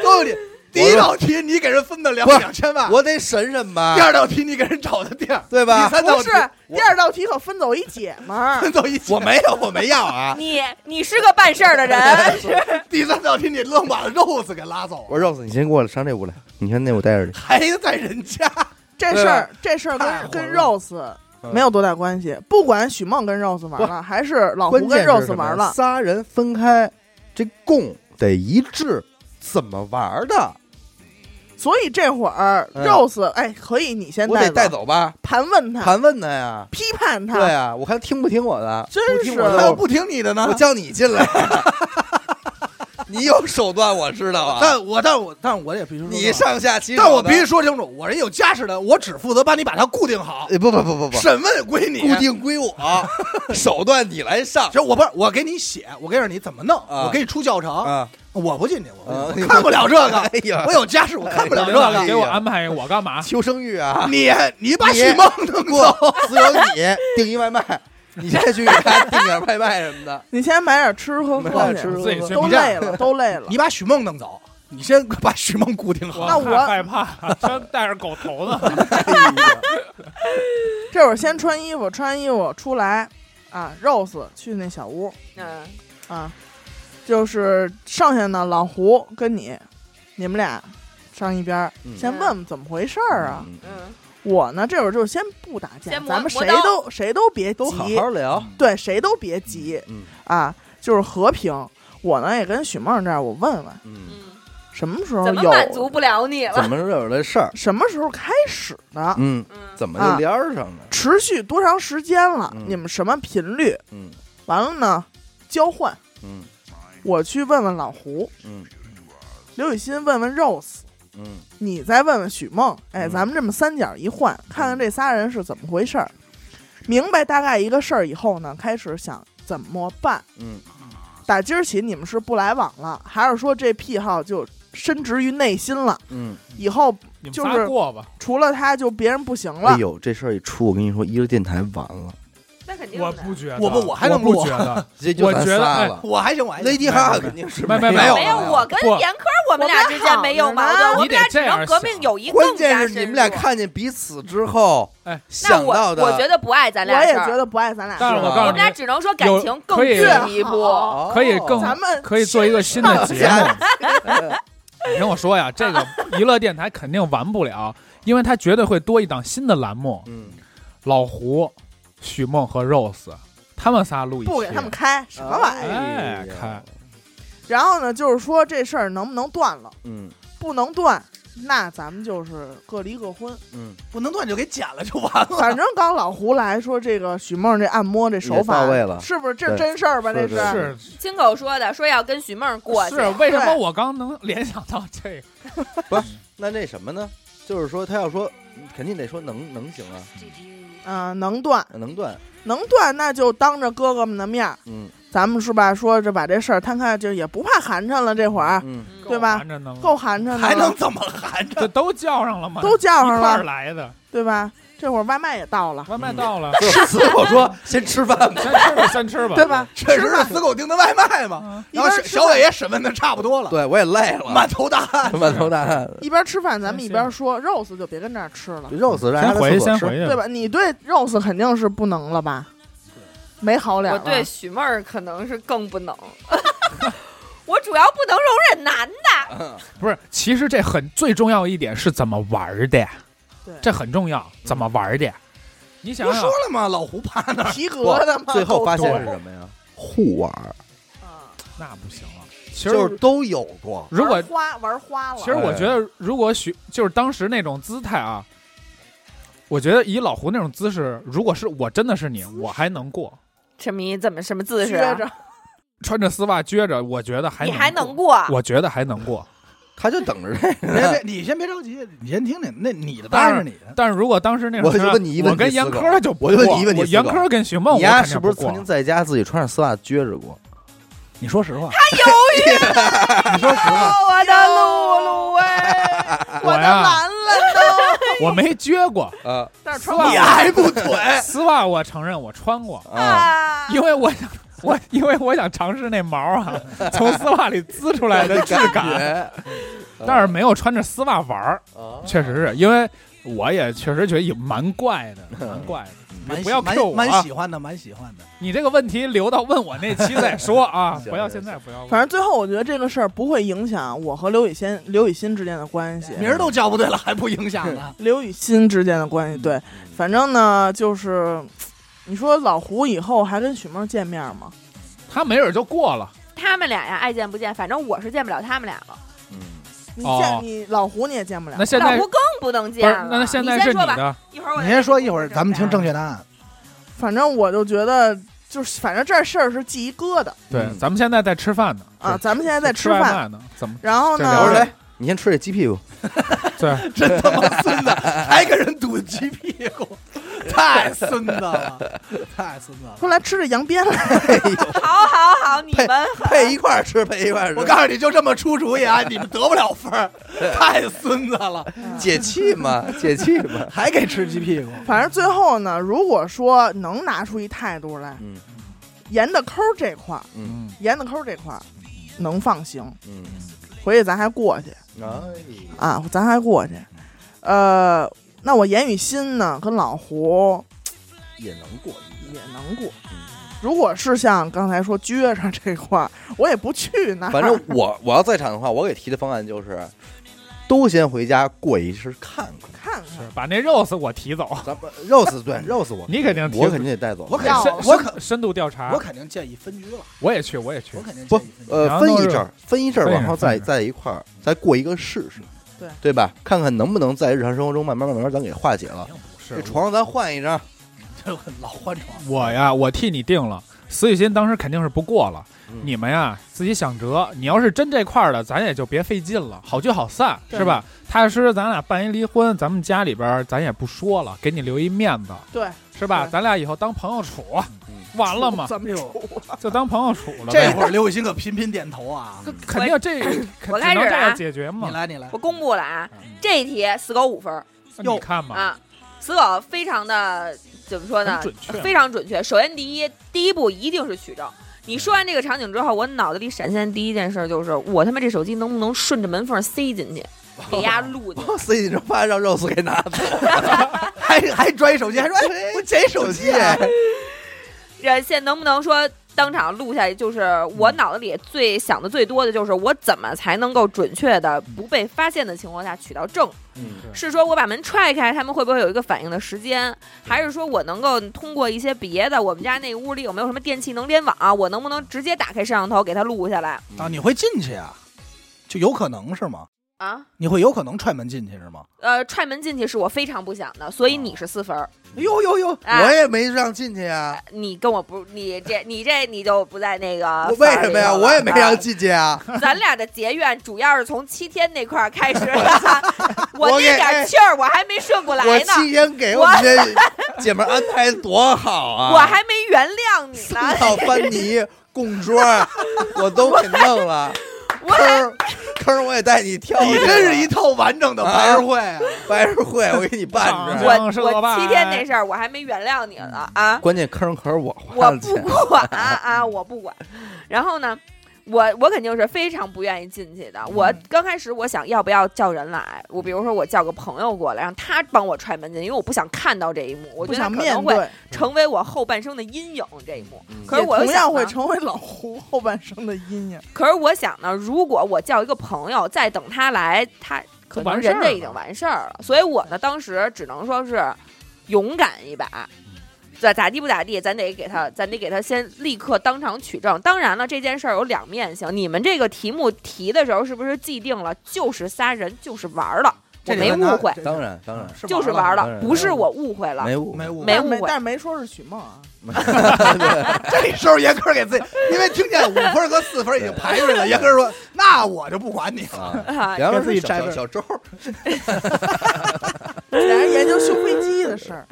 S4: 都有你。第一道题你给人分的两
S2: 不是
S4: 两千万，
S2: 我得审审吧
S4: 第，二道题你给人找的地儿，
S2: 对吧
S4: 第？三道
S6: 不
S4: 题
S6: 是第二道题可分走一姐们儿，
S4: 分到一起，
S2: 我没有，我没要啊。
S5: 你你是个办事儿的
S2: 哎
S5: 人，
S4: 第三道题你愣把 Rose 给拉走，
S2: 我说 Rose，你先给我上这屋来，你先那屋待着去。
S4: 还在人家，
S6: 这
S2: 对
S6: 事
S2: 啊
S6: 儿这事儿
S4: 太
S6: 跟
S4: 混
S6: 跟
S4: 乱
S6: Rose
S2: 嗯
S6: 没有多大关系。不管许梦跟 Rose 玩了，还是老胡跟 Rose
S2: 什么
S6: 玩了，
S2: 仨人分开，这供得一致，怎么玩的？
S6: 所以这会儿
S2: 嗯
S6: Rose 哎，可以你先
S2: 我得带
S6: 走，
S2: 走吧，
S6: 盘问他，
S2: 盘问他呀。
S6: 批判他，
S2: 对啊，我看听不听我的，
S6: 真
S2: 不
S6: 是
S2: 听我
S4: 还有
S2: 的，
S4: 不听你的
S2: 我
S4: 呢。
S2: 叫你 进来。你有手段，我知道啊。
S10: 但我但我但我也必须说，
S2: 你上下其手的，
S4: 但我必须说清楚，我人有家室的，我只负责把你把它固定好，
S2: 哎，不不不不不，
S4: 审问归你。
S2: 固定归我，手段你来上
S4: 其实我不是，我给你写，我告诉你怎么弄，
S2: 啊
S4: 我给你出教程，
S2: 啊！
S4: 我不进去，我
S2: 啊
S4: 不进去我看不了这
S2: 哎
S4: 个，
S2: 呀
S4: 我，有家室，我看不了这
S3: 刘
S4: 个
S3: 老。给我安排我干嘛？
S2: 求生欲啊！
S4: 你你把
S2: 你
S4: 许梦弄走，
S2: 只有你订一外卖，你先去给他订点外卖什么 的。
S6: 你先买点吃喝
S2: 买
S6: 喝
S2: 点
S6: 去
S2: 吃，
S3: 自己去
S6: 都
S3: 你这
S6: 累了，都累 了
S4: 你。把许梦弄走，你先把许梦固定好。
S6: 那我
S3: 害怕，真带着狗头 子。
S6: 这会儿先穿衣服，穿衣服出来啊，Rose 去那小屋
S5: 嗯，
S6: 啊，就是剩下呢，老胡跟你，你们俩上一边儿，
S2: 嗯
S6: 先问问怎么回事儿啊。
S2: 嗯，
S5: 嗯，
S6: 我呢，这会儿就先不打架，
S5: 先磨
S6: 咱们
S5: 磨
S6: 谁
S5: 刀
S6: 都谁都别急，
S2: 都好好聊。
S6: 对，谁都别急
S2: 嗯
S6: 啊，就是和平。我呢也跟许梦这儿，我问问
S2: 嗯，
S5: 嗯
S6: 什么时候
S5: 怎么
S6: 有，
S5: 满足不了你
S2: 怎
S5: 了？
S2: 么有的事儿？
S6: 什么时候开始的，
S2: 嗯，
S5: 嗯，
S2: 怎么就连儿上了？
S6: 持续多长时间了，
S2: 嗯
S6: 你们什么频率？
S2: 嗯
S6: 完了呢，交换，
S2: 嗯
S6: 我去问问老胡，
S2: 嗯
S6: 刘雨欣问问 Rose，
S2: 嗯
S6: 你再问问许梦，哎，
S2: 嗯
S6: 咱们这么三角一换，看看这仨人是怎么回事儿。明白大概一个事儿以后呢，开始想怎么办。
S2: 嗯
S6: 打今儿起你们是不来往了，还是说这癖好就深植于内心了？
S2: 嗯。
S6: 以后
S3: 你们
S6: 就
S3: 仨
S6: 是
S3: 过吧，
S6: 除了他就别人不行了。
S2: 哎哎呦，这事儿一出，我跟你说，一个电台完了。
S5: 那肯肯定的。
S3: 我不觉得，
S4: 我不我还能
S3: 不
S4: 录
S3: 觉得，
S2: 这就
S3: 我
S2: 咱
S3: 觉得
S2: 仨
S3: 哎
S2: 了。
S4: 我还行，我还行
S2: Lady Gaga 肯定是
S3: 没
S2: 没
S3: 没
S5: 没
S2: 有
S5: 有，
S2: 了
S5: 我跟
S3: 不
S5: 严科我们俩之间没有矛
S6: 我们
S5: 盾，
S6: 好
S5: 我们俩
S3: 你
S5: 只
S3: 得这样
S5: 能革命
S3: 想
S5: 友谊
S2: 关
S5: 更
S2: 键
S5: 加
S2: 是
S5: 深
S2: 你们俩
S5: 入啊
S2: 看见彼此之后，
S3: 哎
S5: 那
S2: 想
S5: 我
S2: 到的，
S5: 我觉得不爱咱
S6: 我
S5: 俩
S6: 也
S5: 事儿
S6: 觉得不爱咱俩
S3: 但
S6: 是
S3: 是我
S2: 吧
S3: 告
S5: 我
S3: 诉
S5: 们
S3: 你
S5: 俩，只能说感
S3: 有
S5: 情更
S3: 可以
S5: 进一步。
S6: 好
S3: 可以更
S6: 咱们
S3: 可以做一个新的节
S2: 先
S3: 目
S2: 上。
S3: 你听我说呀，这个娱乐电台肯定完不了，因为它绝对会多一档新的栏目。
S2: 嗯，
S3: 老胡、许梦和 Rose，他们仨录一期。
S6: 不给他们开啊什么
S2: 嗯
S6: 玩意儿？
S3: 哎看
S6: 然后呢，就是说这事儿能不能断了？
S2: 嗯
S6: 不能断，那咱们就是各离 各婚。
S2: 嗯，
S4: 不能断就给剪了就完了。
S6: 反正刚老胡来说，这个许梦这按摩这手法
S2: 也到位了
S6: 是不是这
S2: 对
S6: 真事儿吧？
S2: 是
S6: 这
S2: 是
S6: 是
S3: 是
S5: 金狗说的，说要跟徐梦过去，
S3: 是，啊为什么我刚能 联想到这个？
S2: 那那什么呢？就是说他要说，嗯肯定得说能能行啊，
S6: 嗯、能断
S2: 能断，
S6: 能断，那就当着哥哥们的面儿，
S2: 嗯
S6: 咱们是吧？说这把这事儿摊开，就也不怕寒碜了。这会儿
S2: 嗯，
S5: 嗯
S6: 对吧
S3: 够含着呢吗，
S6: 够寒碜的了，
S4: 还能怎么含着？
S3: 这都叫上了吗？
S6: 都叫上了
S3: 一块儿来的，
S6: 对吧？这会儿外卖也到了，
S3: 外卖到了，
S2: 死我 说先吃饭吧，
S3: 先吃吧，先吃吧，
S6: 对吧？
S4: 确实是死狗订的外卖嘛。
S3: 嗯？
S4: 然后
S6: 一
S4: 小
S6: 边吃
S4: 小伟也审问的差不多了，
S2: 对我也累了，
S4: 满头大 汗。
S2: 满头大汗。
S6: 一边吃饭，咱们一边
S3: 行
S6: 说，Rose 就别跟这儿吃了，
S2: 肉丝让
S3: 先
S2: 他
S3: 回去，
S2: 在厕所
S3: 先
S2: 吃
S3: 回去
S6: 对。吧？你对 Rose 肯定是不能了吧？没好脸
S5: 我
S6: 了。
S5: 对许妹儿可能是更不能， 我主要不能容忍男的。
S3: 不是，其实这很最重要一点是怎么玩儿的
S6: 对，嗯
S3: 这很重要，怎么玩儿的？你想
S4: 不
S3: 想
S4: 说，了吗？老胡趴那儿，
S6: 皮革的吗？
S2: 最后发现是
S6: 狗头
S2: 什么呀？互玩儿，
S3: 那不行了。其实
S2: 就是都有过，
S3: 如果
S6: 玩花玩花
S5: 啊
S6: 了，
S3: 其实我觉得，如果许就是当时那种姿态啊，我觉得以老胡那种姿势，如果是我真的是你，我还能过。
S5: 什么意？怎么什么姿势啊？
S6: 撅着
S3: 穿着丝袜撅着，我觉得还
S5: 你还能
S3: 过，
S5: 过？
S3: 我觉得还能过。
S2: 他就 等着这
S4: 别
S2: 个呢。
S4: 别，你先别着急，你先听听。那你的答案是你的，
S3: 但是如果当时那种
S2: 我就
S3: 情况，
S2: 问你一问
S3: 我跟
S2: 你
S3: 严
S2: 四个
S3: 科就不
S2: 我就问
S3: 过
S2: 你一问你
S3: 我
S2: 四
S3: 严
S2: 个
S3: 科跟许梦，
S2: 你
S3: 我
S2: 丫
S3: 肯
S2: 是
S3: 定
S2: 不是
S3: 过
S2: 曾经在家自己穿着丝袜撅着过？
S4: 你说实话，
S2: 你说实话，
S5: 哦我的露露哎，
S3: 我
S6: 都
S3: 呀，
S6: 完了都，
S3: 我没撅过
S2: 啊
S6: 但是
S3: 丝
S6: 穿过
S3: 袜
S4: 你，还不腿，
S3: 丝袜我承认 我穿过，
S2: 啊，，
S3: 因为我想我因为我想尝试那毛啊，从丝袜里滋出来的质感，但是没有穿着丝袜玩儿，确实是因为我也确实觉得也蛮怪的，蛮怪的。
S4: 蛮喜
S3: 不要
S4: 蛮
S3: Q 我啊
S4: 蛮喜欢的，蛮喜欢的。
S3: 你这个问题留到问我那期再说 啊
S2: 行
S3: 不要
S2: 行
S3: 现在不要问。
S6: 反正最后我觉得这个事儿不会影响我和刘雨欣、刘雨欣之间的关系，？
S4: 名儿都叫不对了，还不影响呢
S6: 刘雨欣之间的关系。对，反正呢就是，你说老胡以后还跟许梦见面吗？
S3: 他没准就过了，
S5: 他们俩呀，爱见不见，反正我是见不了他们俩了。
S2: 嗯
S6: 你
S3: 哦
S6: 见你老胡你也见不了
S3: 那，现
S5: 老
S3: 在
S5: 胡
S3: 不
S5: 更不能
S3: 是
S5: 见了。
S3: 那现在
S5: 你
S3: 是
S5: 先
S3: 你
S5: 说吧，
S3: 的，
S5: 一会儿我
S4: 你先说一会儿，咱们听正
S5: 确。
S4: 确答案。
S6: 反正我就觉得就是，反正这事儿是记一疙瘩
S3: 对，
S2: 嗯
S3: 咱们现在在吃饭呢
S6: 啊。
S3: 是
S6: 咱们现在在吃
S3: 外
S6: 饭，
S3: 卖呢，怎么
S6: 然后
S3: 这聊
S2: 我
S3: 着
S2: 说
S6: 呢
S3: 来，
S2: 来，你先吃这鸡屁股，
S3: 对？
S4: 嗯哎真他妈孙子，还给人堵鸡屁股，太孙子了，太孙子了。
S6: 后来 吃着羊鞭了，
S5: 好好好，你们
S2: 配一块儿吃，配一块儿吃。
S4: 我告诉你，就这么出主意啊，你们得不了分儿，太孙子了，
S2: 解气嘛，解气嘛。
S4: 还给吃鸡屁股。
S6: 反正最后呢，如果说能拿出一态度来，
S2: 嗯
S6: 严的抠这块儿，
S2: 嗯
S6: 严的抠这块儿能放行，
S2: 嗯，
S6: 回去咱还过去
S2: 哎，
S6: 啊，咱还过去。呃，那我严雨欣呢，跟老胡
S2: 也能过一嗯夜
S6: 也能过。如果是像刚才说撅着这块儿，我也不去那 儿。
S2: 反正我我要在场的话，我给提的方案就是，都先回家过一次看看。
S6: 看看，
S3: 把那 rose 我提走，
S2: 咱们 rose 对 rose 我
S3: 你肯定提
S2: 我肯定得带走。
S4: 我肯
S6: 要
S3: 深
S4: 哦
S5: 啊
S4: 我可
S3: 深深度调查
S4: 我，肯定建议分居了，
S3: 我也去，我也去
S4: 我，肯定
S2: 不
S4: 建议分居。
S2: 呃
S3: 然后
S2: 分
S3: 都
S2: 一
S3: 是
S2: 阵儿，分一阵儿，
S3: 分一
S2: 然
S3: 阵儿
S2: 后再
S3: 分一阵儿
S2: 在一块儿，再过一个试试。
S6: 对
S2: 对吧？看看能不能在日常生活中慢慢慢慢咱给化解了。这
S3: 是
S2: 床咱换一张，
S4: 就老换床，
S3: 我呀，我替你定了。死雨欣当时肯定是不过了，
S2: 嗯
S3: 你们呀自己想辙。你要是真这块儿的，咱也就别费劲了，好聚好散，
S6: 对
S3: 是吧？踏踏实实，咱俩办一离婚，咱们家里边儿咱也不说了，给你留一面子，
S6: 对，
S3: 是吧？
S6: 对
S3: 咱俩以后当朋友处，
S2: 嗯
S3: 完 了嘛，
S6: 怎么处？
S3: 就当朋友处了
S4: 这
S3: 呗。
S4: 会儿刘雨欣可频频点头啊。
S3: 肯定这肯
S5: 我
S3: 只
S5: 开始
S3: 能这
S5: 啊
S3: 样解决
S4: 你
S3: 嘛。
S4: 来，你来
S5: 我，公布了啊，这一题死狗五分儿
S3: 你看吧，
S5: 啊，死狗非常的怎么说呢
S3: 很？准确啊
S5: 非常准确。首先，第一，第一步一定是取证。你说完这个场景之后，我脑子里闪现的第一件事就是，我他妈这手机能不能顺着门缝塞进 去，给丫录进去？
S2: 塞进去，怕让 Rose 给拿走，
S8: 还还拽手机，还说哎，我捡手机啊，
S5: 这现在能不能说当场录下来？就是我
S2: 嗯
S5: 脑子里最想的最多的就是我怎么才能够准确的不被发现的情况下取到证？
S2: 嗯
S5: 是说我把门踹开，他们会不会有一个反应的时间？还是说我能够通过一些别的，我们家那屋里有没有什么电器能联网？啊我能不能直接打开摄像头给它录下来
S4: 啊，你会进去啊？就有可能是吗？
S5: 啊？
S4: 你会有可能踹门进去是吗？
S5: 呃，踹门进去是我非常不想的，所以
S2: 哦
S5: 你是四分儿，
S8: 呦呦呦，
S5: 哎
S2: 我也没让进去
S4: 啊
S2: 呀，
S5: 你跟我不，你这你这你就不在那个
S2: 我
S5: 范
S2: 为
S5: 儿
S2: 什
S5: 里
S2: 么呀？
S5: 啊头了
S2: 我也没
S5: 啊
S2: 让进去啊，
S5: 咱俩的结怨主要是从七天那块儿开 始的，我
S2: 我
S5: 那
S2: 给
S5: 点
S2: 哎
S5: 儿气儿我还没顺过来
S2: 我
S5: 呢，
S2: 七天给我们这姐们儿安排多好啊，
S5: 我还没原谅 你
S2: 送
S6: 啊
S5: 呢，
S2: 到班尼供桌儿，我都给弄了。
S5: 我
S2: 坑
S5: 还
S2: 儿坑儿我也带你挑去
S8: 你
S2: 了，
S8: 真是一套完整的白日会啊！
S2: 白日会，我给你办
S3: 啊
S2: 着。
S5: 我
S3: 正是我吧
S5: 我七天那事儿我还没原谅你呢啊，
S2: 关键坑可是我
S5: 我不管啊，我不管。然后呢，我我肯定是非常不愿意进去的。我
S6: 嗯
S5: 刚开始我想要不要叫人来，我比如说我叫个朋友过来，让他帮我踹门进，因为我不想看到这一幕，我
S6: 不
S5: 觉得可
S6: 想面
S5: 能会
S6: 对，嗯
S5: 成为我后半生的阴影这一幕。可
S6: 也
S5: 是我又
S6: 同样
S5: 想呢
S6: 会成为老胡后半生的阴影。
S5: 可是我想呢，如果我叫一个朋友，再等他来，他可能
S3: 完事儿
S5: 人
S3: 了
S5: 家已经完事儿了。所以我呢，当时只能说是勇敢一把，
S2: 嗯
S5: 咋咋地不咋地，咱得给他，咱得给他先立刻当场取证。当然了，这件事儿有两面性。你们这个题目提的时候，是不是既定了就是仨人就是玩儿了？我没误会，
S2: 当然当然
S5: 就
S4: 就是
S5: 玩儿
S2: 啊当
S5: 了，
S2: 然
S5: 不是我误会了。
S2: 没误
S4: 嗯没误
S5: 没
S4: 会。
S6: 但
S5: 误
S6: 没
S5: 会
S6: 但是没说是许梦啊，
S8: 这时候严科给自己，因为听见五分和四分已经排出来了，严科说：“那我就不管你了。
S2: 啊。
S5: 啊
S2: 比方说
S3: 给自己
S2: 小
S3: 摘
S2: 小
S3: 个
S2: 小周儿，
S6: 俩人研究修飞机的事儿，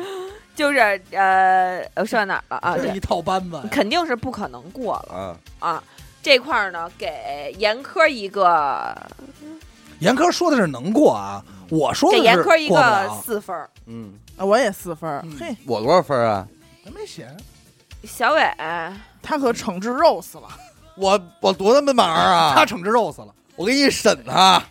S5: 就是呃，我说到哪儿了啊？
S4: 这是
S5: 对
S4: 一，套班子呀，
S5: 肯定是不可能过了。
S2: 啊，
S5: 啊，这块儿呢，给严科一个，
S4: 严科说的是能过啊，我说的
S5: 给
S4: 是
S5: 严科一
S4: 过不
S5: 个
S4: 了
S5: 四分儿。
S2: 嗯，
S6: 啊我也四分儿
S4: 嗯。
S6: 嘿，
S2: 我多少分儿啊？
S4: 没写，
S5: 小伟，
S6: 他可惩治肉死了，
S2: 我我多大的忙
S4: 他
S2: 啊！
S4: 惩治肉死了，
S2: 我给你审他，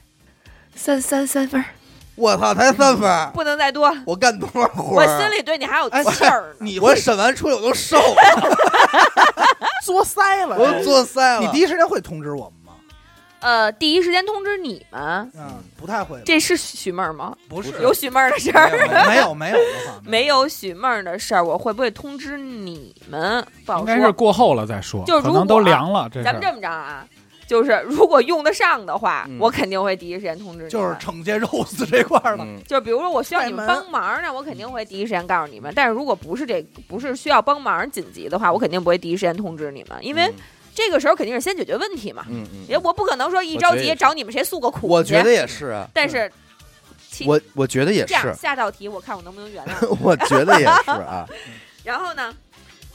S5: 三三三分儿，
S2: 我操，才三分儿，
S5: 不能再多。
S2: 我干多少活
S5: 我
S2: 儿
S5: 心
S2: 啊？
S5: 里对你还有
S4: 哎
S5: 气儿呢。
S2: 你我审完出来我都瘦了，
S6: 作腮了。
S2: 我都做腮了。
S4: 你第一时间会通知我们吗？
S5: 呃，第一时间通知你们，
S4: 嗯，不太会吧，
S5: 这是许妹儿吗？
S4: 不是
S5: 有许妹儿的事儿，
S4: 没有没有没有的话，
S5: 没有许妹儿的事儿，我会不会通知你们？不好
S3: 应该是
S5: 说。
S3: 过后了再说，
S5: 就如
S3: 可
S5: 果
S3: 能都凉了。这事
S5: 咱们
S3: 儿
S5: 这么着啊，就是如果用得上的话，
S2: 嗯
S5: 我肯定会第一时间通知你们。
S4: 就是惩戒肉死这块儿了。
S2: 嗯
S5: 就比如说我需要你们
S6: 快门
S5: 帮忙呢，我肯定会第一时间告诉你们。但是如果不是这不是需要帮忙紧急的话，我肯定不会第一时间通知你们，因为这个时候肯定是先解决问题嘛。
S2: 嗯嗯
S5: 也
S2: 嗯，
S5: 我不可能说一着
S2: 我觉
S5: 急
S2: 得
S5: 找你们谁诉个苦去。
S2: 我觉得也是啊，
S5: 但是其
S2: 我我觉得也
S5: 这样
S2: 是，
S5: 下道题我看我能不能原谅你。
S2: 我觉得也是啊。
S5: 然后呢，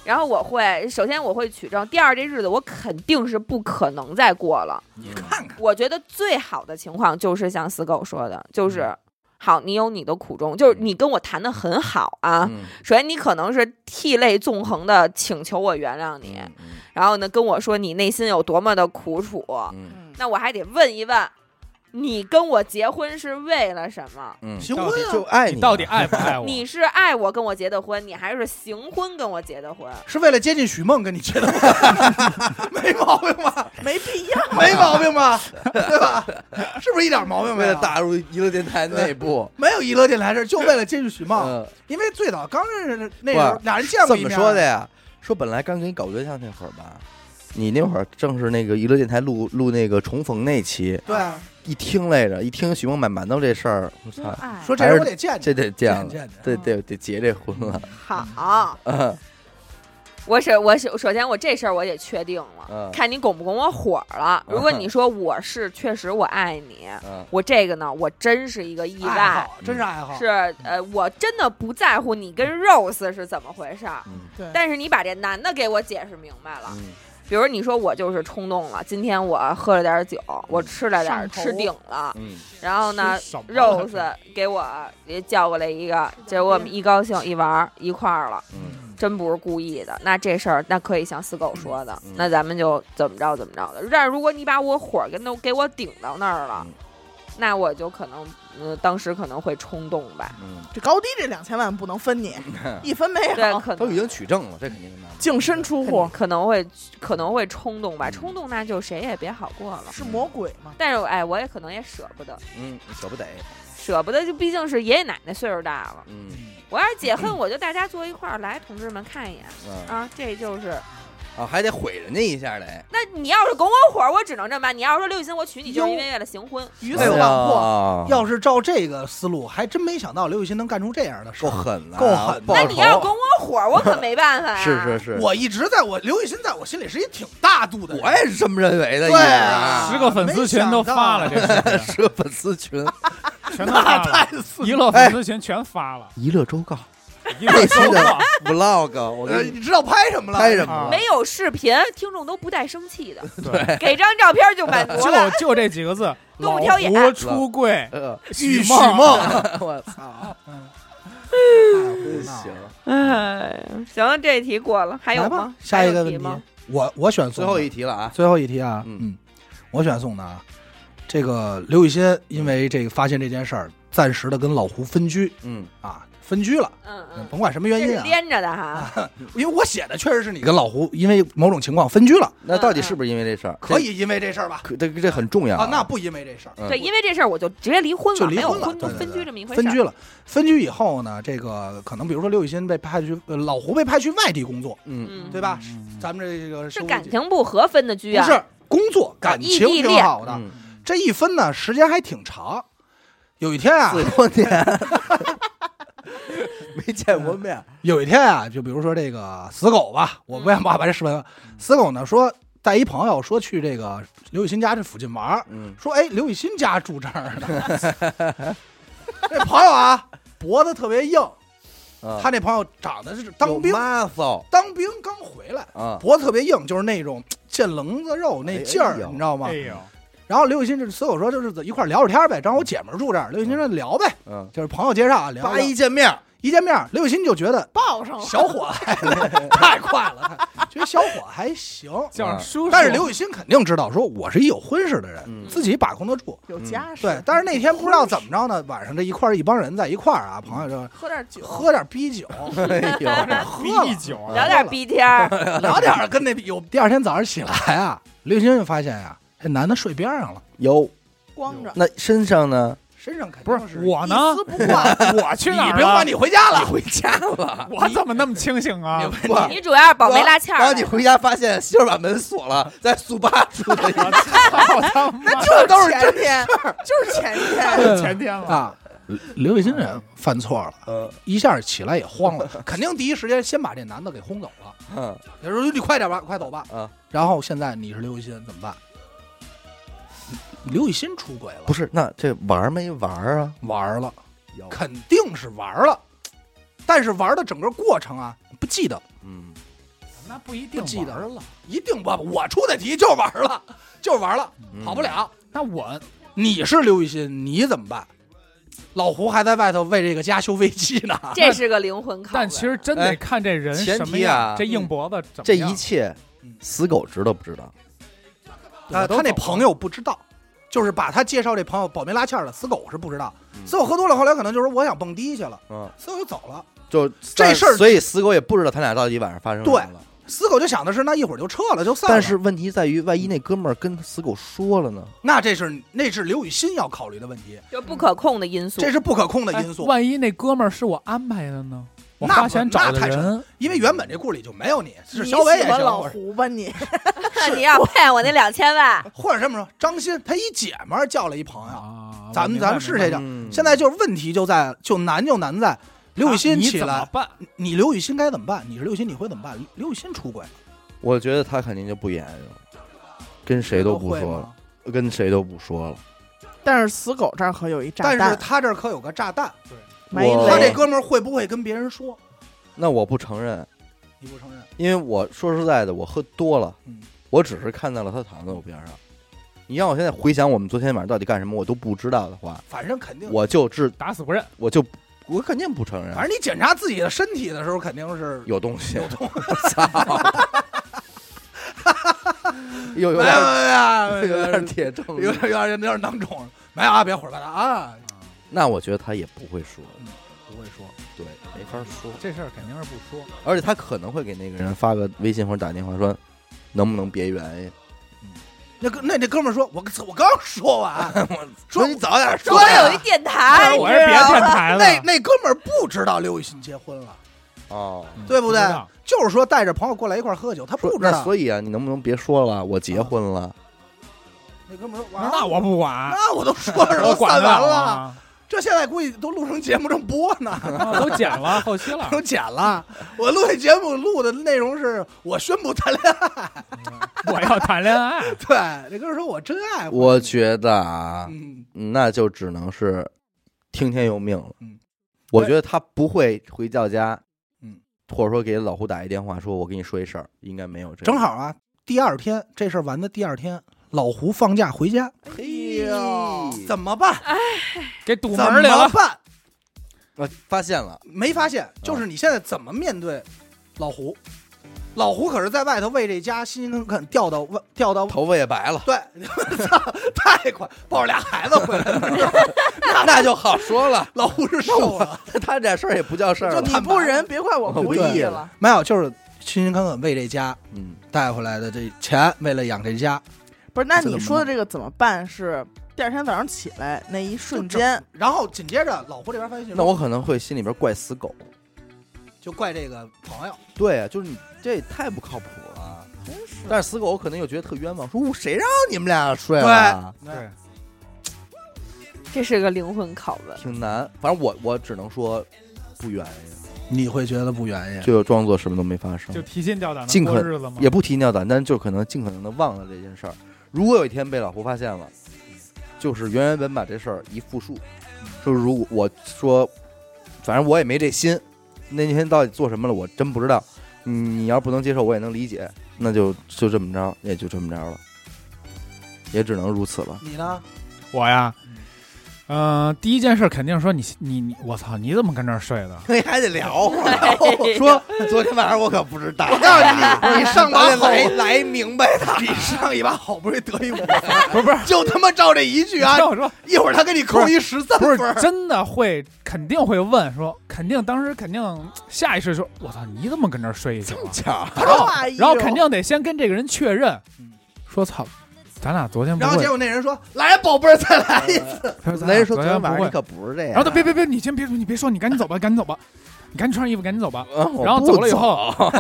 S5: 然后我会首先我会取证，第二这日子我肯定是不可能再过了。
S2: 嗯
S4: 你看看，
S5: 我觉得最好的情况就是像死狗说的，就是
S2: 嗯
S5: 好，你有你的苦衷，就是你跟我谈的很好啊。
S2: 嗯
S5: 首先，你可能是涕泪纵横的请求我原谅你，
S2: 嗯
S5: 然后呢跟我说你内心有多么的苦楚，
S2: 嗯
S6: 嗯
S5: 那我还得问一问，你跟我结婚是为了什么？
S2: 嗯，
S4: 行
S3: 到底
S4: 婚
S2: 就
S4: 啊，
S2: 爱
S3: 你
S2: 你
S3: 到底爱不爱我？
S5: 你是爱我跟我结的婚，你还是行婚跟我结的婚？
S4: 是为了接近许梦跟你结 的婚，没毛病吧？
S6: 没必要，
S4: 没毛病 吧？对吧？是不是一点毛病没
S2: 为
S4: 有啊
S2: 了？打入娱乐电台内部。
S4: 没有娱乐电台事，就为了接近许梦。
S2: 嗯，
S4: 因为最早刚认识那时候，俩人见过
S2: 怎
S4: 一
S2: 么
S4: 面，
S2: 说的呀？啊说本来刚给你搞对象那会儿吧，你那会儿正是那个娱乐电台录录那个重逢那期，
S4: 对啊，
S2: 一听来着，一听许梦买馒头这事儿，我操，
S5: 爱
S4: 说这人我得见
S2: 这
S4: 见
S2: 得见
S4: 啊见
S2: 了，
S4: 见。
S2: 这得得结这婚了。
S5: 好，
S2: 嗯
S5: 我是我首首先我这事儿我也确定了，
S2: 嗯
S5: 看你拱不拱我火了。如果你说我是确实我爱你，
S2: 嗯
S5: 我这个呢，我真是一个意
S4: 爱
S5: 外。
S4: 好，真是爱好。
S5: 是呃，我真的不在乎你跟 Rose 是怎么回事儿，
S2: 嗯
S6: 对
S5: 但是你把这男的给我解释明白了，
S2: 嗯
S5: 比如你说我就是冲动了，今天我喝了点酒，我吃了点
S6: 上头
S5: 吃顶了，
S2: 嗯，
S5: 然后呢
S3: 吃什么了这
S5: Rose 给我也叫过来一个，结果我们一高兴一玩儿一块儿了，
S2: 嗯
S5: 真不是故意的。那这事儿那可以像死狗说的，
S2: 嗯
S5: 那咱们就怎么着怎么着的。但是如果你把我火跟都给我顶到那儿了，
S2: 嗯
S5: 那我就可能呃当时可能会冲动吧，
S2: 嗯，
S6: 这高低这两千万不能分你，一分没
S5: 对，
S6: 哦有，
S5: 可 能
S2: 都已经取证了，这肯定没办法。
S6: 净身出户
S5: 可能会可能会冲动
S2: 嗯
S5: 吧，冲动那就谁也别好过了。
S6: 是魔鬼吗？
S5: 但是哎，我也可能也舍不得，
S2: 嗯，舍不得。
S5: 舍不得就毕竟是爷爷奶奶岁数大了。
S2: 嗯
S5: 我要是解恨，我就大家坐一块儿来，同志们看一眼
S2: 嗯
S5: 啊，这就是。
S2: 啊，还得毁人家一下得。
S5: 那你要是拱我火，我只能这么办。你要是说刘雨欣我娶你，就是因为为了行婚，
S6: 鱼死
S4: 哎呦
S6: 网破，
S2: 啊
S4: 要是照这个思路，还真没想到刘雨欣能干出这样的事
S2: 够
S4: 儿。
S2: 狠了，
S4: 够狠
S2: 报
S5: 那
S2: 仇
S5: 你要是拱我火，我可没办 法啊呀。
S2: 是是是，
S4: 我一直在我刘雨欣在我心里是一挺大度的人，
S2: 我也是这么认为的，
S4: 对
S2: 也
S4: 啊
S3: 十个粉丝群都发了，这视
S5: 啊
S3: 频
S2: 是是个粉丝群，
S3: 全都发了，娱乐粉丝群全发
S4: 哎
S3: 了，
S2: 娱乐周告
S3: 一乐收
S2: 的
S3: 获。
S2: vlog，我
S4: 呃，
S2: 跟
S4: 你知道拍什么了？
S2: 拍什
S3: 啊
S2: 么？
S5: 没有视频，听众都不带生气 的，
S3: 对，
S5: 给张照片就满足了
S3: 就。就这几个字，
S5: 动
S3: 老
S5: 物挑眼
S3: 胡出柜，
S2: 呃，
S3: 许
S4: 许
S3: 梦
S4: 梦，啊
S2: 我
S4: 操！
S2: 真
S4: 嗯，
S2: 行。
S5: 哎，行了，这一题过了，还有
S4: 来
S5: 吗
S4: 吧？，下一个
S5: 还有
S4: 问
S5: 题
S4: 题
S5: 吗？，
S4: 我我选
S2: 最
S4: 宋
S2: 后
S4: 的
S2: 一题了啊，
S4: 最后一题啊，
S2: 嗯
S4: 嗯，我选宋的啊。这个刘雨欣因为这个发现这件事儿，暂时的跟老胡分居
S2: 嗯
S4: 啊，分居了，
S5: 嗯嗯，
S4: 甭管什么原
S5: 这
S4: 因
S5: 是
S4: 啊，
S5: 连着的哈。
S4: 因为我写的确实是你跟老胡因为某种情况分居了，
S2: 那到
S5: 嗯
S2: 底是不是因为这事儿？
S4: 可以因为这事儿吧？
S2: 这，可这这很重要
S4: 啊，那不因为这事儿。
S2: 嗯
S5: 对，因为这事儿我就直接离婚
S4: 就
S5: 了，啊
S4: 离
S5: 没有
S4: 婚了
S5: 婚就
S4: 对对
S5: 分
S4: 对
S5: 居这么一回事。
S4: 分居，了，分居以后呢，这个可能比如说刘雨欣被派去，呃，老胡被派去外地工作，
S2: 嗯
S5: 嗯，
S4: 对吧？咱们这个
S5: 是
S4: 社会
S5: 感
S4: 结
S5: 情不和分的居
S4: 不
S5: 啊。
S4: 是工作，感
S5: 异
S4: 情
S5: 地
S4: 挺
S5: 恋
S4: 好的。
S2: 嗯
S4: 这一分呢，时间还挺长。有一天啊，
S2: 四多年 没见过面，
S4: 有一天啊，就比如说这个死狗吧，我
S5: 嗯
S4: 不想把把这视频了。 死狗呢说带一朋友说去这个刘雨欣家这附近玩儿，
S2: 嗯
S4: 说哎刘雨欣家住这儿呢。 这朋友啊脖子特别硬，
S2: 啊
S4: 他那朋友长得是当兵，
S2: muscle
S4: 当兵刚回来，
S2: 啊，
S4: 脖子特别硬，就是那种见棱子肉那劲
S2: 哎
S4: 儿，
S2: 呦
S4: 你知道吗
S3: 哎？呦，然
S4: 然后刘雨欣这死狗说就是一块儿聊聊天儿呗，正好我姐们儿住这儿，刘雨欣说聊呗，
S2: 嗯，
S4: 就是朋友介绍啊聊
S2: 八
S4: 聊。
S2: 一见面儿，
S4: 一见面儿，刘雨欣就 觉得
S6: 报上了，
S4: 小伙子太快了，觉得小伙还行。
S3: 叫叔叔，
S4: 但是刘雨欣肯定知道，说我是一有婚事的人，
S2: 嗯
S4: 自己把控得住。
S6: 有家室，
S4: 对，但是那天不知道怎么着呢，晚上这一块儿一帮人在一块儿啊，朋友就
S6: 喝点酒，
S4: 喝点逼 酒，
S2: 哎呦，
S4: 喝
S3: 逼
S4: 了
S3: 酒啊，
S5: 聊点逼天儿，
S4: 聊点儿跟那有。第二天早上起来啊，刘雨欣就发现啊，这男的睡边上了，
S2: 有
S6: 光着，
S2: 那身上呢？
S4: 身上肯
S3: 不
S4: 定
S3: 是
S4: 是。
S3: 我呢，啊
S6: 一丝不挂，
S3: 我去哪
S4: 你
S3: 儿
S4: 甭管
S3: 了？
S4: 你回家了，
S2: 回家了，
S3: 我怎么那么清醒啊？
S2: 不，
S5: 你主要是保媒哦拉纤
S2: 然后
S5: 儿
S2: 你。回家发现媳妇儿把门锁了，在速八住 的一个
S3: 我操他妈！
S6: 这都是前天，就 是前天，
S3: 前天了，
S4: 啊，刘雨欣人犯错了，
S2: 呃
S4: 一下起来也慌了，肯定第一时间先把这男的给轰走了。
S2: 嗯
S4: 他说：“你快点吧，快走吧。”
S2: 啊，
S4: 然后现在你是刘雨欣怎么办？刘雨欣出轨了，
S2: 不是，那这玩儿没玩儿啊？
S4: 玩了，肯定是玩了，但是玩的整个过程啊不记得，
S2: 嗯，
S3: 那不一定
S4: 不记得
S3: 玩儿。
S4: 了，一定不我出的题就是玩了，就是玩了，
S2: 嗯
S4: 跑不了。
S3: 那我
S4: 你是刘雨欣，你怎么办？老胡还在外头为这个家修飞机呢。
S5: 这是个灵魂拷问。
S3: 但其实真
S2: 哎
S3: 得看这人
S2: 前
S3: 什么
S2: 提啊
S3: 样，这硬脖子怎么
S2: 这
S3: 样
S2: 一切
S4: 嗯
S2: 死狗知道不知道？
S4: 呃，
S3: 我都
S4: 他那
S3: 懂
S4: 朋友不知道，就是把他介绍这朋友保媒拉纤儿的死狗是不知道
S2: 嗯。
S4: 死狗喝多了，后来可能就说我想蹦迪去了，
S2: 嗯，
S4: 死狗就走了。
S2: 就
S4: 这事儿
S2: 所以死狗也不知道他俩到底晚上发生什么了。
S4: 死狗就想的是那一会儿就撤了，就散了。
S2: 但是问题在于，万一那哥们儿跟死狗说了呢？
S4: 那这是那是刘雨欣要考虑的问题，
S5: 就不可控的因素。
S4: 这是不可控的
S3: 哎
S4: 因素，
S3: 万一那哥们儿是我安排的呢？我
S4: 那
S3: 花
S4: 不
S3: 钱找
S4: 那
S3: 的
S4: 太
S3: 人，
S4: 因为原本这故事里就没有你，是
S6: 你
S4: 小伟
S6: 喜
S4: 也
S6: 欢
S4: 小
S6: 老
S4: 伟，
S6: 胡吧你？
S5: 那你要骗我那两千万，
S4: 或者这么说，张欣他一姐们儿叫了一朋友，
S3: 啊
S4: 咱们咱们是这样。
S2: 嗯
S4: 现在就是问题就在就难就难在刘雨欣起
S3: 怎么
S4: 来，
S3: 办？
S4: 你刘雨欣该怎么办？你是刘雨欣，你会怎么办？刘雨欣出轨
S2: 我觉得他肯定就不言语了，跟谁都不
S4: 会
S2: 说
S4: 吗
S2: 了，跟谁都不说了。
S6: 但是死狗这儿可有一炸
S4: 但是
S6: 弹，
S4: 他这儿可有个炸弹，
S6: 埋一
S2: 我
S4: 他这
S6: 雷，
S4: 哥们儿会不会跟别人说？
S2: 那我不承认，啊
S4: 你不承认？
S2: 因为我说实在的，我喝多了
S4: 嗯，
S2: 我只是看到了他躺在我边上。你让我现在回想我们昨天晚上到底干什么，我都不知道的话，
S4: 反正肯定，
S2: 我就知
S3: 打死不认。
S2: 我就我肯定不承认
S4: 反正你检查自己的身体的时候，肯定是
S2: 有东西，哎有东西，操， 有有点
S4: 哎
S2: 有点
S4: 有
S2: 铁证，
S4: 点有点有点囊肿，没有啊，别胡说八道啊，
S2: 那我觉得他也不会说，
S4: 不会说，
S2: 对，没法说，
S3: 这事儿肯定是不说，
S2: 而且他可能会给那个人发个微信或者打电话说，能不能别圆呀？
S4: 那哥那那哥们儿说，我我刚说 完，
S2: 说你早点
S5: 中央
S4: 啊
S5: 有一电台，
S3: 我
S5: 你
S3: 是
S5: 知
S3: 别
S5: 道
S3: 电
S5: 吗
S3: 台了，
S4: 哎那那哥们儿不知道刘雨欣结婚了，
S2: 哦，
S4: 对不对
S3: 不知道？
S4: 就是说带着朋友过来一块儿喝酒，他不知
S2: 那
S4: 道。
S2: 所以啊，你能不能别说了？我结婚了，
S4: 那哥们儿说，
S3: 那
S4: 啊
S3: 我不管，
S4: 那 我都说了，都
S3: 管
S4: 散
S3: 得
S4: 完
S3: 了啊
S4: 了，
S3: 吗，
S4: 这现在估计都录成节目正播呢。
S3: 啊都剪了，后期了
S4: 都剪了，我录这节目录的内容是我宣布谈恋爱。
S3: 我要谈恋爱，
S4: 对，那哥们儿说我真爱我，
S2: 我觉得啊，
S4: 嗯，
S2: 那就只能是听天由命了
S4: 嗯。
S2: 我觉得他不会回到家，
S4: 嗯，
S2: 或者说给老胡打一电话，说我跟你说一事儿，应该没有这个。
S4: 正好啊，第二天这事儿完的第二天，老胡放假回家，
S2: 嘿呦，
S4: 怎么办？
S3: 给堵
S4: 怎
S3: 门儿里
S4: 么
S3: 了。
S4: 办？
S2: 我发现了，
S4: 没发现，就是你现在怎么面对老胡？老胡可是在外头为这家辛辛恳恳调到外调到
S2: 头发也白了，
S4: 对，操， 太快，抱着俩孩子回来了，
S2: 那就好说了。
S4: 老胡是瘦了，
S2: 他这事儿也不叫事儿
S6: 就
S2: 了。
S6: 你不仁，别怪我不
S2: 对
S6: 义了。
S4: 没有，就是辛辛恳恳为这家
S2: 嗯，
S4: 带回来的这钱，为了养这家，
S6: 不是，那
S4: 这怎
S6: 你
S4: 么
S6: 说的这个怎么办？是第二天早上起来那一瞬间，
S4: 然后紧接着老胡这边发信息说，
S2: 那我可能会心里边怪死狗。
S4: 就怪这个朋友，
S2: 对啊，就是你这也太不靠谱了。
S6: 真是
S2: 但是死狗可能又觉得特冤枉，说我谁让你们俩睡了？
S3: 对，
S5: 这是个灵魂拷 问。
S2: 挺难。反正我我只能说不愿意，
S4: 你会觉得不原因。
S2: 就装作什么都没发生
S3: 就，提心吊胆的
S2: 尽可
S3: 过日子嘛。
S2: 也不提尿胆，但就可能尽可能的忘了这件事儿。如果有一天被老胡发现了，就是原原本把这事儿一复述，说如果我说，反正我也没这心，那天到底做什么了，我真不知道。你你要不能接受，我也能理解，那就就这么着，也就这么着了，也只能如此了。
S4: 你呢？
S3: 我呀，嗯、第一件事肯定说你你你，我操，你怎么跟这儿睡的？
S4: 哎
S2: 你还得聊，
S5: 说
S2: 昨天晚上我可不知道，
S4: 啊我告诉你，你上把好，
S2: 来明白的，
S4: 你上一把好不容易得一五，
S3: 不是不是，
S4: 就他妈照这一句啊
S3: 听！我说，
S4: 一会儿他给你扣一十三
S3: 不
S4: 分
S3: 是
S4: 儿，
S3: 真的会，肯定会问说，肯定当时肯定下意识说，我操，你怎么跟这儿睡一宿啊？
S6: 他说话
S2: 哎
S6: 一
S3: 然后
S6: 有
S3: 肯定得先跟这个人确认
S4: 嗯，
S3: 说操，咱俩昨天不
S4: 然后
S3: 会
S4: 结，果那人说：“来，宝贝儿，再来一次。
S3: 他说咱
S2: 人
S3: 俩
S2: 说昨
S3: 天
S2: 天
S3: 不
S2: 晚上
S3: 会
S2: 你。可不是这样，
S3: 然后他别别别，你先别你别说，你赶紧走吧，赶紧走吧， 你赶紧穿衣服，赶紧走吧。
S2: 嗯，我
S3: 然后
S2: 不
S3: 走了以后，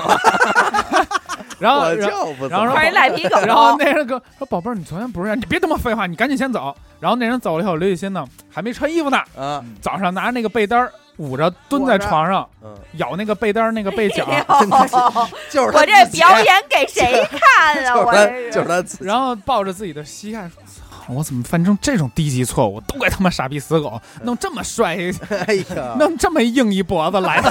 S3: 然 后
S2: 我
S3: 然后
S2: 就不走
S3: 然后
S5: 穿一赖皮狗，，
S3: 然后那人跟说：“宝贝儿，你昨天不是这样你别他妈废话，你赶紧先走。”然后那人走了以后，刘雨欣呢还没穿衣服呢，
S2: 啊，
S3: 早上拿着那个被单儿捂着蹲在床上，
S2: 嗯，
S3: 咬那个被单儿那个被 角
S5: 哟
S2: 就是他
S5: 哎我这
S2: 自己
S5: 表，演给谁看啊？
S2: 就是
S5: 我
S2: 他
S5: 这，
S2: 就是他自己，
S3: 然后抱着自己的膝盖说：“操，我怎么犯这种这种低级错误？都怪他妈傻逼死狗，弄这么帅一，
S2: 哎呀，
S3: 弄这么硬一脖子来来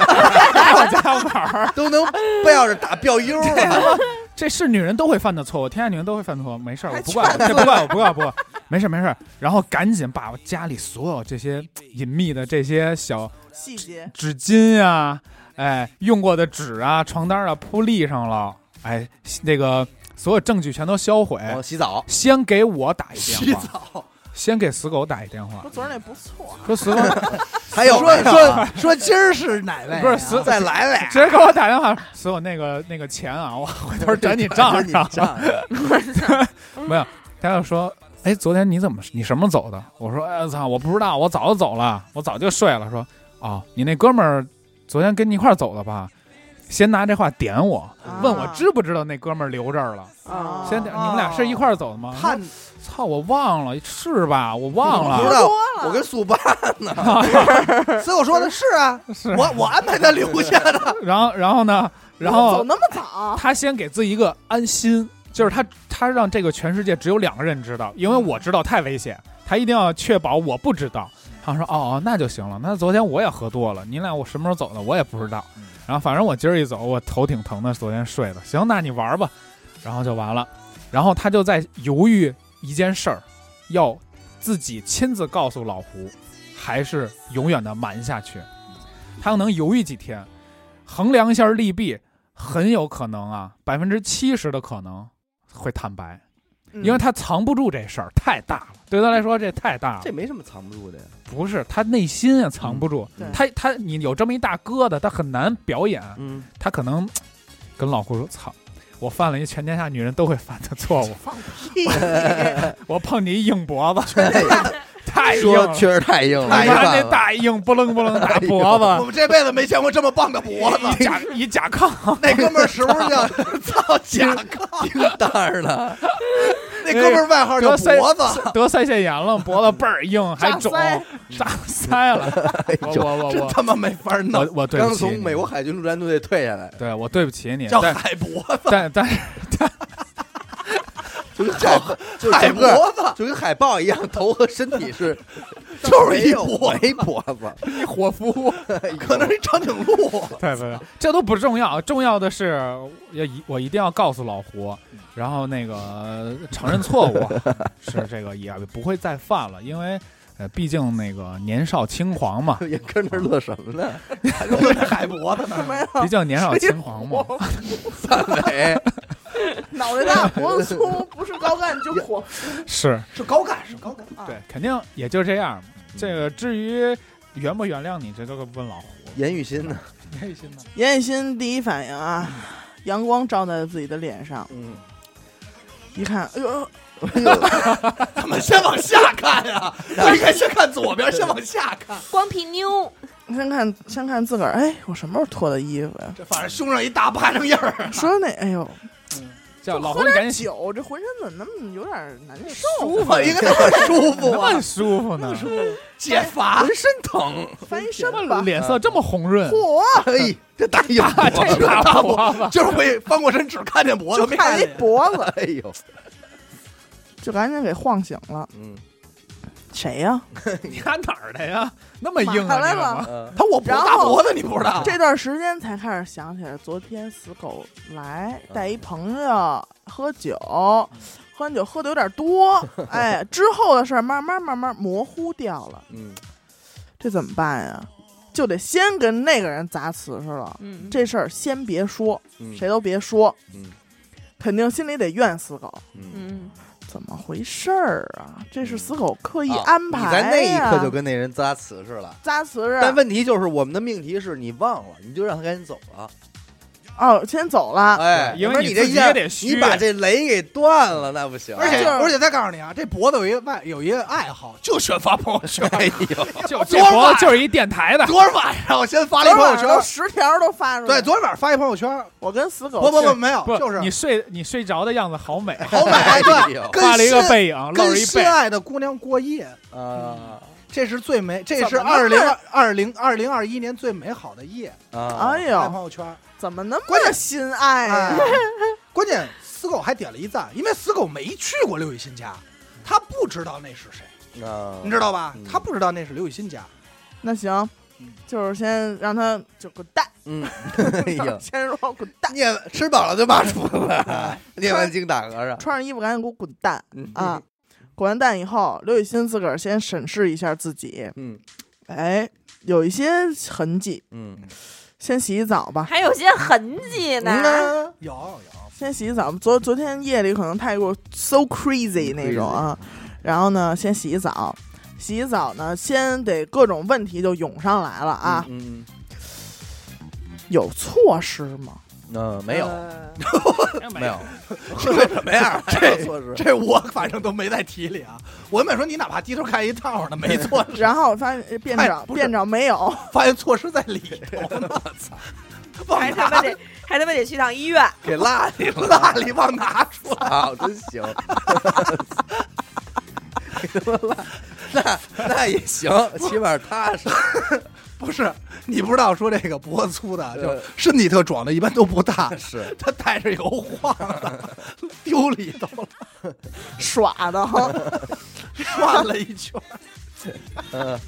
S3: 我家玩儿，
S2: 都能不要是打标优了，
S3: 这是女人都会犯的错误，天下女人都会犯错误，没事儿，我
S6: 还
S3: 不怪我，这不怪我，不怪我，不怪我，没事儿没事儿。然后赶紧把我家里所有这些隐秘的这些小。”
S6: 细节，
S3: 纸巾啊，哎，用过的纸啊、床单啊铺地上了，哎，那个所有证据全都销毁。
S2: 我洗澡，
S3: 先给我打一
S4: 洗
S3: 电话，
S4: 澡。
S3: 先给死狗打一电话
S6: 说，昨儿那不错，
S3: 说死狗
S2: 还有
S4: 说说说今儿是哪位啊？
S3: 不是 死
S2: 再来俩，
S3: 直接给我打电话，死狗那个那个钱啊，我回头转你账上。没有，他就说，哎，昨天你怎么你什么走的？我说，哎操，我不知道，我早就走了，我早就睡了。说，哦，你那哥们儿昨天跟你一块儿走的吧？先拿这话点我，问我
S6: 啊
S3: 知不知道那哥们儿留这儿了。
S5: 啊
S3: 先点，你们俩是一块儿走的吗？
S4: 看
S3: 操，我忘了，是吧？我忘
S2: 不
S6: 不
S2: 知
S6: 知
S2: 道
S6: 道
S2: 啊我跟速八
S4: 所以我说的是啊，
S3: 是。
S4: 我我安排他留下的。
S3: 然后，然后呢？然
S6: 走
S3: 后
S6: 那么 早，啊
S3: 他先给自己一个安心，就是他他让这个全世界只有两个人知道，因为我知道太危险，他一定要确保我不知道。他说：“哦哦，那就行了。那昨天我也喝多了，你俩我什么时候走的我也不知道。然后反正我今儿一走，我头挺疼的，昨天睡的。行，那你玩吧。然后就完了。然后他就在犹豫一件事儿，要自己亲自告诉老胡，还是永远的瞒下去。他能犹豫几天，衡量一下利弊，很有可能啊，百分之七十的可能会坦白，
S2: 嗯
S3: 因为他藏不住这事儿太大了，对他来说这太大了。
S2: 这没什么藏不住的呀。
S3: 不是他内心啊藏不住，
S6: 嗯
S3: 他他你有这么一大疙瘩，他很难表演，
S2: 嗯，
S3: 他可能跟老胡说：“操，我犯了一全天下女人都会犯的错误， 我碰你一硬 脖子， 太硬
S2: 说
S3: 了，
S2: 确实太硬了，
S3: 他
S2: 没
S3: 妈那
S2: 办法。
S3: 大硬不楞不楞大脖
S2: 哎
S8: 我
S3: 子，
S8: 们这辈子没见过这么棒的脖子。
S3: 一甲一甲亢，
S8: 那哥们儿时不时叫 操假 靠，
S2: 叮当儿的，
S8: 那哥们儿外号叫
S3: 得腮
S8: 脖子，
S3: 得腮腺炎了，脖子倍儿硬，还肿，
S6: 腮
S3: 扎 腮了。
S8: 哎
S3: 我我我
S8: 真
S3: 我
S8: 他妈没法弄
S3: 我，我对
S2: 刚
S3: 不起你
S2: 从美国，海军陆战队退下来，
S3: 对我对不起你，
S8: 叫
S3: 但
S8: 海脖
S3: 但但是
S2: 就跟海就
S8: 海
S2: 整个
S8: 脖子，
S2: 就跟海豹一样，头和身体是
S8: 就是一
S2: 没有
S8: 脖
S2: 没脖 子，
S3: 你伙夫，
S8: 可能是长颈鹿。
S3: 对对对，这都不重要，重要的是要一我一定要告诉老胡，然后那个呃承认错误，是这个也不会再犯了，因为呃，毕竟那个年少轻 狂嘛，
S2: 也跟那儿乐什么呢？
S8: 就是海脖子呢，
S3: 毕竟年少
S8: 哎
S3: 轻狂嘛，
S2: 范伟，
S6: 脑袋大脖子粗， 不是高干就火。
S3: 是
S8: 是高干，是高干。
S3: 对，肯定也就这样嘛。
S8: 嗯
S3: 这个至于原不原谅你，这都问老胡。
S2: 严雨欣呢？
S3: 开心呢？
S6: 严雨欣第一反应啊，阳光照在自己的脸上，
S2: 嗯，
S6: 一看，哎呦，
S8: 他们先往下看
S2: 啊
S8: 呀，不应该先看左边，先往下看。
S5: 光屁妞，
S6: 先看先看自个儿，哎，我什么时候脱的衣服呀？
S8: 这反正胸上一大巴掌印儿，
S6: 说那，哎呦，
S3: 叫老胡，
S6: 喝
S3: 你赶
S6: 点
S3: 紧
S6: 酒，啊这浑身怎么那么有点难受？啊
S3: 舒服，
S8: 应该那么舒服
S3: 那
S8: 啊
S3: 么，舒服呢，
S8: 解乏。
S2: 身疼，
S6: 翻一身
S3: 这么
S6: 吧，
S3: 脸色这么红润，
S6: 嚯，
S2: 哎，这大硬脖
S3: 这
S2: 子，
S3: 大脖 子，
S8: 就是会翻过身只看见脖子，
S6: 就
S8: 没
S6: 看
S8: 看
S6: 一
S8: 见。
S6: 脖子，
S2: 哎呦，
S6: 就赶紧给晃醒了。
S2: 嗯
S6: 谁呀？
S3: 你看哪儿的呀？那么硬啊！
S6: 马来
S3: 你干嘛
S6: 了
S2: 嗯，
S8: 他我脖
S6: 然后
S8: 大脖子，你不知道？
S6: 这段时间才开始想起来，昨天死狗来带一朋友喝酒，
S2: 嗯
S6: 喝完酒喝的有点 多，哎，之后的事儿慢慢慢慢模糊掉了，
S2: 嗯，
S6: 这怎么办呀？就得先跟那个人砸瓷实了，
S5: 嗯，
S6: 这事儿先别说，
S2: 嗯
S6: 谁都别说，
S2: 嗯
S6: 肯定心里得怨死狗，
S2: 嗯。
S5: 嗯，
S6: 怎么回事儿啊？这是死狗刻意
S2: 啊
S6: 安排、
S2: 你
S6: 呀
S2: 在那一刻就跟那人扎瓷实了，
S6: 砸瓷实，
S2: 但问题就是我们的命题是你忘了，你就让他赶紧走了。
S6: 哦，先走了，
S2: 哎，
S3: 因为
S2: 要不然
S3: 你
S2: 你这
S3: 自己
S2: 一下
S3: 也得虚
S2: 你把这雷给断了，那不行。哎
S4: 而且
S6: 就是
S4: 而且再告诉你啊，这脖子有一个外有一个爱好，就选发朋友圈。
S2: 哎呦，
S3: 就这脖子就是一电台的，
S8: 昨儿晚上我先发了一
S6: 昨儿
S8: 朋友
S6: 晚上都
S8: 圈，
S6: 十条都发出来，
S4: 对，昨天晚上发一朋友圈，
S6: 我跟死狗
S4: 不不
S6: 去
S4: 不，没有，
S3: 不
S4: 就是
S3: 你睡你睡着的样子好美，
S4: 好美，
S2: 哎
S4: 对，
S2: 呦
S4: 跟
S3: 画了一个
S4: 心
S3: 背影，露
S4: 跟啊
S3: 着一
S4: 心
S3: 背，
S4: 爱的姑娘过夜，
S2: 啊
S4: 这是最美，这是
S6: 怎么
S4: 二
S6: 那
S4: 零
S6: 么
S4: 二零二零二一年最美好的夜。
S2: 啊！
S6: 哎
S4: 发
S6: 呦，
S4: 朋友圈，
S6: 怎么那
S4: 关
S6: 么
S4: 键
S6: 心爱啊
S4: 哎
S6: 呀？，
S4: 关键死狗还点了一赞，因为死狗没去过刘雨欣家，他不知道那是谁，
S2: 啊，
S4: 你知道吧
S2: 嗯？
S4: 他不知道那是刘雨欣家，
S6: 那行
S4: 嗯，
S6: 就是先让他就滚蛋，
S2: 嗯， 哎呀，
S6: 先说滚蛋，
S2: 念吃饱了就骂出 来，念完经打嗝上。
S6: 穿上衣服赶紧给我滚蛋
S2: 嗯
S6: 啊！滚完蛋以后，刘雨欣自个儿先审视一下自己，
S2: 嗯
S6: 哎，有一些痕迹，
S2: 嗯，
S6: 先洗洗澡吧。
S5: 还有些痕迹呢，
S6: 嗯
S4: 有有，
S6: 先洗洗澡，昨昨天夜里可能太过 so crazy 那种啊，然后呢，先洗洗澡，洗洗澡呢，先得各种问题就涌上来了啊，
S2: 嗯，嗯
S6: 有措施吗？
S2: 那嗯没有没有，
S8: 这什么呀？
S4: 哎
S8: 这
S2: 措 施
S8: 这我反正都没在题里啊。我原本说你哪怕低头看一趟呢，没错，
S6: 然后发现呃变找
S8: 哎不是
S6: 变找没有，
S8: 发现措施在里头呢。我操，往
S5: 还他妈
S8: 哪
S5: 得还他妈得去趟医院，
S2: 给落里了，
S8: 那里往哪出 来？
S2: 操，真行。给他们落那那也行，起码踏实。
S4: 不是你不知道说这个脖子粗的，
S2: 呃，
S4: 就身体特壮的，一般都不大
S2: 是，
S4: 他带着油晃的，丢里头了，
S6: 耍的。
S4: 转了一圈。
S2: 嗯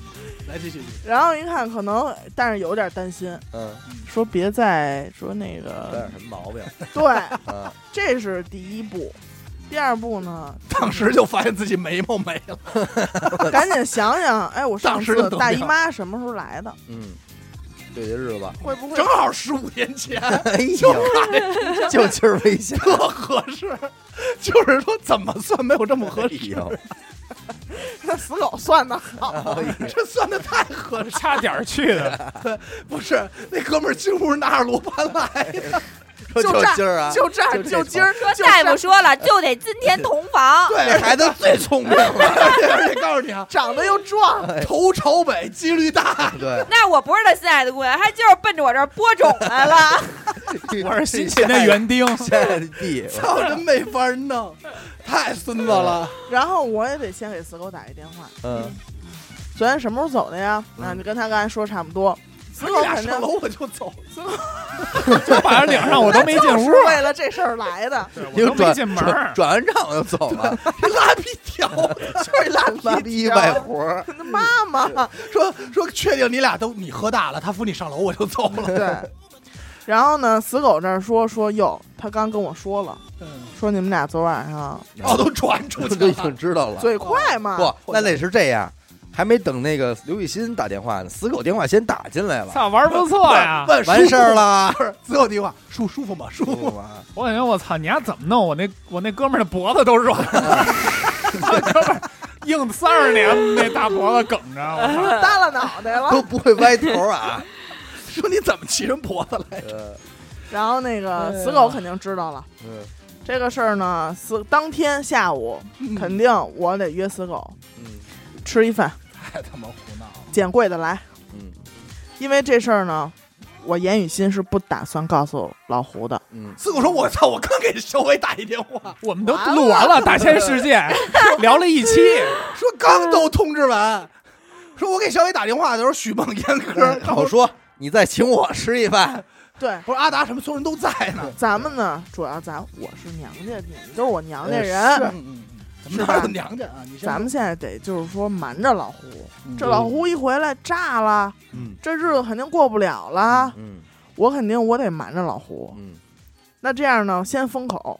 S4: 来继续，继续
S6: 然后一看，可能但是有点担心，
S2: 嗯，
S6: 说别再说那
S2: 有点
S6: 个，
S2: 什么毛病？
S6: 对，
S2: 嗯
S6: 这是第一步。第二步呢，
S4: 当时就发现自己眉毛没了，
S6: 赶紧想想，哎，我上
S4: 当时就
S6: 次
S4: 懂
S6: 大
S4: 了
S6: 姨妈什么时候来的？
S2: 嗯，对些日子吧。
S6: 会不会
S4: 正好十五年前，
S2: 哎 呀，就今儿危险。
S4: 特合适。就是说，怎么算没有这么合
S2: 哎
S4: 理？
S6: 那死狗算的好？啊
S2: 哎
S4: 这算的太合适。
S3: 差点儿去的，
S4: 不是，那哥们儿进屋拿着罗盘来的，
S2: 说就今儿啊，
S6: 就这儿，
S2: 这
S6: 就今儿，
S5: 说
S6: 就
S5: 大夫
S6: 上
S5: 说了，就得今天同房。
S4: 对，
S2: 这孩子最聪明 了。哎
S4: 而且告诉你啊，
S6: 长得又壮，
S4: 头朝北几率大，
S2: 对，
S5: 那我不是他心爱的姑娘，他就是奔着我这儿播种来了。
S2: 哎我是
S3: 新秦的园丁，
S2: 下地，
S4: 操，真没法弄，太孙子了。
S6: 然后我也得先给死狗打一电话。
S2: 嗯，
S6: 昨天什么时候走的呀？啊，你跟他刚才说差不多。死
S4: 你
S6: 狗
S4: 俩
S6: 肯定
S4: 上楼我就走，
S3: 就把人领上，我都没啊进
S6: 就
S3: 屋
S6: 是，为了这事儿来的，
S3: 我
S2: 又
S3: 都没
S2: 转
S3: 进门
S2: 转
S3: 儿，
S2: 转完账我就走了，
S4: 你 拉皮条，
S6: 就是懒
S2: 拉逼外活儿。
S6: 他妈妈。
S4: 说说确定你俩都你喝大了，他扶你上楼我就走 了。
S6: 对。然后呢，死狗这儿说说哟，他刚跟我说了，
S2: 嗯
S6: 说你们俩昨晚上
S4: 哦，都传出
S2: 我
S4: 去
S2: 就已
S4: 了
S2: 经，知道了。
S6: 嘴快嘛，
S2: 不，那得是这样，还没等那个刘雨欣打电话呢，死狗电话先打进来了，
S3: 操，玩儿不错呀！
S4: 问
S2: 完事儿，了
S4: 舒。服吗不是最后一句话，舒舒服啊吗？舒服吗？
S2: 哇
S3: 我感觉我操，你丫怎么弄？我那我那哥们儿的脖子都软了， 他哥们儿硬三十年那大脖子梗着，我操！
S6: 耷拉脑袋了
S2: 都。不会歪头 啊！
S4: 说你怎么骑人脖子 来？
S2: 呃
S6: 然后那个死狗肯定知道了
S2: 嗯
S6: 这个事儿呢，死当天下午肯定我得约死狗
S2: 嗯
S6: 吃一饭，
S4: 太他妈胡闹了！
S6: 捡贵的来。
S2: 嗯
S6: 因为这事儿呢，我严雨欣是不打算告诉老胡的。
S2: 嗯，
S4: 四狗说：“我操！我刚给小伟打一电 话，
S3: 我们都录完了《大千世界》，聊了一期，
S4: 说刚都通知完，说我给小伟打电话的时候，许梦严科，
S2: 嗯好说你再请我吃一 饭，
S6: 对，
S4: 不是阿达什么，所有人都在呢。
S6: 咱们呢，主要咱我是娘家，你们都是我娘家
S2: 呃
S6: 人，
S2: 是
S4: 嗯嗯嗯，咱
S6: 是
S4: 们
S6: 吧
S4: 哪有娘家啊？你先
S6: 咱们现在得就是说瞒着老胡。
S4: 嗯
S6: 这老胡一回来炸了，
S2: 嗯
S6: 这日子肯定过不了了，
S2: 嗯
S6: 我肯定我得瞒着老胡。
S2: 嗯，
S6: 那这样呢，先封口，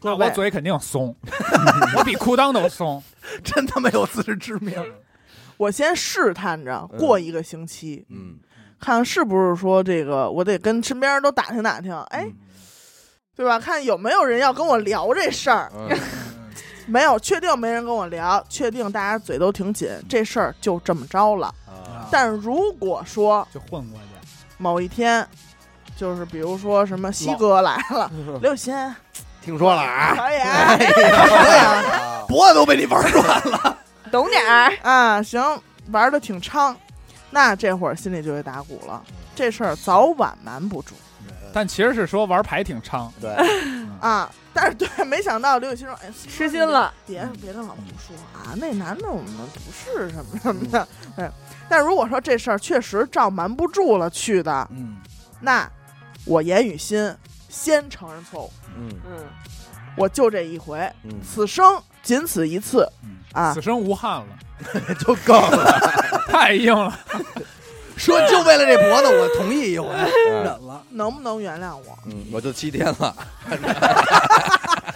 S3: 那我
S6: 各位，
S3: 嘴肯定松， 我比裤裆都松。
S4: 真他妈有自知之明。
S6: 我先试探着
S2: 嗯
S6: 过一个星期，
S2: 嗯，
S6: 看看是不是说这个，我得跟身边人都打听打听，哎，
S2: 嗯
S6: 对吧？看有没有人要跟我聊这事儿。
S2: 嗯
S6: 没有，确定没人跟我聊，确定大家嘴都挺紧，这事儿就这么着了。
S2: 啊，
S6: 但如果说
S3: 就混过去，
S6: 某一天，就是比如说什么西哥来 了，刘雨欣
S2: 听说了 啊，
S6: 可以啊
S2: 呀，
S4: 脖子都被你玩软了，
S5: 懂点儿，
S6: 啊，行，玩的挺猖，那这会儿心里就会打鼓了。这事儿早晚瞒不住
S3: 但其实是说玩牌挺猖，
S2: 对，
S6: 啊。但是对，没想到刘雨欣说：“哎，
S5: 吃惊，了。
S6: 别别跟老胡说啊，那男的我们不是什么什么的。” 哎，但如果说这事儿确实照瞒不住了去的，
S4: 嗯，
S6: 那我严雨欣先承认错误，
S2: 嗯
S5: 嗯，
S6: 我就这一回，
S2: 嗯，
S6: 此生仅此一次
S4: 嗯
S6: 啊
S3: 此！生无憾了，
S2: 就够 了，
S3: 太硬了。
S4: 说就为了这脖子，我同意一回，
S2: 嗯
S4: 忍了。
S6: 能不能原谅我？
S2: 嗯，我就七天了，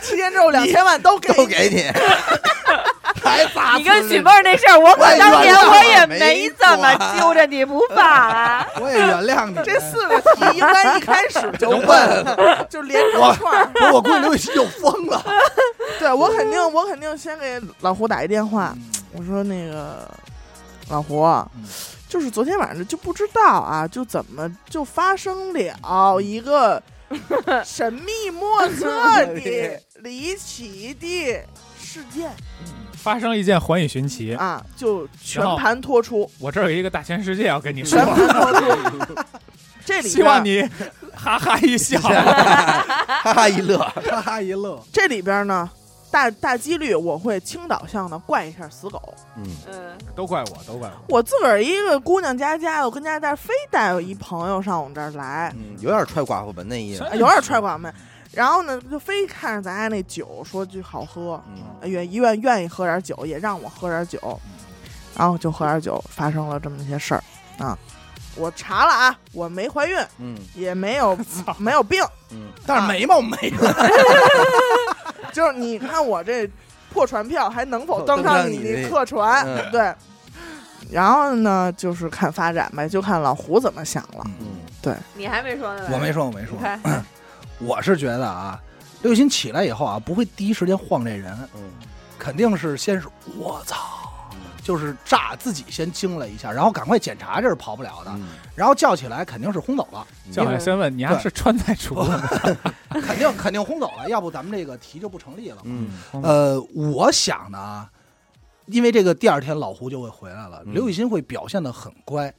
S6: 七天之后两千万都给
S2: 都
S6: 你，
S2: 给你，还咋？
S5: 你跟许梦那事儿，我可当年我也没怎么揪着你不放啊。
S4: 我也原谅你。
S6: 这四个题应该一开始就问， 就连成串儿。
S4: 不是我估计刘雨欣就疯了。
S6: 对我肯定，我肯定先给老胡打一电话，
S3: 嗯
S6: 我说那个老胡
S4: 嗯。
S6: 就是昨天晚上就不知道啊，就怎么就发生了 一个神秘莫测的离奇的事件。
S3: 发生一件环宇寻奇，
S6: 啊，就全
S3: 然后
S6: 盘托出，
S3: 我这儿有一个大千世界要跟你说
S6: 全，盘托出。这里
S3: 希
S6: 边
S3: 望
S6: 儿，
S3: 你 哈哈一笑。
S2: 哈哈一乐，
S4: 哈哈一乐，
S6: 这里边儿呢，大大几率我会倾倒向的怪一下死狗。
S2: 嗯
S5: 嗯，
S3: 都怪我，都怪我。
S6: 我自个儿一个姑娘家家的，我跟家家非带有一朋友上我们这儿来，
S2: 嗯，有点踹寡妇门那意思，
S6: 啊有点踹寡门。然后呢，就非看着咱家那酒，说句好喝，
S2: 嗯
S6: 愿愿愿意喝点酒，也让我喝点酒，然后就喝点酒，发生了这么一些事儿啊。我查了啊，我没怀孕，
S2: 嗯
S6: 也没有
S3: 操
S6: 没有病，
S2: 嗯，
S4: 但是眉毛没了，
S6: 就就是你看我这破船票还能否登
S2: 登
S6: 上
S2: 上
S6: 你
S2: 你
S6: 的
S2: 那
S6: 客船？
S2: 嗯
S6: 对。然后呢，就是看发展呗，就看老胡怎么想了。
S2: 嗯，
S5: 你还没说呢，
S4: 我没，说，我没
S5: 你
S4: 说，
S5: 看，
S4: 我是觉得啊，刘雨欣起来以后啊，不会第一时间晃这人，
S2: 嗯
S4: 肯定是先是我操，就是炸自己先惊了一下，然后赶快检查，这是跑不了的，
S2: 嗯
S4: 然后叫起来肯定是轰走了，
S3: 教练先问你还是川菜厨子吗？
S4: 肯定 肯定轰走了，要不咱们这个题就不成立了。
S2: 嗯
S4: 呃，我想呢啊，因为这个第二天老胡就会回来了，
S2: 嗯
S4: 刘雨欣会表现的很乖，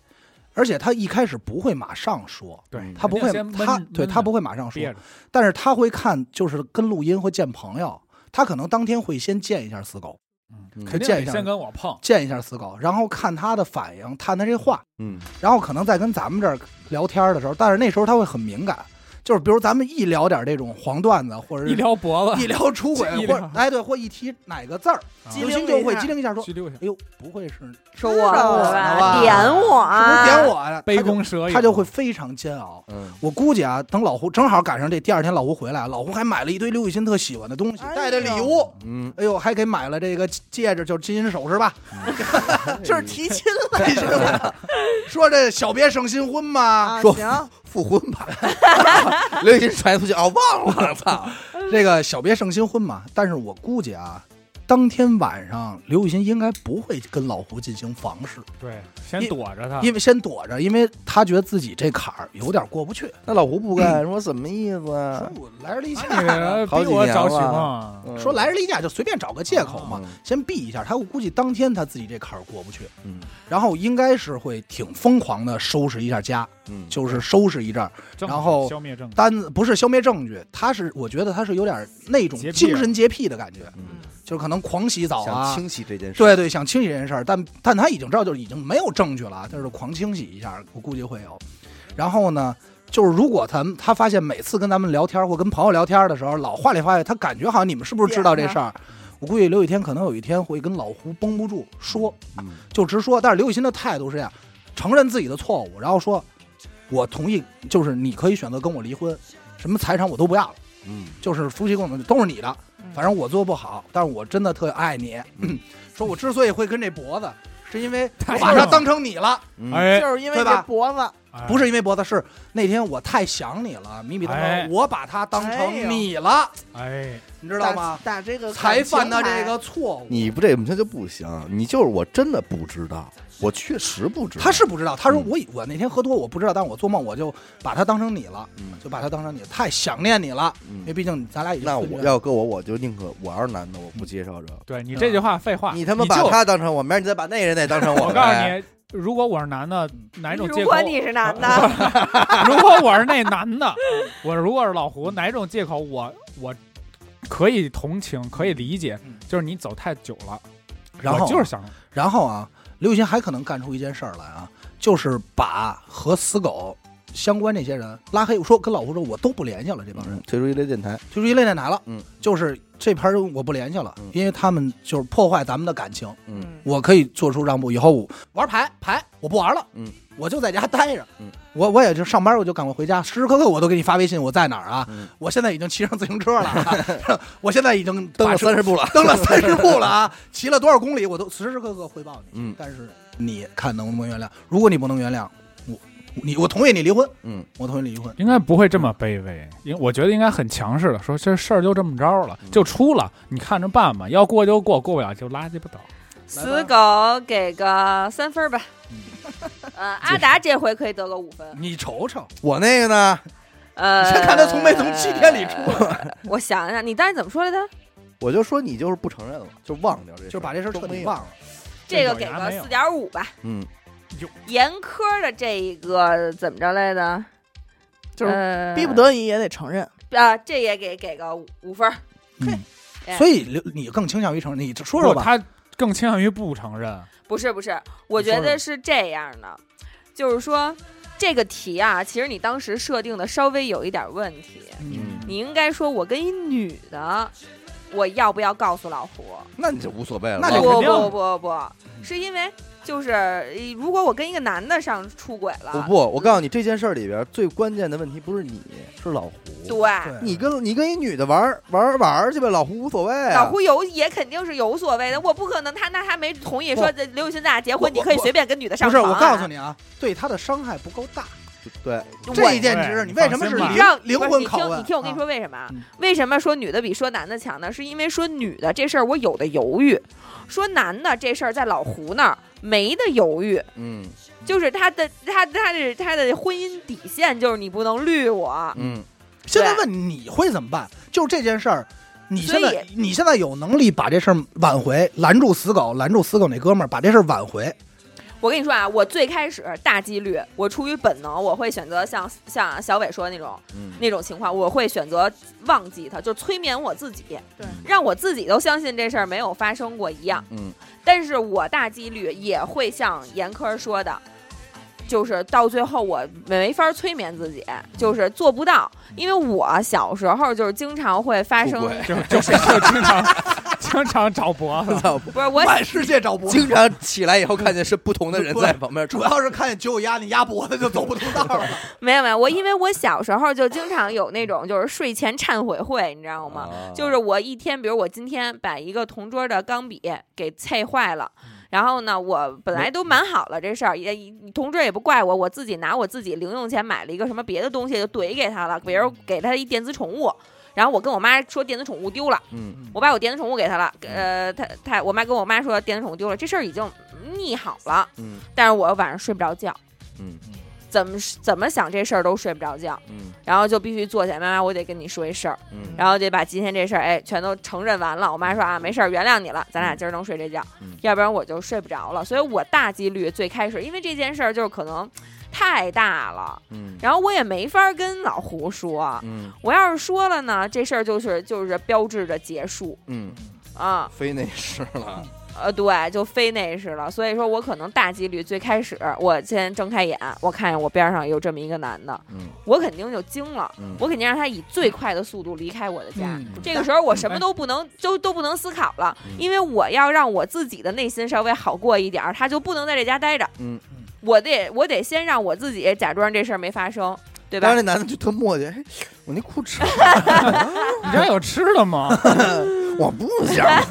S4: 而且他一开始不会马上说，
S2: 嗯
S3: 对
S4: 他不会
S3: 肯定先，闷
S4: 他
S3: 闷
S4: 对
S3: 着
S4: 他不会马上说
S3: 憋，着，
S4: 但是他会看，就是跟录音或见朋友，他可能当天会先见一下死狗，
S2: 嗯
S3: 肯定
S4: 见
S3: 得
S4: 一下
S3: 先跟我碰。
S4: 见一下死狗，然后看他的反应，探他这话，
S2: 嗯
S4: 然后可能再跟咱们这儿聊天的时候，但是那时候他会很敏感，就是比如咱们一聊点这种黄段子，或者是
S3: 一撩脖 子，
S4: 一聊出轨，
S3: 一
S4: 或
S3: 聊
S4: 者哎对，或一提哪个字儿，
S6: 机
S4: 刘
S6: 灵
S4: 星
S6: 一
S4: 就会
S6: 下
S4: 机灵一下说
S3: 去溜一下，：“
S4: 哎呦，不会是
S5: 说我
S6: 了
S5: 吧，
S2: 吧
S5: 点我
S4: 是不
S5: 啊，
S4: 是点我呀？”
S3: 杯
S4: 他就
S3: 弓蛇影，
S4: 他就会非常煎熬。
S2: 嗯
S4: 我估计啊，等老胡正好赶上这第二天，老胡回来，老胡还买了一堆刘雨欣特喜欢的东西，
S6: 哎呦
S4: 带的礼物。
S2: 嗯，
S4: 哎呦，还给买了这个戒指，就是金银首饰吧？
S2: 嗯
S6: 这是提亲了
S4: 这是说这小别胜新婚嘛，
S6: 啊，
S2: 说
S6: 行，
S2: 复婚吧， 刘雨欣传出去哦，忘了，操，
S4: 这个小别胜新婚嘛。但是我估计啊，当天晚上刘雨欣应该不会跟老胡进行房事，
S3: 对，先
S4: 因
S3: 躲着他，
S4: 因为先躲着，因为他觉得自己这坎儿有点过不去。
S2: 那老胡不干，说什么意思
S4: 嗯说
S2: 啊？嗯
S4: 我来日例假，
S3: 那个
S2: 好
S3: 逼
S2: 几
S3: 我
S2: 年
S3: 找许
S2: 了
S3: 梦，啊
S4: 说来日例假就随便找个借口嘛，
S2: 嗯
S4: 先避一下。他我估计当天他自己这坎儿过不去，
S2: 嗯
S4: 然后应该是会挺疯狂的收拾一下家，
S2: 嗯，
S4: 就是收拾一阵儿
S3: 正
S4: 然后
S3: 消灭证据，
S4: 单子，不是消灭证据，他是我觉得他是有点那种
S3: 洁癖
S4: 精神洁癖的感觉，
S2: 嗯
S4: 就是可能狂洗澡
S2: 想
S4: 啊。
S2: 清洗这件事，
S4: 对对，想清洗这件事儿，但但他已经知道，就是已经没有证据了，啊就是狂清洗一下，我估计会有。然后呢，就是如果咱们他发现每次跟咱们聊天或跟朋友聊天的时候，老话里话外，他感觉好像你们是不是知道这事儿？我估计刘雨天可能有一天会跟老胡绷不住说，
S2: 嗯
S4: 就直说。但是刘雨欣的态度是这样，承认自己的错误，然后说，我同意，就是你可以选择跟我离婚，什么财产我都不要了，
S2: 嗯
S4: 就是夫妻共同都是你的，
S6: 嗯
S4: 反正我做不好，但是我真的特爱你。 说我之所以会跟这脖子，是因为我把它当成你了，
S2: 嗯
S3: 哎，
S6: 就是因为
S4: 对吧
S6: 这脖子，
S3: 哎
S4: 不是因为脖子，是那天我太想你了，米米他
S3: 哎
S4: 说我把它当成你了，
S3: 哎，
S4: 你知道吗？
S6: 打？打这个
S4: 才犯的
S6: 感情牌
S4: 这个错误。
S2: 你不这么说就不行，你就是我真的不知道，我确实不知道。
S4: 他是不知道，他说
S2: 嗯
S4: 我以我那天喝多我不知道，但是我做梦我就把它当成你了，
S2: 嗯
S4: 就把它当成你，太想念你了，
S2: 嗯
S4: 因为毕竟咱俩已经
S2: 那
S4: 分居
S2: 我
S4: 了
S2: 要搁我，我就宁可我要是男的，我不接受这。
S3: 对
S4: 嗯
S3: 你这句话废话，
S2: 你他妈
S3: 就
S2: 把他当成我，明儿你再把那人也当成
S3: 我
S2: 我
S3: 告诉
S2: 呗。
S4: 哎
S3: 你，如果我是男的，哪
S5: 嗯
S3: 种
S5: 如
S3: 借口
S5: 果？ 你是男的，
S3: 如果我是那男的，我如果是老胡，哪种借口我我可以同情，可以理解
S4: 嗯，
S3: 就是你走太久了，
S4: 然后
S3: 我就是想
S4: 然后啊，刘雨欣还可能干出一件事儿来啊，就是把和死狗相关这些人拉黑，说跟老胡说我都不联系了，这帮人
S2: 嗯退出一类电台，
S4: 就是一类电台了，
S2: 嗯，
S4: 就是这盘儿我不联系了，
S2: 嗯
S4: 因为他们就是破坏咱们的感情，
S2: 嗯
S4: 我可以做出让步，以后我玩牌牌我不玩了，
S2: 嗯，
S4: 我就在家待着，
S2: 嗯，
S4: 我我也就上班我就赶快回家，时时刻刻我都给你发微信，我在哪儿啊？
S2: 嗯
S4: 我现在已经骑上自行车了啊， 我现在已经
S2: 登
S4: 把
S2: 了
S4: 车
S2: 三十步 了。
S4: 蹬了三十步了啊，骑了多少公里，我都时时刻刻汇报你。
S2: 嗯
S4: 但是你看能不能原谅？如果你不能原谅，我你我同意你离婚，
S2: 嗯，
S4: 我同意你离婚。
S3: 应该不会这么卑微，因为我觉得应该很强势的说这事儿就这么着了，
S4: 嗯
S3: 就出了，你看着办吧，要过就过，过不了就拉鸡巴倒。
S5: 死狗给个三分吧。
S4: 嗯
S5: 呃，阿达这回可以得个五分。
S4: 你瞅瞅，
S2: 我那个呢，
S5: 呃，
S4: 你先看他从没从七天里出来，
S5: 我想想，你当时怎么说来着？
S2: 我就说你就是不承认了，就忘掉这事，
S4: 就把这事儿彻底忘。了。
S5: 这个
S3: 咬
S5: 给
S3: 牙
S5: 个
S3: 没有
S5: 四点五吧。
S2: 嗯，
S5: 严苛的这一个怎么着来着？
S6: 就是
S5: 呃
S6: 逼不得已也得承认。
S5: 啊，这也给给个五五分儿。
S4: 嗯
S5: 哎
S4: 所以刘你更倾向于承认，你说说
S3: 不
S4: 吧。
S3: 他更倾向于不承认，
S5: 不是不是，我
S4: 你说
S5: 觉得是这样的，就是说这个题啊，其实你当时设定的稍微有一点问题，
S2: 嗯
S5: 你应该说我跟一女的，我要不要告诉老胡？
S2: 那你就无所谓了。
S4: 那就啊
S5: 不
S3: 肯定
S5: 不不不，是因为就是呃如果我跟一个男的上出轨
S2: 不
S5: 了，
S2: 不，我告诉你，这件事儿里边最关键的问题不是你，是老胡。
S5: 对，
S4: 对
S2: 你跟你跟一女的玩儿玩儿玩儿去呗，老胡无所谓、啊。
S5: 老胡有也肯定是有所谓的，我不可能他那他没同意说
S4: 不
S5: 这刘雨欣咱俩结
S4: 不
S5: 婚，你可以
S4: 不
S5: 随便跟女的上
S4: 不是，
S5: 床啊。
S4: 我告诉你啊，对他的伤害不够大，
S2: 对，
S5: 我
S4: 这一件值
S3: 对
S4: 你为什么
S3: 你
S4: 是灵
S3: 放心吧
S5: 你让
S4: 灵
S5: 不是
S4: 魂
S5: 你
S4: 拷
S5: 听，
S4: 问？
S5: 你听我跟你
S4: 啊
S5: 说，为什么啊
S4: 嗯？
S5: 为什么说女的比说男的强呢？是因为说女的这事儿我有的犹豫，说男的这事儿在老胡那儿没得犹豫，
S2: 嗯
S5: 就是他的他他的他的婚姻底线就是你不能绿我。
S2: 嗯，
S4: 现在问你会怎么办？就是这件事儿，你现
S5: 所
S4: 在你现在有能力把这事儿挽回，拦住死狗，拦住死狗那哥们儿，把这事儿挽回。
S5: 我跟你说啊，我最开始大几率，我出于本能，我会选择像像小伟说的那种
S2: 嗯
S5: 那种情况，我会选择忘记他，就催眠我自己，
S6: 对
S5: 让我自己都相信这事儿没有发生过一样。
S2: 嗯，
S5: 但是我大几率也会像严科说的，就是到最后我没法催眠自己，就是做不到，因为我小时候就是经常会发生
S2: 出，轨
S3: 就就是就经常经常找脖 子，
S2: 老
S5: 不是我
S4: 满世界找不，
S2: 经常起来以后看见是不同的人在旁边
S4: 主
S2: 出
S4: 要是看见九九鸭，你鸭脖子就走不出道了。
S5: 没有没有我，因为我小时候就经常有那种就是睡前忏悔会，你知道吗？
S2: 啊
S5: 就是我一天，比如我今天把一个同桌的钢笔给啐坏了，然后呢，我本来都蛮好了这事儿，也同桌也不怪我，我自己拿我自己零用钱买了一个什么别的东西就怼给他了，比如给他一电子宠物，然后我跟我妈说电子宠物丢了，
S2: 嗯
S5: 我把我电子宠物给他了，呃，他他我妈跟我妈说电子宠物丢了，这事儿已经腻好了，
S2: 嗯
S5: 但是我晚上睡不着觉，
S2: 嗯
S5: 怎么怎么想这事儿都睡不着觉，
S2: 嗯
S5: 然后就必须坐起来，妈妈，我得跟你说一事儿。
S2: 嗯，
S5: 然后得把今天这事儿哎全都承认完了。我妈说啊，没事儿，原谅你了，咱俩今儿能睡这觉，
S2: 嗯
S5: 要不然我就睡不着了。所以我大几率最开始因为这件事儿就是可能太大了，
S2: 嗯
S5: 然后我也没法跟老胡说。
S2: 嗯
S5: 我要是说了呢，这事儿就是就是标志着结束
S2: 嗯，
S5: 啊，
S2: 非那是了。
S5: 呃，对，就非那是了。所以说我可能大几率最开始，我先睁开眼，我看见我边上有这么一个男的，
S2: 嗯
S5: 我肯定就惊了，
S2: 嗯
S5: 我肯定让他以最快的速度离开我的家。
S4: 嗯
S5: 这个时候我什么都不能，都都不能思考了，
S2: 嗯
S5: 因为我要让我自己的内心稍微好过一点儿，他就不能在这家待着。
S2: 嗯，
S5: 我得我得先让我自己假装这事儿没发生，对
S2: 当
S5: 吧
S2: 时那？男的就特磨叽，嘿我那裤衩，
S3: 你这有吃 的吗？
S2: 我不想
S4: 啊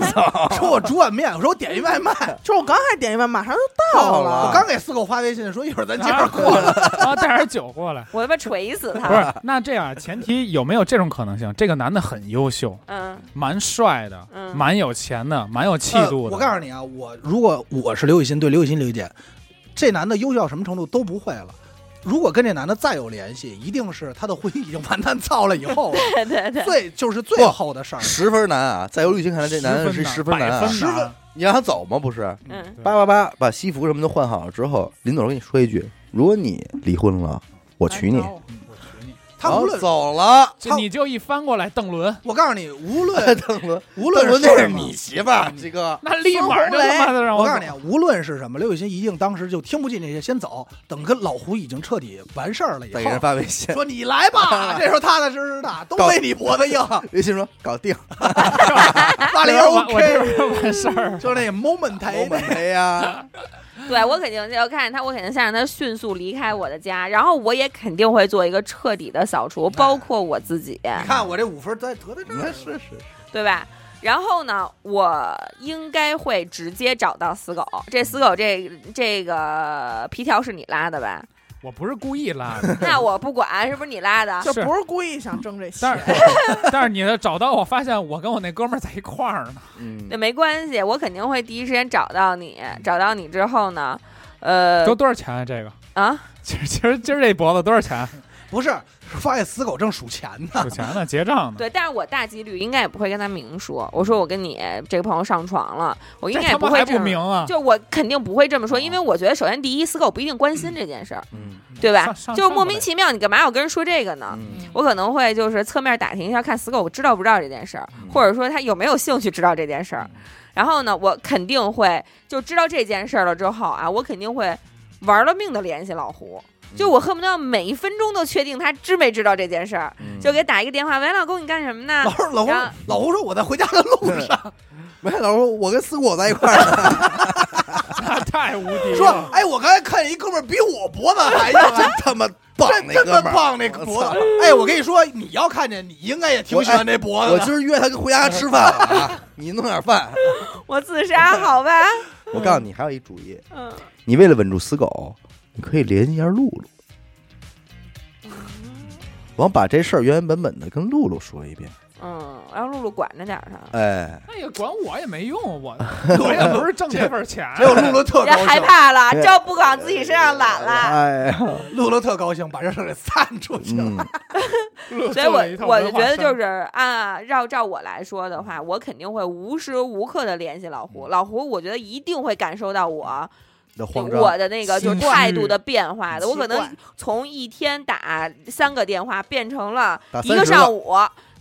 S4: 说我煮碗面，我说我点一外卖，
S3: 啊
S6: 就是我刚才点一碗，马上就
S2: 到
S6: 到
S2: 了
S6: 了。
S4: 我 刚给四狗发微信说一会儿咱呃接着过来。啊
S3: 然后啊带点酒过 来。
S5: 我他妈锤死
S3: 不
S5: 他！
S3: 是，那这样啊前提有没有这种可能性？这个男的很优秀，
S5: 嗯
S3: 蛮帅的，
S5: 嗯
S3: 蛮有钱的，蛮有气度
S4: 呃
S3: 的。
S4: 我告诉你啊，我如果我是刘雨欣，对刘雨欣理解，这男的优秀到什么程度都不会了。如果跟这男的再有联系，一定是他的婚姻已经完蛋 操了以后了，
S5: 对对对，
S4: 最就是最后的事儿了。
S2: 十分难啊！在有滤镜看来，这男的是十
S3: 十
S2: 分
S3: 分
S2: 难
S3: 难，百
S2: 啊！
S3: 分难。
S2: 你让他走吗？不是，
S5: 嗯，
S2: 八八八把西服什么都换好了之后，林总我跟你说一句：如果你离婚了，我娶你。
S4: 他无
S2: 然后
S4: 论
S2: 走了，
S3: 就你就一翻过来，邓伦
S4: 我告诉你，无论
S2: 邓伦，
S4: 无
S2: 邓
S4: 论
S2: 伦
S4: 是
S2: 那哎
S4: 什
S2: 是
S4: 么
S2: 你媳妇儿，这个
S3: 那立马就他妈的让
S4: 我
S3: 走
S4: 告诉你，啊，无论是什么，刘雨欣一定当时就听不进这些，先走。等跟老胡已经彻底完事儿了以
S2: 再给人
S4: 后，
S2: 发微信，
S4: 说你来 吧，这时候踏踏实实的，都
S2: 搞
S4: 为你 脖子硬。
S2: 微信说搞定，
S4: 巴黎
S3: 哎我我这
S4: OK，
S3: 边完事儿。
S4: 就那 moment
S2: 我们赔呀，
S5: 对我肯定要看见他，我肯定先让他迅速离开我的家，然后我也肯定会做一个彻底的扫除，包括我自己。
S4: 你看我这五分在得在这
S2: 你看
S4: 儿，
S2: 是是，
S5: 对吧？然后呢，我应该会直接找到死狗。这死狗这这个皮条是你拉的吧？
S3: 我不是故意拉 的，
S5: 那我不管，是不是你拉 的？
S6: 就是不是故意想挣这
S3: 但
S6: 钱，
S3: 是但是你的找到我发现我跟我那哥们儿在一块儿呢，
S2: 嗯
S5: 那没关系，我肯定会第一时间找到你。找到你之后呢，呃
S3: 都多少钱啊？这个
S5: 啊，
S3: 今儿今儿今儿这脖子多 少钱？
S4: 不是发现死狗正数钱呢。
S3: 数钱呢，结账呢。
S5: 对，但是我大几率应该也不会跟他明说。我说我跟你这个朋友上床了，我应
S3: 这
S5: 该也
S3: 他
S5: 不
S3: 妈
S5: 会
S3: 还
S5: 这
S3: 不
S5: 样
S3: 明 哦啊？
S5: 就 我肯定不会这么说，因为我觉得首先第一，死狗不一定关心这件事儿，
S2: 嗯
S5: 对吧
S3: 上？上
S5: 就是
S3: 上
S5: 莫
S3: 不
S5: 名
S3: 来
S5: 其妙，你干嘛要跟人说这个呢？
S2: 嗯
S5: 我可能会就是侧面打听一下，看死狗知道不知道这件事儿，
S2: 嗯
S5: 或者说他有没有兴趣知道这件事儿。然后呢，我肯定会就知道这件事儿了之后啊，我肯定会玩了命的联系老胡，就我恨不得每一分钟都确定他知没知道这件事儿，
S2: 嗯
S5: 就给打一个电话，喂，老公你干什么呢
S4: 老？胡老胡
S5: 啊然后
S4: 老胡说我在回家的路上，
S2: 没老师，我跟四姑我在一块儿呢，
S3: 那太太无敌了。
S8: 说，哎，我刚才看见一哥们儿比我脖子还硬，
S4: 啊
S8: 真他妈棒
S2: 棒
S8: 那
S2: 那
S8: 哥
S2: 哥
S8: 们
S2: 们
S8: 儿，
S2: 儿
S8: 棒那脖子。哎，我跟你说，你要看见，你应该也挺喜欢那脖子
S2: 啊我
S8: 的。
S2: 今儿约他回家吃饭了啊，你弄点饭。
S5: 我自杀好吧？
S2: 我告诉你，还有一主意，
S5: 嗯，
S2: 你为了稳住死狗，你可以联系一下露露，
S5: 嗯
S2: 完把这事儿原原本本的跟露露说一遍。
S5: 嗯，让露露管着点儿他。
S2: 哎，
S3: 那也管我也没用， 我我也不是挣这份钱。
S8: 结果露露特
S5: 别
S8: 高
S5: 害
S8: 兴，
S5: 怕了，这不往自己身上揽了，
S2: 哎 呀，
S8: 露露特高兴，把这事儿给散出去了。
S2: 嗯，
S5: 所以我我就觉得就是按照照我来说的话，我肯定会无时无刻的联系老胡，老胡我觉得一定会感受到我
S2: 这慌张，
S5: 我的那个就是
S3: 心虚
S5: 态度的变化的，我可
S6: 奇
S5: 能从一天打三个电话变成了
S2: 打
S5: 一
S2: 30
S5: 个上午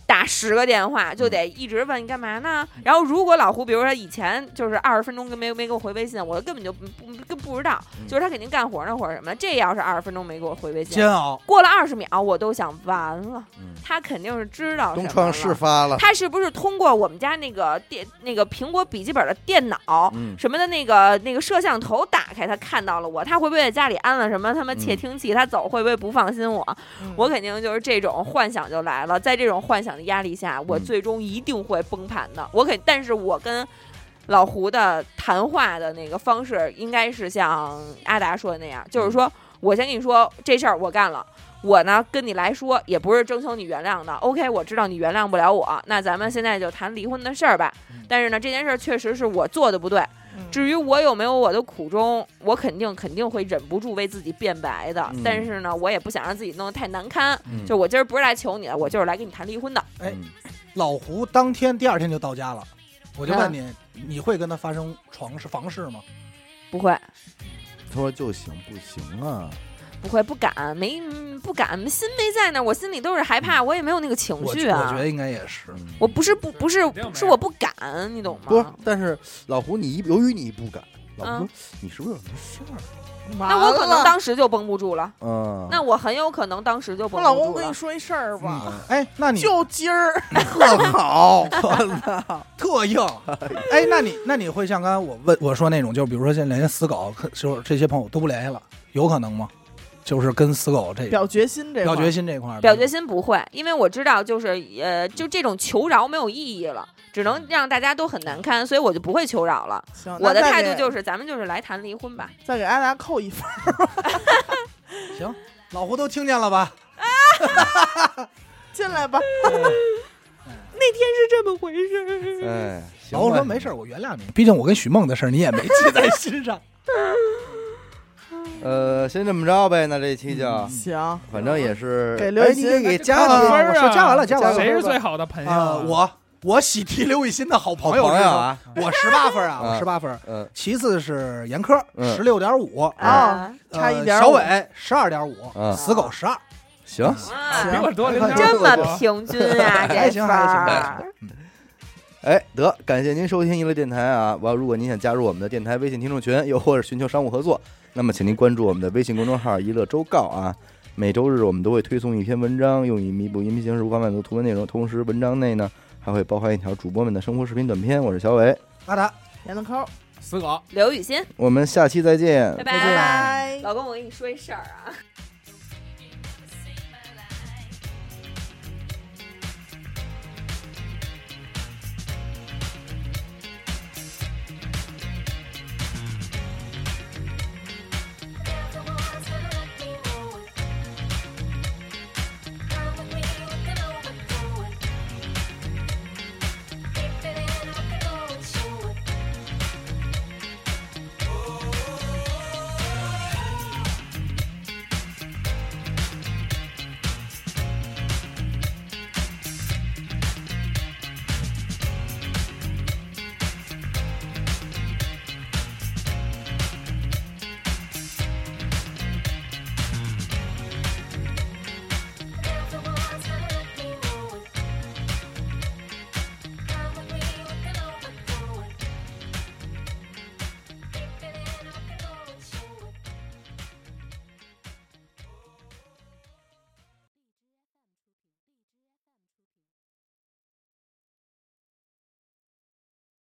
S5: 打十个电话，
S2: 嗯
S5: 就得一直问你干嘛呢？然后如果老胡，比如说以前就是二十分钟跟没没给我回微信，我根本就不不根不知道，
S2: 嗯
S5: 就是他肯定干活呢或者什么。这要是二十分钟没给我回微信，
S4: 煎熬。
S5: 过了二十秒我都想完了
S2: 嗯，
S5: 他肯定是知道什
S2: 东
S5: 么
S2: 窗
S5: 了
S2: 事发了。
S5: 他是不是通过我们家那个电那个苹果笔记本的电脑
S2: 嗯
S5: 什么的那个那个摄像头打开，他看到了我，他会不会在家里安了什么他妈窃听器？他走会不会不放心我？
S2: 嗯
S5: 我肯定就是这种幻想就来了，在这种幻想的压力下，我
S2: 嗯
S5: 最终一定会崩盘的。我肯，但是我跟。老胡的谈话的那个方式应该是像阿达说的那样，就是说我先跟你说这事儿我干了，我呢跟你来说也不是征求你原谅的。OK，我知道你原谅不了我，那咱们现在就谈离婚的事儿吧。但是呢，这件事儿确实是我做的不对。至于我有没有我的苦衷，我肯定肯定会忍不住为自己辩白的。
S2: 嗯
S5: 但是呢，我也不想让自己弄得太难堪。
S2: 嗯
S5: 就我今儿不是来求你的，我就是来跟你谈离婚的。
S4: 哎
S2: 嗯
S4: 老胡当天第二天就到家了，我就
S5: 啊
S4: 问你，你会跟他发生床事房事吗？
S5: 不会，
S2: 他说就行不行啊？
S5: 不会，不敢，没嗯不敢，心没在那儿，我心里都是害怕，我也没有那个情
S4: 我
S5: 绪
S4: 觉我
S5: 啊
S4: 觉。得应该也是。
S2: 嗯
S5: 我不是不不是
S3: 肯定没有
S5: 是我不敢，你懂
S2: 不是
S5: 吗？，
S2: 但是老胡你由于你不敢，老胡
S5: 嗯
S2: 说你是不是有什么事儿？
S5: 那我可能当时就绷不住了。
S2: 嗯，
S5: 那我很有可能当时就绷不
S6: 我老公
S5: 住
S6: 跟
S5: 了
S6: 你。说一事儿吧，
S4: 哎，那你
S6: 就今儿
S4: 特好，特硬。哎，那你那你会像刚才我问我说那种，就是比如说现在连死狗，可就是这些朋友都不联系了，有可能吗？就是跟死狗这
S6: 表决心这块
S4: 表
S6: 儿
S4: 决心这块儿，
S5: 表决心不会，因为我知道就是呃，就这种求饶没有意义了，只能让大家都很难堪，所以我就不会求饶了。
S6: 行，
S5: 我的
S6: 那再
S5: 态
S6: 给
S5: 度就是，咱们就是来谈离婚吧。
S6: 再给阿达扣一分儿。
S4: 行，老胡都听见了吧？
S6: 进来吧，
S4: 哎
S5: 那天是这么回事。
S2: 哎，
S4: 老胡说没事儿，我原谅你，毕竟我跟许梦的事儿你也没记在心上。
S2: 呃，先这么着呗，那这期就。
S5: 嗯
S6: 行，
S2: 反正也是，
S6: 给刘
S2: 哎
S6: 雨
S2: 你
S6: 欣
S2: 得给加
S3: 加
S2: 了
S3: 了分
S2: 啊
S3: 儿
S4: 我说加完了加完了
S3: 谁是最好的朋友啊？
S4: 啊，我我喜提刘雨欣的好
S2: 好
S4: 朋
S2: 朋
S4: 友之
S2: 友
S4: 称，
S2: 啊，
S4: 我十八分儿啊，
S2: 啊
S4: 我十八分儿。
S2: 嗯，
S4: 其次是严科
S2: 嗯
S4: 十六点五，
S6: 哦
S5: 啊，
S4: 呃
S6: 差一点儿
S4: 小
S6: 五
S4: 伟十二点五
S2: 嗯，
S4: 死狗十二。
S2: 行，
S5: 哇
S3: 比我多零点
S5: 啊这
S3: 五
S5: 么平均 啊，这
S6: 哎
S4: 还
S5: 分
S4: 行还行还
S5: 儿。
S2: 哎，得感谢您收听娱乐电台啊！完，如果您想加入我们的电台微信听众群，又或者寻求商务合作，那么请您关注我们的微信公众号“娱乐周告”啊。每周日我们都会推送一篇文章，用以弥补音频形式无法满足图文内容。同时，文章内呢还会包含一条主播们的生活视频短片。我是小伟，
S4: 阿达，
S6: 闫子抠，
S3: 死狗。
S5: 刘雨欣，
S2: 我们下期再见。
S5: 拜
S6: 拜拜。
S5: 老公，我跟你说一事儿啊，